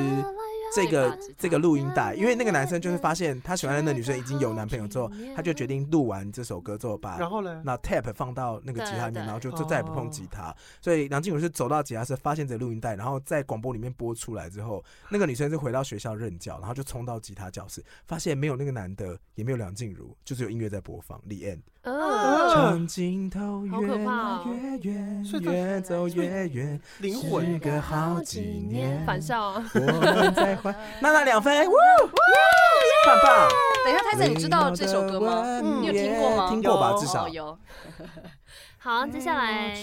S2: 这个这个录音带，因为那个男生就是发现他喜欢的那女生已经有男朋友之后，他就决定录完这首歌之后把
S5: 然后呢？
S2: 啊那 tap 放到那个吉他里面，
S3: 对对
S2: 然后就就再也不碰吉他。所以梁静茹是走到吉他室，发现这录音带，然后在广播里面播出来之后，那个女生是回到学校任教，然后就冲到吉他教室，发现没有那个男的，也没有梁静茹，就只有音乐在播放。李 e
S3: 嗯，
S2: 从镜头
S3: 好可
S2: 越
S3: 怕
S2: 来
S3: 哦
S2: 越远
S5: 所，以他
S2: 越走越远，
S5: 灵
S2: 时
S5: 魂
S2: 隔好几年，
S3: 反校啊，
S2: 我们再怀。娜娜两分，呜呜，棒棒！
S4: 等一下，泰森，你知道这首歌吗？
S2: 嗯
S4: 你有听过吗？
S2: 听过吧，
S5: 有
S2: 至少
S4: 哦。有。
S3: 好，接下来。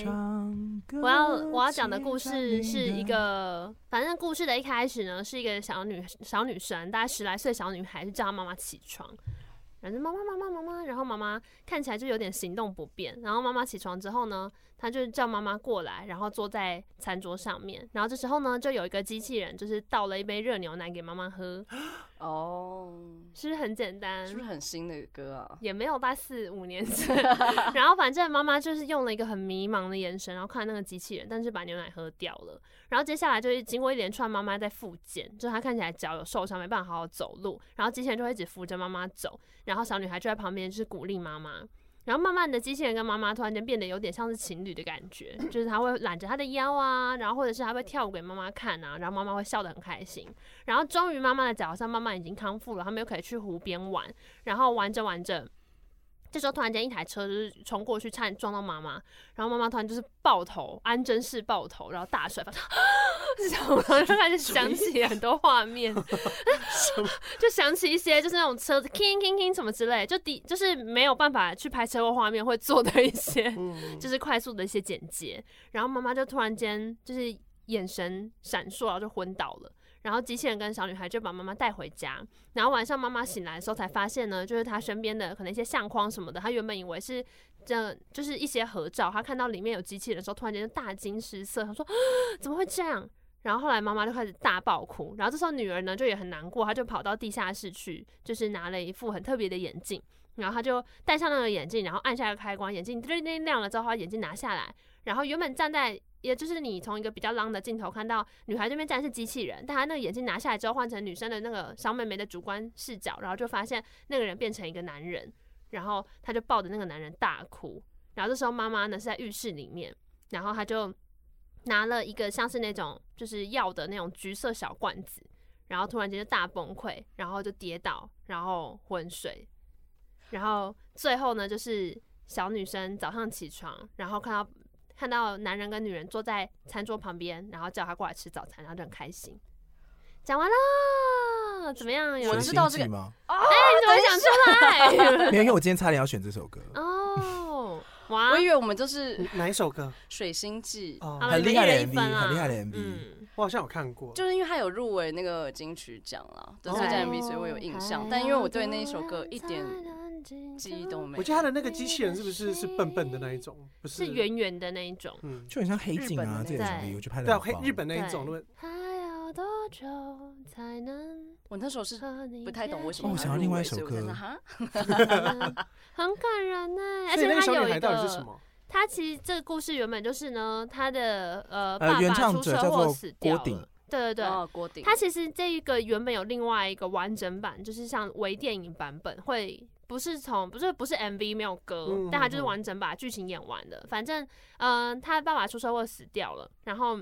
S3: 我要我要讲的故事是一个，反正故事的一开始呢，是一个小女小女生，大概十来岁小女孩，就叫她妈妈起床，然后就妈妈妈妈妈妈，然后妈妈看起来就有点行动不便，然后妈妈起床之后呢，她就叫妈妈过来，然后坐在餐桌上面，然后这时候呢，就有一个机器人，就是倒了一杯热牛奶给妈妈喝，
S4: 哦，
S3: 是不是很简单？
S4: 是不是很新的歌啊？
S3: 也没有大概四五年前，然后反正妈妈就是用了一个很迷茫的眼神，然后看那个机器人，但是把牛奶喝掉了。然后接下来就是经过一连串妈妈在复健，就是她看起来脚有受伤，没办法好好走路，然后机器人就会一直扶着妈妈走，然后小女孩就在旁边就是鼓励妈妈。然后慢慢的，机器人跟妈妈突然间变得有点像是情侣的感觉，就是她会揽着她的腰啊，然后或者是她会跳舞给妈妈看啊，然后妈妈会笑得很开心。然后终于妈妈的脚上慢慢已经康复了，他们又可以去湖边玩。然后玩着玩着，这时候突然间一台车就是冲过去，差点撞到妈妈，然后妈妈突然就是爆头，安贞式爆头，然后大 [LAUGHS] 甩，反正 [LAUGHS] 然后就开始想起很多画面，就想起一些就是那种车子 king king king 什么之类，就第就是没有办法去拍车祸画面会做的一些。
S5: 嗯，
S3: 就是快速的一些剪接，然后妈妈就突然间就是眼神闪烁，然后就昏倒了。然后机器人跟小女孩就把妈妈带回家，然后晚上妈妈醒来的时候才发现呢，就是她身边的可能一些相框什么的，她原本以为是这就是一些合照，她看到里面有机器人的时候，突然间就大惊失色，她说啊怎么会这样？然后后来妈妈就开始大爆哭，然后这时候女儿呢就也很难过，她就跑到地下室去，就是拿了一副很特别的眼镜，然后她就戴上那个眼镜，然后按下一个开关，眼镜叮叮叮亮了之后，她眼镜拿下来，然后原本站在，也就是你从一个比较浪的镜头看到女孩这边站的是机器人，但她那个眼镜拿下来之后，换成女生的那个小美眉的主观视角，然后就发现那个人变成一个男人，然后她就抱着那个男人大哭，然后这时候妈妈呢是在浴室里面，然后她就拿了一个像是那种就是药的那种橘色小罐子。然后突然间就大崩溃，然后就跌倒，然后昏睡，然后最后呢，就是小女生早上起床，然后看到看到男人跟女人坐在餐桌旁边，然后叫她过来吃早餐，然后就很开心。讲完了，怎么样？有
S2: 水
S3: 人
S4: 知
S2: 星
S4: 道这个
S2: 记吗？
S3: 哦哎，你怎么想出
S4: [LAUGHS]
S3: 来？
S2: 没有，因为我今天差点要选这首歌。
S3: 嗯哦，哇
S4: 我，以为我们就是《
S5: 哪一首歌？
S4: 水星记》，
S5: 哦
S3: 好，了
S2: 很
S3: 你们
S2: 厉
S3: 一
S2: 害的
S3: 人一
S2: MV
S3: 分啊
S2: 很厉害的 MV
S3: 嗯
S5: 我好像有看过，
S4: 就是因为它有入围那个金曲奖啊啦，的最佳 MV，所以我有
S3: 哦
S4: 印象。但因为我对那一首歌一点记忆都没有。
S5: 我记得他的那个机器人是不是是笨笨的那一种？不
S3: 是圆圆的那一种。
S5: 嗯，
S2: 就很像黑镜啊，这也
S3: 的
S4: 日本
S3: 那
S2: 是
S3: 个
S2: MV，我觉得拍
S5: 对
S2: 的
S5: 啊，黑日本那一种，
S3: 对
S5: 论
S6: 还要多久才能
S4: 我那时候是
S6: 和你
S4: 不太懂为什
S6: 见
S4: 么
S2: 哦我
S4: 它
S2: 想到
S4: 入
S2: 另外
S4: 围
S2: 一首
S3: [LAUGHS]
S4: 所以我在
S2: 歌
S4: 想哈，
S3: 很感人呢、而
S5: 所以
S3: 且
S5: 那
S3: 他
S5: 个小
S3: 有
S5: 女
S3: 一
S5: 孩到底是什
S3: 个
S5: 么？
S3: 他其实这个故事原本就是呢，他的呃
S2: 呃
S3: 爸
S2: 原
S3: 爸
S2: 唱
S3: 出
S2: 者
S3: 车
S2: 叫
S3: 祸
S2: 做
S3: 死
S2: 郭
S3: 掉了，
S2: 顶
S3: 对对对。
S4: 哦，郭顶，
S3: 他其实这一个原本有另外一个完整版，就是像微电影版本，会不是从不是不是 MV 没有歌，
S5: 嗯
S3: 但他就是
S5: 嗯
S3: 完整把剧情演完的。反正，嗯、他爸爸出车祸死掉了，然后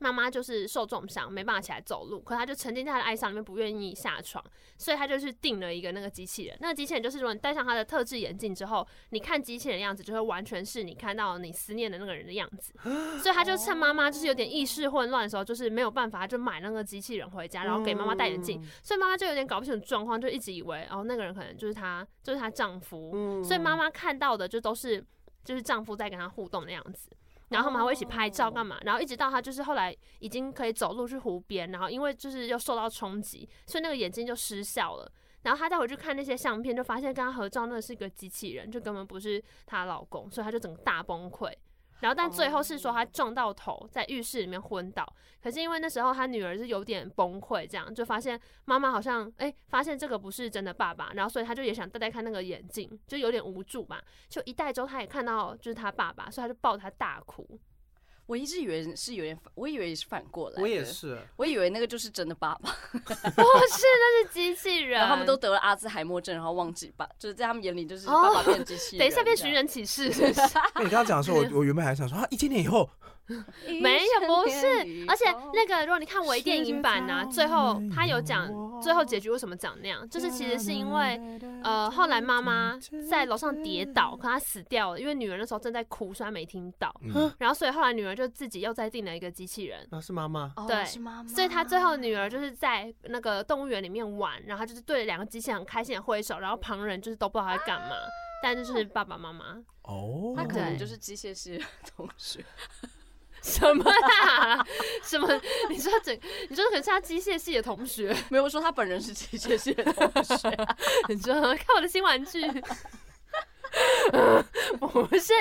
S3: 妈妈就是受重伤，没办法起来走路，可他就沉浸在他的哀伤里面，不愿意下床，所以他就去定了一个那个机器人。那个机器人就是，如果你戴上他的特制眼镜之后，你看机器人的样子，就会完全是你看到你思念的那个人的样子。所以他就趁妈妈就是有点意识混乱的时候，就是没有办法，他就买那个机器人回家，然后给妈妈戴眼
S5: 嗯
S3: 镜。所以妈妈就有点搞不清楚状况，就一直以为哦那个人可能就是她，就是她丈夫。
S5: 嗯
S3: 所以妈妈看到的就都是就是丈夫在跟她互动的样子。然后他们还会一起拍照干嘛？然后一直到她就是后来已经可以走路去湖边，然后因为就是又受到冲击，所以那个眼睛就失效了。然后她再回去看那些相片，就发现跟她合照那是个机器人，就根本不是她老公，所以她就整个大崩溃。然后但最后是说
S4: 哦
S3: 她撞到头，在浴室里面昏倒。可是因为那时候她女儿是有点崩溃，这样就发现妈妈好像哎、发现这个不是真的爸爸，然后所以她就也想戴戴看那个眼镜，就有点无助嘛。就一戴之后，她也看到就是她爸爸，所以她就抱他大哭。 [LAUGHS]
S4: 我一直以为是有点反，我以为是反过来的，
S5: 我也是，
S4: 我以为那个就是真的爸爸，
S3: 不是，那是机器人。
S4: 然后他们都得了阿兹海默症，然后忘记爸，就是在他们眼里就是
S3: 哦
S4: 爸爸变机器人。
S3: [LAUGHS] 等一下变寻人启事，
S2: 那你刚刚讲的时候，
S3: [LAUGHS]
S2: 我我原本还想说，啊，一千年以后，
S3: 没有不是
S4: 天理。
S3: 而且
S4: 哦
S3: 那个如果你看微电影版呢、啊
S6: 世界
S3: 最后
S2: 上
S3: 他有讲最后结局为什么讲那样，就是其实是因为呃后来妈妈在楼上跌倒，可她死掉了，因为女儿那时候正在哭，所以她没听到。
S2: 嗯，
S3: 然后所以后来女儿就自己又再订了一个机器人，
S5: 啊那是妈妈。
S4: 哦
S3: 对
S4: 是妈妈，
S3: 所以他最后女儿就是在那个动物园里面玩，然后就是对着两个机器人很开心的挥手，然后旁人就是都不知道他在干嘛，但就是爸爸妈妈
S2: 哦，
S4: 他可能
S3: 对
S4: 就是机械系的同学，
S3: 什么啦， [LAUGHS] 什么？你说整，你说可能是他机械系的同学，
S4: 没有我说他本人是机械系的
S2: [LAUGHS]
S4: 同学，
S3: 你说 [LAUGHS] 看我的新玩具。不是，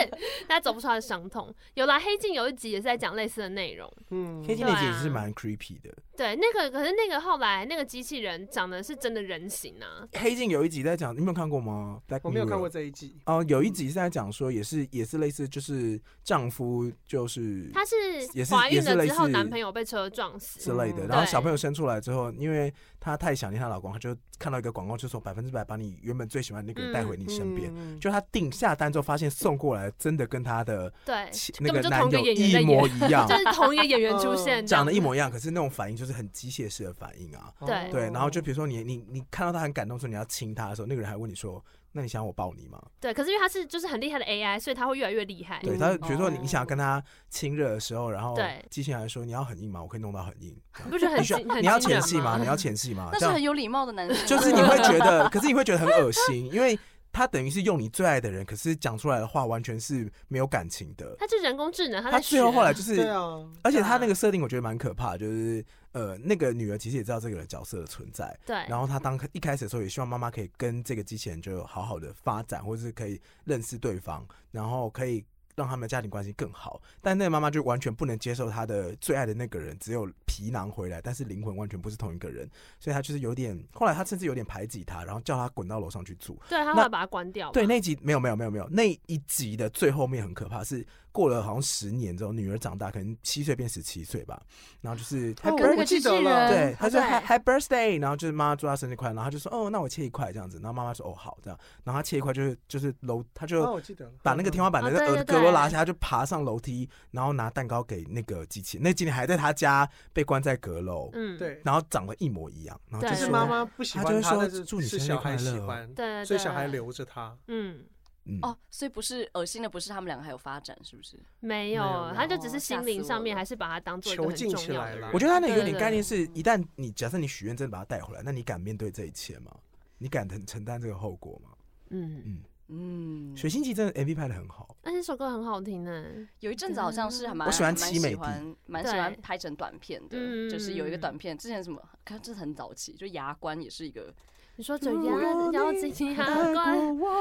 S3: 他走不出他的伤痛。有啦，《黑镜》有一集也是在讲类似的内容。
S5: 嗯，
S2: 黑镜
S3: 对
S2: 那
S3: 啊
S2: 集也是蛮 creepy 的。
S3: 对，那个可是那个后来那个机器人长得是真的人形啊，
S2: 黑镜有一集在讲，你没有看过吗？Black
S5: 我没有看
S2: Mirror
S5: 过这一季。
S2: 哦，有一集是在讲说，也是也是类似，就是丈夫就是
S3: 她是
S2: 也是
S3: 怀孕
S2: 也
S3: 了
S2: 是
S3: 之后
S2: 类似
S3: 男朋友被车撞死，
S2: 之类的，
S5: 嗯
S2: 然后
S3: 对
S2: 小朋友生出来之后，因为她太想念她老公，她就看到一个广告，就说百分之百把你原本最喜欢的那个人带回你身边。
S5: 嗯
S2: 就她订下单之后，发现送过来真的跟她的
S3: 对，
S2: 妻
S3: 根
S2: 那个
S3: 本就
S2: 男
S3: 同一个
S2: 友
S3: 演员在
S2: 一模
S3: [LAUGHS] 演，
S2: 一样
S3: 就，是同一个演员出
S5: 嗯
S2: [LAUGHS]
S3: 现，
S2: 长得一模一样，可是那种反应就是很机械式的反应啊。
S5: 哦
S3: 对
S2: 对，然后就比如说你你你看到她很感动的时候，你要亲她的时候，那个人还问你说：“那你想我抱你吗？”
S3: 对，可是因为他是就是很厉害的 AI，所以他会越来越厉害。
S2: 对
S5: 嗯
S2: 他，比如说你
S4: 哦
S2: 你想要跟他亲热的时候，然后
S3: 哎对
S2: 机器人还说你要很硬吗？我可以弄到很硬。这样
S3: 你不觉得很
S2: 你需要
S3: 惊很
S2: 你要
S3: 惊人
S2: 前戏吗？
S3: 吗
S2: 你要前戏
S3: [LAUGHS]
S2: 吗？这
S4: 那是
S2: 样
S4: 很有礼貌的男生，啊
S2: 就是你会觉得，可是你会觉得很恶心，因为他等于是用你最爱的人，可是讲出来的话完全是没有感情的。
S3: 他是人工智能，他
S2: 他
S3: 在
S2: 最后
S3: 学
S2: 后来就
S5: 对
S2: 是，
S5: 啊，
S2: 而且他
S3: 对
S2: 那
S3: 啊
S2: 个设定我觉得蛮可怕的，就是呃，那个女儿其实也知道这个人角色的存在，
S3: 对
S2: 然后他当一开始的时候，也希望妈妈可以跟这个机器人就好好的发展，或者是可以认识对方，然后可以让他们的家庭关系更好。但那个妈妈就完全不能接受她的最爱的那个人只有皮囊回来，但是灵魂完全不是同一个人，所以她就是有点。后来她甚至有点排挤他，然后叫他滚到楼上去住。
S3: 对，他
S2: 那
S3: 后来把它关掉嘛。
S2: 对，那集没有没有没有没有，那一集的最后面很可怕，是过了好像十年之后，女儿长大，可能七岁变十七岁吧，然后就是她
S5: 哦
S4: 跟那
S5: 我
S4: 个
S5: 记
S4: 机器
S5: 得了
S3: 嗯
S4: 人，
S2: 对，他说
S4: 对
S2: Happy Birthday，然后就是妈妈祝他生日快乐，然后他就说哦，那我切一块这样子，然后妈妈说哦好这样，然后他切一块就是就是楼，他
S5: 哦，
S2: 就
S5: 我记得了，
S2: 把那个天花板的
S3: 哦
S2: 那
S3: 对
S2: 个
S3: 对
S2: 阁
S3: 对
S2: 楼拉下，他就爬上楼梯，然后拿蛋糕给那个机器人，那机器人还在他家被关在阁楼，
S3: 嗯，
S5: 对，
S2: 然后长得一模一样，然后就
S3: 对
S5: 就
S2: 说
S5: 是妈妈不喜
S2: 她
S5: 欢
S2: 就会
S5: 他，
S2: 说
S5: 但是
S2: 祝你
S5: 是
S2: 生日
S5: 小
S2: 快
S5: 孩喜
S2: 乐
S5: 欢，
S3: 对，
S5: 所以
S3: 对
S5: 小孩。留着他。
S3: 嗯，
S2: 嗯，
S4: 哦，所以不是恶心的，不是他们两个还有发展，是不是？
S3: 没有
S5: 有，
S3: 他就
S4: 哦
S3: 只是
S4: 吓
S3: 心
S4: 死
S3: 灵
S4: 我
S3: 上面
S4: 了
S3: 还是把它当做一个
S5: 囚
S3: 很
S5: 禁
S3: 重
S5: 起
S3: 要
S5: 来
S3: 的
S5: 了
S3: 人。
S2: 我觉得他那个有
S3: 对
S2: 点
S3: 对
S2: 概念是，一旦你假设你许愿真的把它带回来，那你敢面对这一切吗？你敢承承担这个后果吗？
S3: 嗯，
S4: 嗯，
S2: 水星记真的 MV 拍的很好，
S3: 那这首歌很好听呢。
S4: 有一阵子好像是还蛮
S2: 我喜欢
S4: 还蛮
S2: 凄美
S4: 喜
S2: 地
S4: 欢蛮喜欢
S3: 对
S4: 拍成短片的，
S3: 嗯
S4: 就是有一个
S3: 嗯
S4: 短片，之前什么，看这很早期，就牙关也是一个，
S3: 你说这妖妖精啊，怪。哎、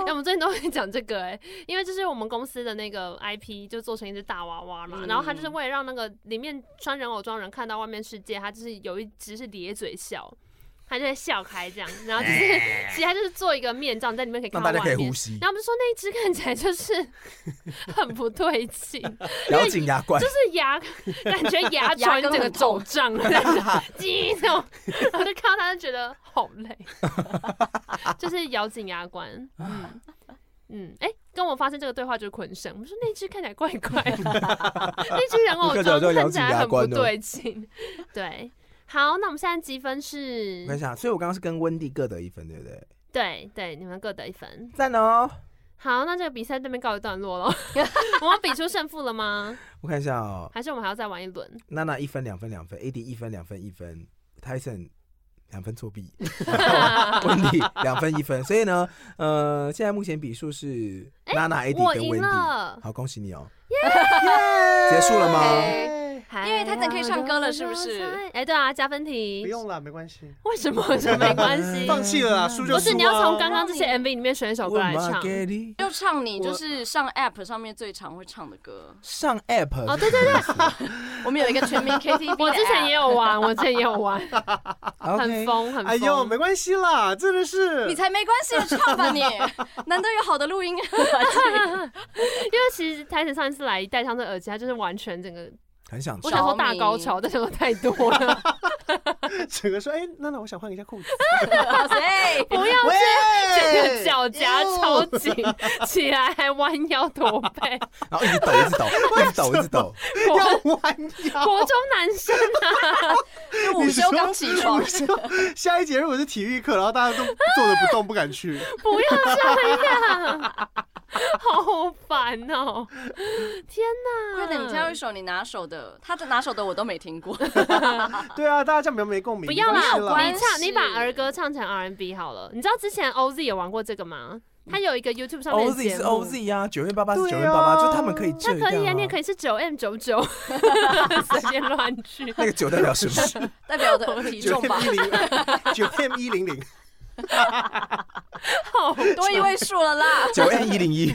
S3: 我们最近都会讲这个哎、因为就是我们公司的那个 IP 就做成一只大娃娃嘛，
S4: 嗯
S3: 然后他就是为了让那个里面穿人偶装的人看到外面世界，他就是有一只是咧嘴笑，他就会笑开这样，然后就是其实他就是做一个面罩，你在里面可以看
S2: 让大
S3: 到
S2: 家可以
S3: 外
S2: 呼
S3: 面。
S2: 吸
S3: 然，后我们就说那一只看起来就是 [LAUGHS] 很不对劲，
S2: 咬紧牙关
S3: 就。是牙感觉牙床整个肿胀了，叽那种，然后就看到他就觉得好累，就是咬紧牙关，嗯嗯，哎、跟我发生这个对话就是坤生，我说那只看起来怪怪的，那只人偶
S2: 立刻找
S3: 装
S2: 到咬
S3: 看起
S2: 紧
S3: 来
S2: 牙
S3: 很不
S2: 关哦
S3: 对劲，对。好，那我们现在积分是
S2: 我看一，下，啊所以我刚刚是跟温蒂各得一分，对不对？
S3: 对对，你们各得一分。
S2: 赞哦！
S3: 好，那这个比赛这边告一段落了，我们要比出胜负了吗？
S2: 我看一下哦，
S3: 还是我们还要再玩一轮？
S2: 娜娜一分两分两分，AD 一分两分一分，Tyson 两分作弊， [LAUGHS] 温蒂两分一分。所以呢，呃，现在目前比数是娜娜 AD
S3: 哎我
S2: 跟
S3: 赢
S2: 温蒂。
S3: 了。
S2: 好，恭喜你哦！结束了吗？
S3: 因
S4: 因为他真可以唱歌了是不是
S3: 哎，对啊，加分题。
S5: 不用啦，没关系，
S3: 为什么？ [LAUGHS] 这没关系。
S5: 放弃了啦，输就输、
S3: 嗯
S5: 啊。
S3: 不是你要从刚刚这些 MV 里面选一首歌来唱。
S2: Margetti
S4: [LAUGHS] 就唱你
S2: 我
S4: 就是上 App 上面最常会唱的歌。
S2: 上 App
S3: 哦，对对对，
S4: [LAUGHS] 我们有一个全民 [LAUGHS] KTV，的
S3: 我之前也
S4: app
S3: 有
S5: [LAUGHS]
S3: 玩，我之前也有玩，很
S2: OK，
S3: 疯，很疯。
S5: 哎呦，没关系啦，真的是
S4: 你才没关系，唱 [LAUGHS] 吧你！难得有好的录 [LAUGHS] 音环境，
S3: 因为其实台子上一次来戴上这耳机，他就是完全整
S4: [LAUGHS]
S3: 个，
S2: 很想
S3: 我
S2: 唱。
S3: 想说大高潮，但想说太多
S5: [LAUGHS]
S3: 了，
S5: 整个说，哎、娜娜，我想换一
S3: [LAUGHS]
S5: 下裤子。
S4: [LAUGHS] 哇塞！
S3: 不要
S5: 喂，
S3: 这个脚夹抽紧起来，还弯腰驼
S5: [LAUGHS] 哎
S3: 背，
S2: 然后一直抖，一直抖，
S3: [LAUGHS]
S2: 一直抖，一直抖。
S3: 国
S5: 要弯腰。
S3: 国中男生啊， [LAUGHS]
S4: 就午休刚起床
S5: 午，休下一节如果是体育课，然后大家都坐着不动，不敢
S3: [LAUGHS]
S5: 去。
S3: 不要这样，啊
S5: [LAUGHS]
S3: 好烦哦！天哪，
S4: 快点，你加入一首你拿手的，他的拿手的我都没听过。
S5: 对啊，大家这样比较没共鸣。
S3: 不要啦，
S5: 没关系
S3: 你
S4: 系
S3: 唱你把儿歌唱成 R&B 好了。你知道之前 OZ 也玩过这个吗？他有一个 YouTube 上面的
S2: OZ
S3: 节
S2: 嗯是
S3: 目
S2: OZ 啊，九月八八是
S5: 对
S2: 九
S5: 啊
S2: 月八八，就他们可以
S3: 他
S2: 这样、啊。
S3: 可以啊，你也可以是九 M
S2: [LAUGHS]
S3: 九九，随便乱去。
S2: 那个九代表什
S3: [LAUGHS]
S2: 么？
S4: [LAUGHS] 代表我的体
S5: 九
S4: 重吧
S5: M，一零， [LAUGHS] 九 M 一零零，
S3: 好，
S4: 多一位数了啦。
S2: 九 N 一零一，
S3: [LAUGHS]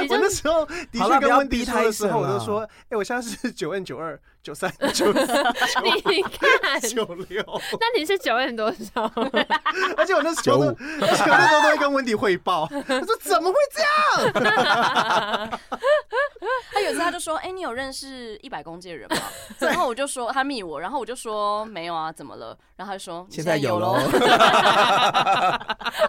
S3: 你
S5: 我
S3: 就
S5: 那时候的
S2: 好啦不
S5: 确
S2: 要
S5: 跟温迪
S2: 逼
S5: 说
S2: 他
S5: 的
S2: 一
S5: 时候，
S2: 生
S5: 我
S2: 啦
S5: 都说，哎、我现在是九 N 九二九三
S3: [LAUGHS]
S5: 九四
S3: 你看，
S5: 九六，
S3: 那你是九 M 多少？
S5: 而且我那时候都，
S2: 95
S5: 而且我那时候都会跟温迪汇
S3: [LAUGHS]
S5: 报，我说怎么会这样？
S4: 他有一次他就说：“哎、你有认识一百公斤的人吗？”
S2: [LAUGHS]
S4: 然后我就说他密我，然后我就说没有啊，怎么了？然后他就说
S2: 现在有喽
S4: 咯。。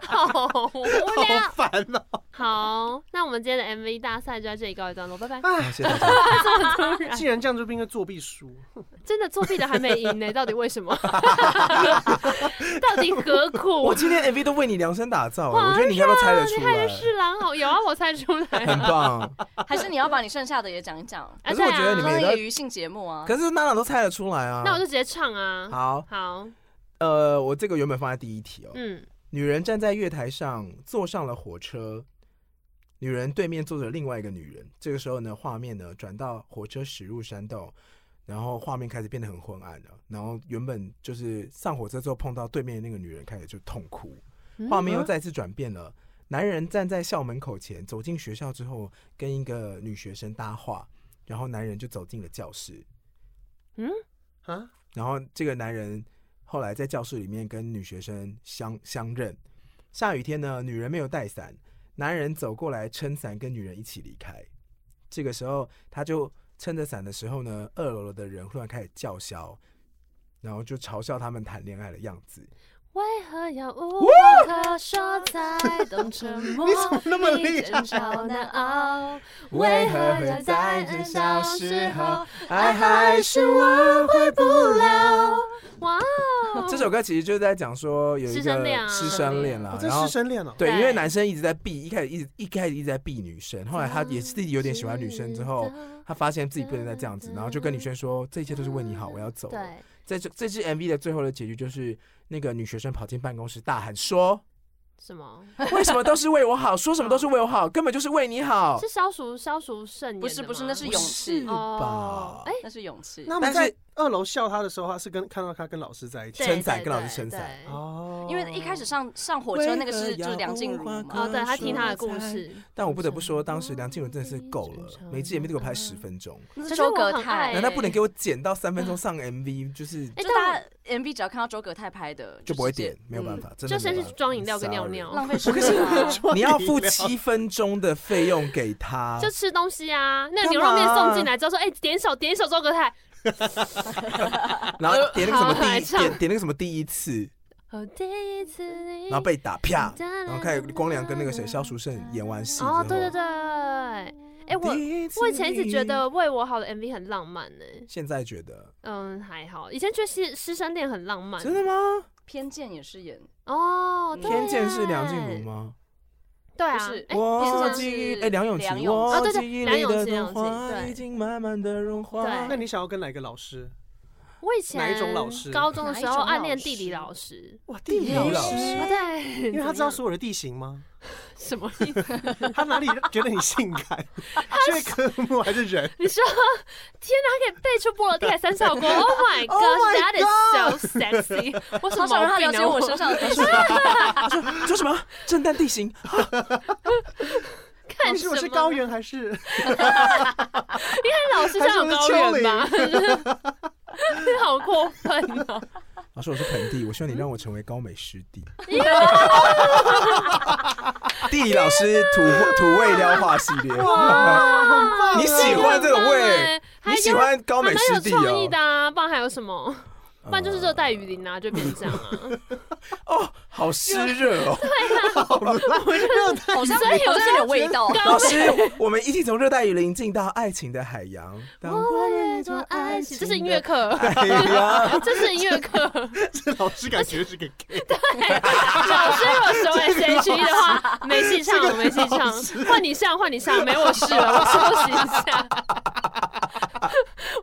S3: 好无聊。
S5: 好烦哦、
S3: 好，那我们今天的 MV 大赛就到这里告一段落，拜拜。
S2: 好谢谢大家。
S3: 突然
S5: [LAUGHS] 既然酱猪兵会作弊输，
S3: 真的作弊的还没赢
S2: [LAUGHS]
S3: 呢，到底为什么？ [LAUGHS] 到底何苦？
S2: [LAUGHS] 我今天 MV 都为你量身打造、
S3: 哇
S2: 我觉得你应该都猜得
S3: 你
S2: 出
S3: 害
S2: 来
S3: 人，是狼好有啊，我猜出来
S2: 很
S3: 了。 [LAUGHS]
S2: 棒。
S4: [LAUGHS] 还是你要把你剩下的也讲
S2: [LAUGHS]
S4: 一讲，
S3: 啊
S2: 可是我觉得你
S4: 当
S2: 们
S4: 那
S2: 也
S4: 个
S2: 都，
S4: 娱性节目啊。
S2: 可是娜娜都猜得出来啊。
S3: 那我就直接唱啊。
S2: 好，
S3: 好，
S2: 呃，我这个原本放在第一题哦。
S3: 嗯，
S2: 女人站在月台上，坐上了火车。女人对面坐着另外一个女人。这个时候呢，画面呢转到火车驶入山洞，然后画面开始变得很昏暗了。然后原本就是上火车之后碰到对面的那个女人，开始就痛哭。
S6: 嗯
S2: 嗯画
S3: 嗯
S2: 面又再次转变了。男人站在校门口前，走进学校之后，跟一个女学生搭话，然后男人就走进了教室。
S5: 啊，
S2: 然后这个男人后来在教室里面跟女学生相相认。下雨天呢，女人没有带伞，男人走过来撑伞，跟女人一起离开。这个时候，他就撑着伞的时候呢，二楼的人忽然开始叫嚣，然后就嘲笑他们谈恋爱的样子。
S6: 为何要无话可说才懂沉
S2: [LAUGHS]
S6: 默？
S5: 你怎么那么厉
S6: 一
S5: 害
S6: 争？吵难熬，
S2: 为
S6: 为
S2: 何
S6: 何
S2: 会
S6: 会
S2: 在
S6: 在
S2: 年
S6: 年
S2: 少
S6: 少
S2: 时
S6: 时
S2: 候 [LAUGHS]
S6: 候
S2: 爱
S6: 爱
S2: 还
S6: 还
S2: 是
S6: 是
S2: 挽
S6: 挽
S2: 回
S6: 回不
S2: 不了
S6: 了？
S3: 哇哦，
S2: 这首歌其实就是在讲说有一
S3: 师生恋
S2: 个
S3: 啊
S2: 师生恋啦
S5: 我，真
S2: 然后
S5: 师生恋哦、
S2: 对，因
S3: 对
S2: 为男生一直在避，一开始一直一开始一直在避女生，后来他也是自己有点喜欢女生之后，他发现自己不能再这样子，然后就跟女生说这一切都是为你好，我要走了。
S3: 对，
S2: 在这这支 MV 的最后的结局就是那个女学生跑进办公室大喊说
S3: 什么？：“
S2: 为什么都是为我好，说什么都是为我好，根本就是为你好。
S3: 是消除消除肾炎的吗？
S4: 不是不是，那是
S2: 不
S4: 勇
S2: 是
S4: 气，
S2: 吧
S3: 哦，哎，
S4: 那是勇气
S5: 那。”我
S2: 但
S5: 们在
S2: 是
S5: 二楼笑他的时候，他是跟看到他跟老师在一起
S3: 对
S2: 撑伞
S3: 对
S2: 跟老
S3: 对
S2: 师撑伞
S3: 对
S5: 哦
S4: 因为一开始上上火车那个是就是梁静茹
S3: 哦，
S4: 嘛，
S3: 对他听他的故事，
S2: 但我不得不说，当时梁静茹真的是够了，每一支影片都给我拍十分钟，
S3: 可
S4: 这
S3: 是我
S4: 首歌
S3: 很
S4: 太
S3: 爱
S4: 哎
S2: 难道不能
S3: 欸
S2: 给我剪到三分钟上 MV？就是
S3: 哎但
S4: 就
S3: 我
S4: 大家 MV 只要看到周葛泰拍的，
S2: 就不会
S4: 直接嗯
S2: 点，没有办法，真的
S3: 嗯就
S2: 没有
S3: 先去
S2: 办法
S3: 装饮料跟尿
S2: sorry
S3: 尿，，
S2: [LAUGHS]
S4: 浪费时间啊。
S2: 你要付七分钟的费用给他
S3: 就吃东西啊。那
S2: 干
S3: 个牛肉面
S2: 嘛
S3: 送进来之后说，哎，点一首点一首周格泰，
S2: 然后点那个什么
S3: 好来
S2: 第一
S3: 唱
S2: 点点那个什么第一次，
S3: 哦，第一次你
S2: 然后被打啪，
S3: 然
S2: 然后看光良跟那个谁萧淑慎演完戏之后，
S3: 啊哦，对对对，哎、我
S2: 第一次
S3: 我以前一直觉
S2: 你
S3: 得为我好的 MV 很浪漫呢、
S2: 现在觉得
S3: 嗯，还好，以前觉得师师生恋很浪漫
S2: 真的吗？
S4: 偏见也是演，
S3: 哦。嗯对
S2: 偏见是梁静
S3: 耶
S2: 茹？吗？
S3: 对啊，
S4: 不是
S3: 哎偏
S2: 我
S3: 见
S2: 记
S4: 是
S2: 忆哎梁咏
S4: 梁
S2: 琪，
S4: 咏
S2: 我
S4: 琪
S3: 哦对对
S2: 记忆
S3: 梁
S2: 里
S3: 咏
S2: 的
S3: 琪梁
S2: 灯
S3: 咏琪
S2: 花
S3: 对
S2: 已经慢慢的融化。
S3: 对
S5: 那你想要跟哪个老师？
S3: 我以前
S5: 哪一种老师
S3: 高中的时
S4: 哪一
S3: 候
S4: 种
S3: 暗恋
S4: 老
S3: 地理
S4: 师
S3: 老师，
S5: 哇，
S2: 地理老师
S3: 啊对，
S5: 因为他
S3: 怎么
S5: 知道
S3: 样
S5: 所有的地形吗？
S3: 什么意思？
S5: 他哪里觉得你性 [LAUGHS] 感？是科目还是人？
S3: 你说，天哪，他可以背出《波罗的海三
S4: [LAUGHS]
S3: 小国》？Oh my god，that is so sexy！我什
S4: 好
S3: 么
S4: 想让
S3: 毛
S4: 他
S3: 病
S4: 了
S3: 啊
S4: 解我身上的地方。
S2: 你说什么？震荡地形，
S3: 看
S5: 老
S3: 什
S5: 师，
S3: 么？
S5: 我是高原还是？
S3: 但老师像有高原吧？ [LAUGHS] 好过分哦！
S2: 老师，我是盆
S3: 嗯
S2: 地，我希望你让我成为高美湿地。地理老师土土味撩话系列，
S5: [LAUGHS] 啊
S2: 你喜欢这种味？
S3: 还
S2: 你喜欢高美湿地
S3: 还蛮有创意
S2: 哦呃
S3: 的？啊，不然还有什么？不然就是热带雨林啊，就变这
S2: [LAUGHS]
S3: 样啊。
S2: 哦，好湿热
S3: [LAUGHS]
S2: 哦。
S4: 好像
S3: 所以
S4: 好
S3: 我
S4: 像有点味道。
S2: 老师，我们一起从热带雨林进到爱情的海洋。当我也做爱情
S3: 这是音乐课，
S2: 海洋。
S3: [LAUGHS] 这是音乐课。
S5: 这老师感觉是给 gay。
S3: 老师，如果选 S H E 的话，没戏唱，我没戏唱。换你上，换你上，没我事了，我休息一下。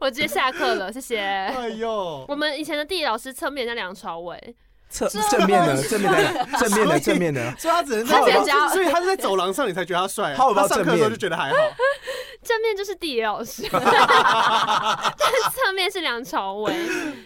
S3: 我直接下课了，谢谢。
S5: [LAUGHS] 哎呦，
S3: 我们以前的地理老师侧面叫梁朝伟，
S2: 侧正面的，正面的，正面的，正面的。
S5: 所以他只能
S3: 他只能
S5: 在
S3: 加，
S5: 所以他是在走廊上，你才觉得他帅啊。
S2: How about
S5: 他上课的时
S2: 正
S5: 候
S2: 面
S5: 就觉得还好。
S3: 正面就是地理老师，但侧面是梁朝伟，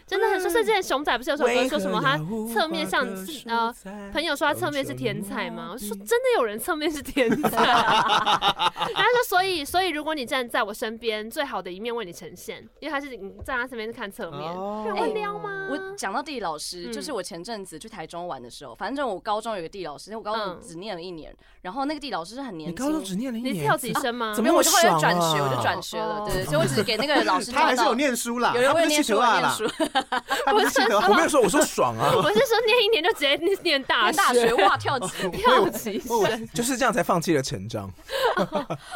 S3: 真的很说。甚至熊仔不是有首歌说什么他侧面像是呃。朋友说他侧面是天才吗？我说真的有人侧面是天才、然后说所以所以如果你站在我身边，最好的一面为你呈现，因为他是你站在他身边是看侧面，
S5: 哦
S3: 会撩吗？
S4: 哎我讲到地理老师，
S3: 嗯
S4: 就是我前阵子去台中玩的时候，反正我高中有个地理老师，我高中
S3: 嗯
S4: 只念了一年，然然后那个地理老师是很
S2: 你
S4: 年
S2: 高中只
S4: 轻。
S2: 念了一
S3: 你
S2: 年，
S3: 是跳啊级生吗？
S2: 怎
S4: 没
S2: 么那么
S4: 有，我就后
S2: 爽
S4: 来就转学，
S2: 啊
S4: 我就转学了，
S3: 哦
S4: 对对，所以我只是给那个老师
S5: [LAUGHS] 他还是
S4: 念到
S5: 有，念书啦，
S4: 有人
S5: 他
S4: 会
S5: 不是
S4: 念
S5: 气球
S4: 书，
S5: 啦
S4: 念
S5: 啦
S4: 书，，
S5: 他不是气球
S2: 啊我没有说，我说爽
S3: [LAUGHS]
S2: 啊，
S3: 我是说念一年就直接念大
S4: 念大
S3: 学
S4: 学
S3: [LAUGHS]
S4: 哇跳级。
S3: 跳级
S5: 我以
S3: 生。
S2: 就是这样才放弃了成长。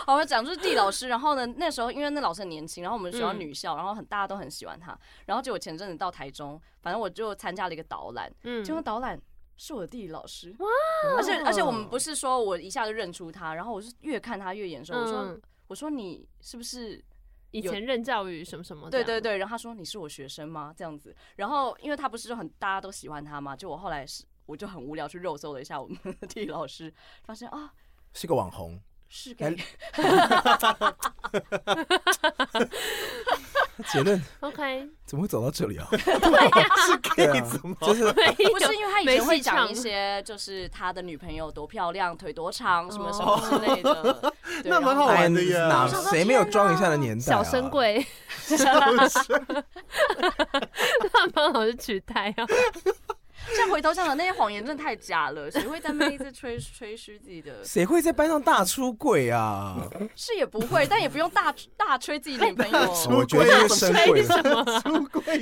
S4: 好，我讲就是地理老师，然后呢，那时候因为那老师很年轻，然后我们学校
S3: 嗯
S4: 女校，然后很大家都很喜欢他，然后就我前阵子到台中，反正我就参加了一个导览，
S3: 嗯
S4: 结果导览是我的地理老师，而且而且我
S3: 哦
S4: 们不是说我一下就认出他，然后我是越看他越眼熟，我说
S3: 嗯，
S4: 我说你是不是？
S3: 以前任教育什么什么哦这
S4: 对
S3: 样，
S4: 对对，然后他说你是我学生吗？这样子，然后因为他不是就很大家都喜欢他嘛，就我后来是我就很无聊去肉搜了一下我们的地理老师，发现啊
S2: 是个网红，
S4: 是
S2: 哎
S4: 给
S2: 结论
S3: OK，
S2: 怎么会走到这里
S3: [LAUGHS]
S2: 啊？
S5: 是
S2: 对
S5: gay
S2: 啊
S5: 怎么，？
S2: 就是
S4: 不是因为他以
S3: 没
S4: 前会
S3: 戏
S4: 讲
S3: 唱
S4: 一些，就是他的女朋友多漂亮，腿多长，什么什么之
S5: [LAUGHS]
S4: 类的。对
S5: 哦那蛮好玩的耶
S2: 哎哪谁没有装一下的年代？啊
S3: 小生。贵，他帮老师取代啊。
S4: 像回头想想，那些谎言真的太假了，谁会在那边一直吹 [LAUGHS] 吹嘘自己的？
S2: 谁会在班上大出轨
S3: [LAUGHS]
S2: 啊？
S4: 是也不会，但也不用大大吹自己女
S5: [LAUGHS]
S4: 朋友，
S2: 我觉得这是生
S3: 吹
S2: 贵，
S3: 什 [LAUGHS] 么啊？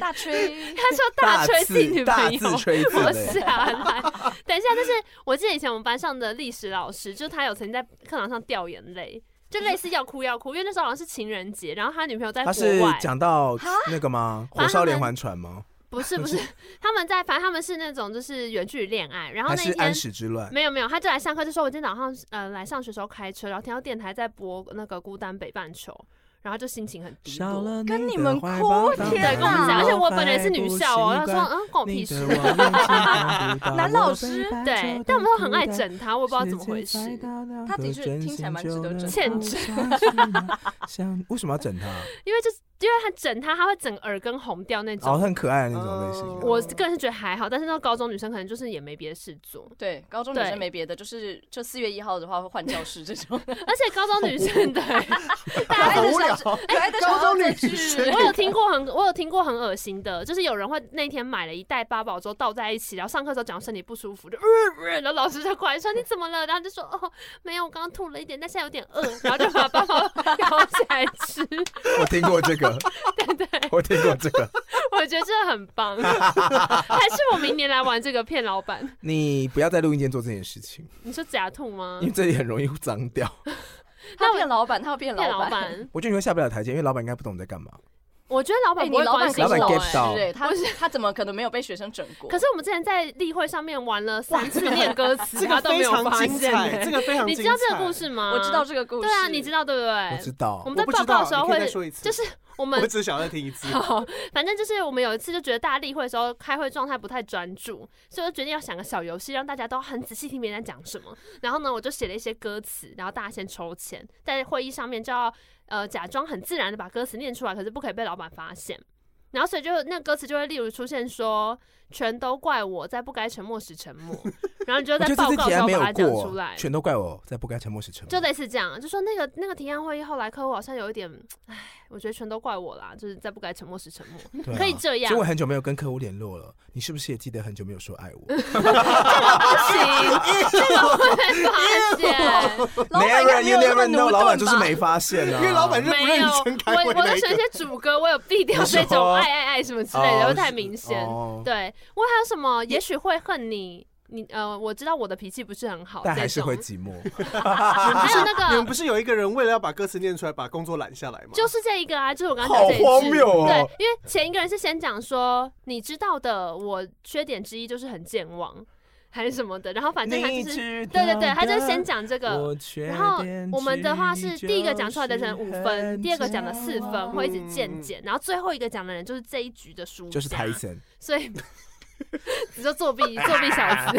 S4: 大
S5: [LAUGHS]
S4: 吹。
S3: 他说大吹自己
S2: 自
S3: 女
S2: 大
S3: 朋
S2: 自
S3: 友。
S2: 吹自
S3: 我
S2: 擂。
S3: 下来， [LAUGHS] 等一下，但是我记得以前我们班上的历史老师，就他有曾经在课堂上掉眼泪，就类似要哭要哭，因为那时候好像是情人节，然后他女朋友在
S2: 他
S3: 国
S2: 是
S3: 外，啊
S2: 讲到那个吗？
S3: 反正他
S2: 火
S3: 们
S2: 烧连环船吗？
S3: 不是不是，他们在，反正他们是那种就是远距离恋爱，然后
S2: 还
S3: 那
S2: 是
S3: 一
S2: 安
S3: 天
S2: 史之乱？
S3: 没有没有，他就来上课就说，我今天早上呃来上学的时候开车，然后听到电台在播那个《孤单北半球》，然后就心情很低
S2: 少
S3: 落。
S2: 了
S4: 跟
S2: 你
S4: 你
S2: 的
S4: 们
S2: 怀
S4: 哭
S2: 抱
S4: 天
S2: 当
S3: 对，跟我们啊讲，而且我本人是女校哦，他说嗯，关我屁
S2: 你
S3: 事
S2: 的。望远镜看
S3: [LAUGHS]
S2: 不到
S4: 男老师
S2: 我被
S3: 对
S2: 白，
S3: 但我们都
S2: 昼
S3: 很爱
S2: 毒打
S3: 整他，
S2: 我
S3: 我也不知道怎么回事。
S4: 他的确听起来蛮值得整
S3: 欠
S2: 整
S3: 整。
S2: 像为什么要整他？
S3: [LAUGHS] 因为就是因为他整他，他会整耳根红掉那
S2: 哦，
S3: 种。
S2: 很可爱的那种类型的。
S3: 我个人是觉得还好，但是那种高中女生可能就是也没别的事做，
S4: 对，高中女
S3: 对
S4: 生没别的，就是就四月一号的话会换教室这种。
S3: 而且高中女生 [LAUGHS] 的大家
S5: 好
S3: 都
S5: 无
S3: 是
S5: 聊，
S4: 可爱的
S5: 高中女
S4: 去
S5: 生
S3: 我有听过很，我有听过很恶心的，就是有人会那天买了一袋八宝粥倒在一起，然后上课的时候讲身体不舒服，就、呃呃，然后老师就过来说你怎么了？然后就说哦没有，我刚刚吐了一点，但现在有点饿，然后就把八宝咬起来吃。
S2: 我听过这
S3: [LAUGHS]
S2: 个，我听过这个。
S3: 我觉得这很棒，还是我明年来玩这个骗老板？
S2: 你不要在录音间做这件事情，
S3: 你说假吐吗
S2: 因为？这里很容易脏掉。
S4: 他变老板，他要变
S3: 骗
S4: 老
S3: 老
S4: 板。哎
S3: 板，
S2: 我觉得你会下不了台阶，因为老板应该不懂你在干嘛。
S3: 我觉得老
S4: 哎，
S3: 板
S4: 你
S3: 不会
S4: 老
S3: 关
S4: 板
S3: 心
S4: 可
S3: 我、
S4: 是老
S2: 老板
S4: 师
S2: get 到
S4: 哎，他他怎么可能没有被学生整过？
S3: 可是我们之前在例会上面玩了三次念歌词，
S5: 这
S3: 他
S5: 个
S3: 都没
S5: 非
S3: 有
S5: 常
S3: 发
S5: 精
S3: 现
S5: 彩，
S3: [LAUGHS] 欸。
S5: 这个非常精
S3: 你
S5: 彩。
S3: 知道这个故事吗？
S4: 我知道这个故事，
S3: 对啊，你知道对不
S2: 我知
S3: 对？
S2: 道
S3: 我，们在
S5: 我不知
S3: 报告
S5: 道，
S3: 的时候
S5: 你可以再
S3: 会，
S5: 说一次，
S3: 就是我们
S5: 我只想再听一次。
S3: 好，反正就是我们有一次就觉得大家例会的时候开会状态不太专注，所以我就决定要想个小游戏，让大家都很仔细听别人在讲什么。然后呢，我就写了一些歌词，然后大家先抽签，在会议上面就要呃假装很自然的把歌词念出来，可是不可以被老板发现。然后所以就那歌词就会例如出现说，全都怪我在不该沉默时沉
S2: [LAUGHS]
S3: 默，然后你就
S2: 我觉
S3: 在
S2: 得
S3: 报
S2: 这次
S3: 告
S2: 提
S3: 的时
S2: 案
S3: 候
S2: 没有
S3: 把它讲出
S2: 过
S3: 来，，
S2: 全都怪我在不该沉默时沉默。
S3: 就类似这样，就说那个那个提案会议后来客户好像有一点，唉，我觉得全都怪我啦，就是在不该沉默时沉默。
S2: 对啊
S3: 可以这样
S2: 所以我很久没有跟客户联络了，你是不是也记得很久没有说爱
S3: [LAUGHS]
S2: 我？
S3: 不行，这个会发现。
S4: 老板应该
S2: Never, you
S4: 没有那么
S2: never
S4: 牛
S2: know，
S4: 顿吧
S2: 老板就是没发现啊，
S5: 因为老板是不
S3: 没
S5: 认
S3: 有，
S5: 真
S3: 我
S5: 开会
S3: 我
S5: 那
S3: 都
S5: 一
S3: 选一
S5: 个。
S3: 些主歌，我有避掉
S2: 你
S3: 这种
S2: 说
S3: 爱爱爱什么之类的，会太明显。
S2: 哦是哦
S3: 对，我还有什么？也许会恨你，你呃，我知道我的脾气不是很好，
S2: 但还
S3: 这
S2: 是
S3: 种
S2: 会寂寞。
S3: 还有那
S5: 你们
S3: 个。
S5: 不是有一个人为了要把歌词念出来，把工作揽下来吗？
S3: 就是这一个啊，就是我刚刚讲这一句
S2: 好荒谬哦
S3: 对，因为前一个人是先讲说，你知道的，我缺点之一就是很健忘，还是什么的，然后反正他就
S2: 你知
S3: 是，
S2: 道
S3: 对
S2: 的
S3: 对对，他
S2: 啊
S3: 就是先讲这个，
S2: 我缺
S3: 然后
S2: 点
S3: 我们的话
S2: 之一
S3: 是第一个讲出来的人
S2: 就是
S3: 五分，
S2: 很嗯
S3: 第二个讲的四
S2: 骄
S3: 分，
S2: 傲
S3: 会一直渐减，然后最后一个讲的人就是这一局的输家，
S2: 就是泰森，
S3: 所以 [LAUGHS] 只是作弊作弊小子，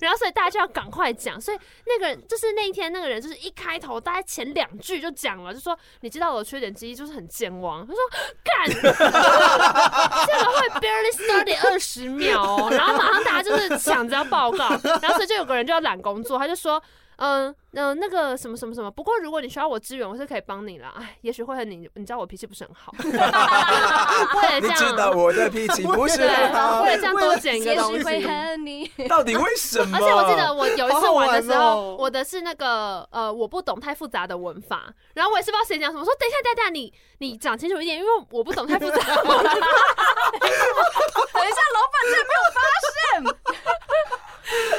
S3: 然后所以大家就要赶快讲，所以那个人就是那一天那个人就是一开头大概前两句就讲了，就说你知道我的缺点之一就是很健忘，他说干，这个会 barely study 二十秒哦，然后马上大家就是抢着要报告，然后所以就有个人就要揽工作，他就说。嗯嗯、呃那个什么什么什么，不过如果你需要我支援，我是可以帮你啦。哎，也许会很你，你知道我脾气不是很好，对，
S2: [LAUGHS] 你
S3: 这样
S2: 知道我的脾
S3: [LAUGHS]
S2: 气不是很好
S3: 啊为，了这样多捡一个
S4: 也
S3: 东
S4: 许
S3: 西。
S4: 会恨你。 [LAUGHS]
S2: 到底为什么？
S3: 而且我记得我有一次玩的时
S5: 好好玩
S3: 候，
S5: 哦
S3: 我的是那个呃，我不懂太复杂的文法，然后我也是不知道谁讲什么，说等一下，等一下，你你讲清楚一点，因为我不懂太复
S2: [LAUGHS]
S3: 杂的文法。
S4: 等一下，老板真的没有发现。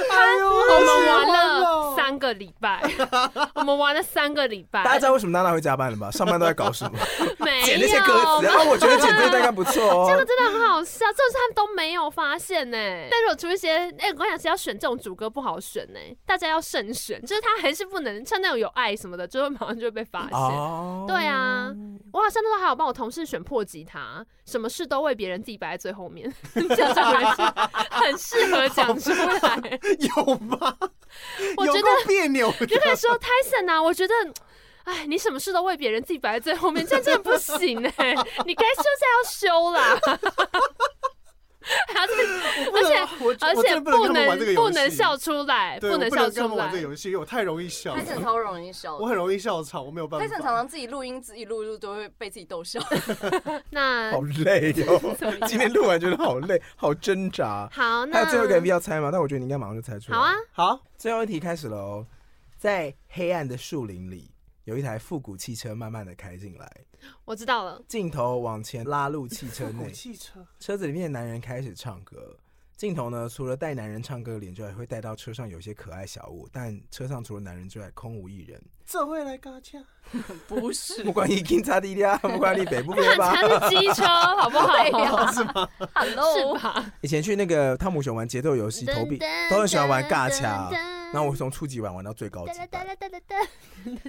S5: 哎
S3: 我们
S2: 哦
S3: 玩
S5: 哦
S3: 了三个礼拜， [LAUGHS] 我们玩了三个礼拜
S2: 大，家知道为什么娜娜会加班了
S3: [LAUGHS]
S2: 吧？上班都在搞什么？
S3: 没有
S2: 剪那些歌词，然后我觉得剪这个大概不错
S3: 这个
S2: 哦。
S3: [LAUGHS] 真的很好笑，就是他们都没有发现呢、但是我出一些，哎、我跟你讲，是要选这种主歌不好选呢、大家要慎选，就是他还是不能像那种有爱什么的，就会马上就会被
S2: [LAUGHS]
S3: 发现。
S2: 哦
S3: 对啊，我好像那时候还有帮我同事选破吉他，什么事都为别人自己摆在最后面， [LAUGHS] 这种人是很适
S5: [LAUGHS]
S3: 合讲出来。
S5: 有吗？
S3: 我觉
S5: 有
S3: 得
S5: 够别扭
S3: 就
S5: 的。
S3: 可以说 Tyson 啊，我觉得。哎，你什么事都为别人，自己摆在最后面，这样真的不行哎、你该休假要休啦， [LAUGHS] 还要在而且
S5: 我
S3: 而
S5: 我真
S3: 且
S5: 的不能
S3: 不
S5: 跟他们玩这
S3: 能
S5: 个游戏
S3: 不能笑，出来，
S5: 对，
S3: 不
S5: 我能
S3: 笑
S5: 跟他
S3: 出
S5: 们玩
S3: 来
S5: 这个。游戏，因为我太容易 [LAUGHS] 笑了
S4: 泰，森超容易笑
S5: 我，很容易笑场，我没有办
S4: 泰
S5: 法。
S4: 森常常自己录音，自己录一录都会被自己逗笑。
S3: 那
S2: 好累
S3: [LAUGHS]
S2: 哦。今天录完觉得好累，好挣扎。
S3: 好，
S2: 还
S3: 那
S2: 有最后一个 MV 要猜吗？但我觉得你应该马上就猜出来。
S3: 好啊，，
S5: 好，
S2: 最后一题开始喽。在黑暗的树林里，有一台复古汽车慢慢的开进来，
S3: 我知道了，
S2: 镜头往前拉入汽车
S3: [LAUGHS]
S2: 内，
S5: 汽车，
S2: 车子里面的男人开始唱歌。镜头呢，除了带男人唱歌的脸之外，会带到车上有一些可爱小物，但车上除了男人之外空无一人。
S5: 这会来嘎枪，
S4: 不是
S2: 不，管你警察地呀，不管你北部边
S3: [LAUGHS]
S2: 吧。
S3: 它是机车，好不
S5: 哎
S3: 好？
S4: 对呀，是吗
S3: [LAUGHS] 是
S4: [LAUGHS] ？Hello，
S3: 吧？
S2: 以前去那个汤姆熊玩节奏游戏，投币都很喜欢玩尬掐，然后我从初级玩玩到最高级
S6: 哒哒
S2: 版。
S6: 哒哒哒哒。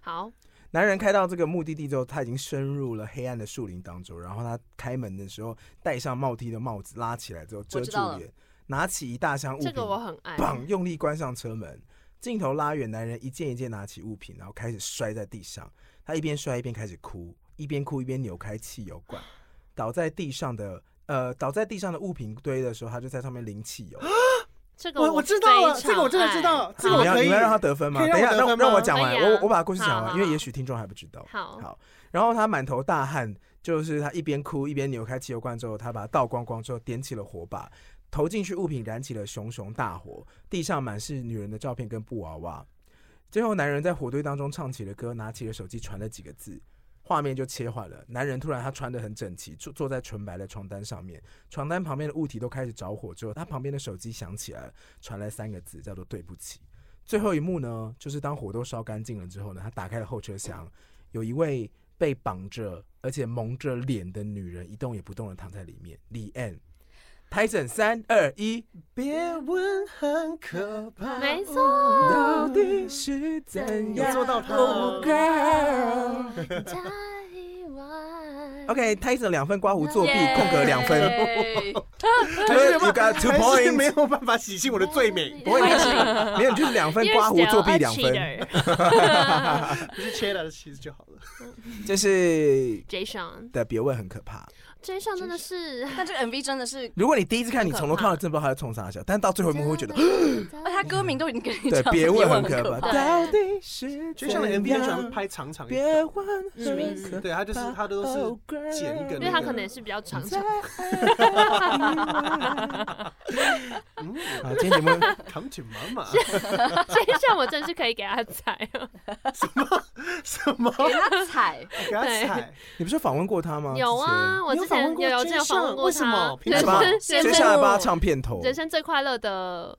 S3: 好，
S2: 男人开到这个目的地之后，他已经深入了黑暗的树林当中。然后他开门的时候，戴上帽 T 的帽子拉起来之后遮
S4: 知
S2: 住
S4: 道了
S2: 脸，拿起一大箱物
S3: 这
S2: 品，
S3: 个我很爱。
S2: 砰，用力关上车门。镜头拉远，男人一件一件拿起物品，然后开始摔在地上。他一边摔一边开始哭，一边哭一边扭开汽油
S5: [GASPS]
S2: 罐，倒在地上的呃倒在地上的物品堆的时候，他就在上面淋汽油。
S3: 这个
S5: 我我知道了，
S3: 非常
S5: 这个我真的知道
S3: 爱，
S5: 啊这
S2: 你
S5: 个
S2: 们
S5: 我
S2: 要
S5: 可
S2: 你
S5: 以
S2: 们要让他得分吗？
S5: 可以
S2: 等一
S5: 让
S2: 下，
S5: 我得
S2: 让
S5: 分
S2: 让我
S5: 吗
S2: 讲完，
S3: 可以啊
S2: 我我把故事
S3: 好
S2: 讲完，
S3: 好
S2: 因为
S3: 好
S2: 也许听众还不知道。
S3: 好
S2: 好，然后他满头大汗，就是他一边哭一边扭开汽油罐之后，他把它倒光光之后，点起了火把，投进去物品，燃起了熊熊大火，地上满是女人的照片跟布娃娃。最后，男人在火堆当中唱起了歌，拿起了手机传了几个字，画面就切换了。男人突然他穿得很整齐，坐坐在纯白的床单上面，床单旁边的物体都开始着火之后，他旁边的手机响起来了，传来三个字，叫做“对不起”。最后一幕呢，就是当火都烧干净了之后呢，他打开了后车厢，有一位被绑着而且蒙着脸的女人一动也不动的躺在里面。李 n 拍整三二一，
S5: 别问很可怕，
S3: 没错，
S2: 到底是怎
S5: 有
S2: 样
S5: 做到他
S2: 不该
S3: 在意外。
S2: ？OK，拍整两分，刮胡作弊，
S4: 耶
S2: 空格两分。You
S5: 还是没有
S2: got two
S5: 还是
S2: points
S5: [LAUGHS] 没有办法洗清我的罪名，
S2: 不会，没有没有，你就是两分
S3: You're
S2: 刮胡作
S3: still
S2: 弊
S3: a
S2: 两分，
S3: cheater,
S5: 不是 cheddar 的 cheese 就好了。
S2: 就是。
S3: Jason， [LAUGHS]
S2: 的别问很可怕。
S3: Jason 真的是，
S4: [LAUGHS] 但这个 MV 真的是，
S2: 如果你第一次看，你
S3: 很可
S2: 从头看到
S3: 怕
S2: 真不知道他在冲啥笑，但到最后一幕会觉
S3: [LAUGHS]
S2: 得，
S4: 而他歌名都已经跟你
S2: 对
S4: 讲，，
S2: 别问很
S4: 可
S2: 可怕。
S3: 怕
S2: 到底是
S5: 就像的
S2: 怎
S5: MV 很喜
S2: 样
S5: 欢拍长长一点，
S2: 别问
S4: 什么意
S2: 很
S4: 思
S2: 可
S5: 对他就是他都是剪一个那
S3: 因哦为
S5: 个，
S3: 他可能也是比较长久。
S2: 啊 [LAUGHS]
S5: 嗯
S2: 好，今天节目
S5: ，come to
S3: [LAUGHS]
S5: mama
S3: Jason 我真的是可以给他
S2: [LAUGHS]
S3: 踩哦。
S5: 什么？
S4: 给他踩，
S5: 给他踩，
S2: 你不是访问过他吗？
S3: 有啊，我
S5: 你有
S3: 之前
S5: 访问过
S3: 有有之前
S5: Jason？
S3: 访问过
S5: 为什
S3: 他
S5: 么，凭
S2: 之
S3: 人
S2: 前，来吧接
S3: 生，
S5: 什么
S3: 人
S2: 下来帮他
S3: 生
S2: 唱片头。
S3: 人生最快乐的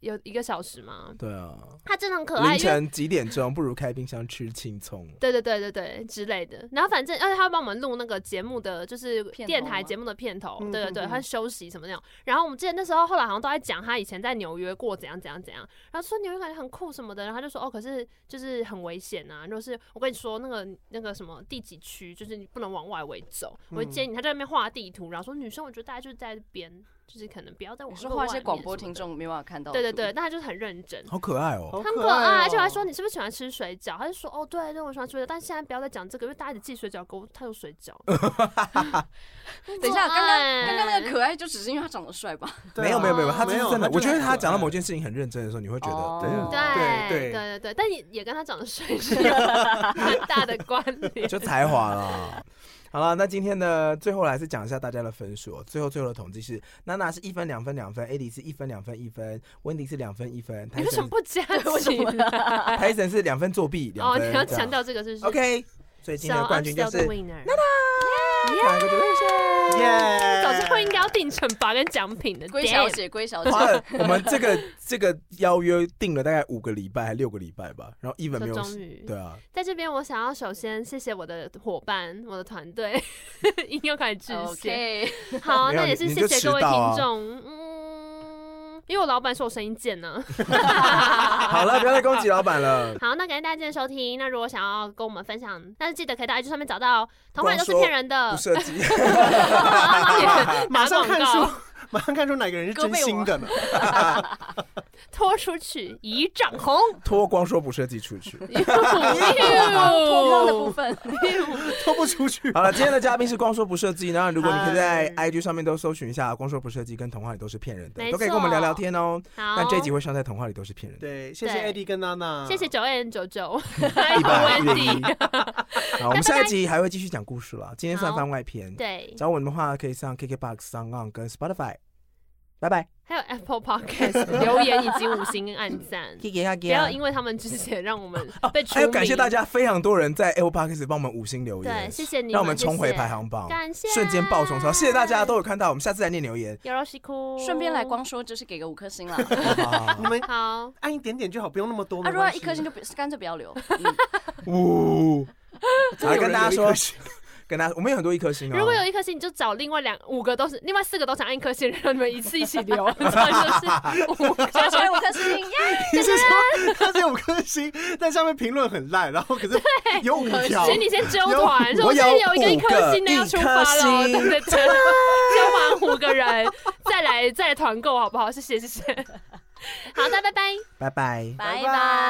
S3: 有一个小时吗？
S2: 对啊，
S3: 他真的很可爱，
S2: 凌
S3: 因为
S2: 晨几点钟不如开冰箱吃青葱。
S3: 对对对对对之类的。然后反正，而且他会帮我们录那个节目的，就是
S4: 片头
S3: 电台
S4: 吗
S3: 节目的片头，
S5: 嗯
S3: 对对
S5: 嗯
S3: 对，
S5: 嗯
S3: 他休息什么那种。然后我们之前那时候后来好像都在讲他以前在纽约过怎样怎样怎样，然后说纽约感觉很酷什么的，然后他就说哦，可是就是很危险啊，就是我跟你说那个那个什么第几区，就是你不能往外围走。我就建
S4: 嗯
S3: 议你他在那边画地图，然后说女生我觉得大家就是在这边，就是可能不要再往
S4: 我
S3: 路
S4: 说画一
S3: 外
S4: 些
S3: 面
S4: 广播
S3: 什么
S4: 听
S3: 的。
S4: 众没办法看到，
S3: 对对对，，但他就是很认真，
S2: 好可爱哦！
S5: 好
S3: 他很
S5: 可
S3: 可爱，而且我还
S5: 哦
S3: 说你是不是喜欢吃水饺？他就说哦，对对，我喜欢吃水饺，但现在不要再讲这个，因为大家一直寄水饺给我，他有水
S2: [LAUGHS]
S3: 饺。
S4: 等一下，
S3: 很可
S4: 刚刚
S3: 爱
S4: 刚刚那个可爱就只是因为他长得帅吧？
S5: 对啊
S2: 没有没有没有，他这
S5: 没
S2: 是
S5: 有
S2: 真的。我觉得他讲到某
S5: 件，
S2: 件事情很认真的时候，你会觉
S4: 哦
S2: 得，对啊
S3: 对
S5: 对对
S3: 对对，但也也跟他长得帅是有很大的
S2: [LAUGHS]
S3: 关联。
S2: 就才华啦。好了，那今天呢，最后来是讲一下大家的分数哦。最后最后的统计是，娜娜是一分两分两分，AD 是一分两分一分，温迪是两分一分，
S3: 你
S2: 泰
S3: 为什
S2: 森
S3: 么不加
S4: 为什
S3: 起
S4: 么
S3: 来？
S2: 泰森是两分作弊 [LAUGHS] 两
S3: 哦，
S2: 分。
S3: 你要
S2: 这样
S3: 强调这个是不是
S2: OK，所以今
S3: So
S2: 天的
S3: I'm
S2: 冠军就
S3: still
S2: 是
S3: the winner。
S2: 感觉就是
S5: 耶，
S3: 早知道应该要 [LAUGHS] 定惩罚跟奖品 [LAUGHS] 的。
S4: 龟
S3: damn
S4: 小姐，龟小姐，
S2: 花了我们这个这个邀约定了大概五个礼拜还六个礼拜吧，然后 even 没
S3: 就
S2: 有
S3: 终于
S2: 对啊，
S3: 在这边，我想要首先谢谢我的伙伴，我的团队， [LAUGHS] 已经又开始致谢。
S4: OK，
S2: [LAUGHS]
S3: 好，
S2: 没有
S3: 那也
S2: 你
S3: 是
S2: 你
S3: 谢
S2: 就
S3: 谢
S2: 迟
S3: 各位
S2: 到
S3: 听
S2: 啊
S3: 众。嗯，因为我老板说我声音
S2: [LAUGHS]
S3: 贱呢、。
S2: 好了，不要再攻击老板了
S3: 好，那感谢大家今天的收听。那如果想要跟我们分享，那就记得可以到 IG 上面找到《童话里都是骗人
S2: [LAUGHS]
S3: 的
S2: 不》啊设计，
S3: 打
S5: 马上看
S3: 广
S5: 出，马上看出哪个人是真心的呢？
S3: 拖出去一丈
S2: [LAUGHS]
S3: 红。 [LAUGHS]
S2: 脱光说不设计出去。
S4: 脱光的部分，
S5: [LAUGHS] 拖不出
S2: [LAUGHS]
S5: 去。
S2: 好了，今天的嘉宾是光说不设计，那如果你可以在
S5: 嗨
S2: IG 上面都搜寻一下“光说不设计”跟“童话里都是骗人的
S3: 没”，
S2: 都可以跟我们聊聊天哦。
S3: 好，
S2: 但这一集会上在“童话里都是骗人的
S5: 对，谢谢
S3: 对
S5: AD 跟娜娜，
S3: 谢谢九 N 九九，还有
S2: 一百一零一
S3: Wendy，”。
S2: [LAUGHS] 好，我们下一集还会继续讲故事了。今天算
S3: 好
S2: 番外篇，
S3: 对，
S2: 找我们的话可以上 KKBox、s o n On 跟 Spotify。拜拜，
S3: 还有 Apple Podcast 留言以及五星暗
S2: [LAUGHS]
S3: 赞。
S2: 谢谢大
S3: 不要因为他们之前让我们被除
S2: 哦还有感谢
S3: 名
S2: 大。家，非常多人在 Apple Podcast 帮我们五星留
S3: 对，
S2: 言，
S3: 谢谢你，
S2: 让我们冲回
S3: 谢谢
S2: 排行榜，
S3: 感谢，啊
S2: 瞬间爆冲超，谢谢大家都。有看到，我们下次再念留言。
S3: 有肉西哭，
S4: 顺便来光说就是给个五颗星啦。
S2: 好
S3: [LAUGHS]
S5: 你们 [LAUGHS]
S3: 好，
S5: 按一点点就好，不用那么多。
S4: 啊，
S5: 没
S4: 如果
S5: 关
S4: 要
S5: 系
S4: 一颗星就不干脆不要留。
S2: 呜，
S5: 真的
S2: 来
S5: 有
S2: 跟
S5: 人
S2: 大家
S5: 啊留一颗
S2: 说，
S5: 星
S2: 跟大家，我们有很多一颗星哦。
S3: 如果有一颗星，你就找另外两五个都是，另外四个都想按一颗星，让
S2: [LAUGHS]
S3: 你们一次一起留，这样就是五颗
S4: 加起来五颗星，耶！
S5: 你是说他只有五颗星，但下面评论很烂，然后可是有五条
S3: 所，以你先揪团，说我现在有一个一颗星的要出发喽，对对 [LAUGHS] 对，揪完五个人，再来再来团购好不好？谢谢谢谢，好的，拜拜。
S2: 拜拜。
S5: 拜
S4: 拜
S5: 拜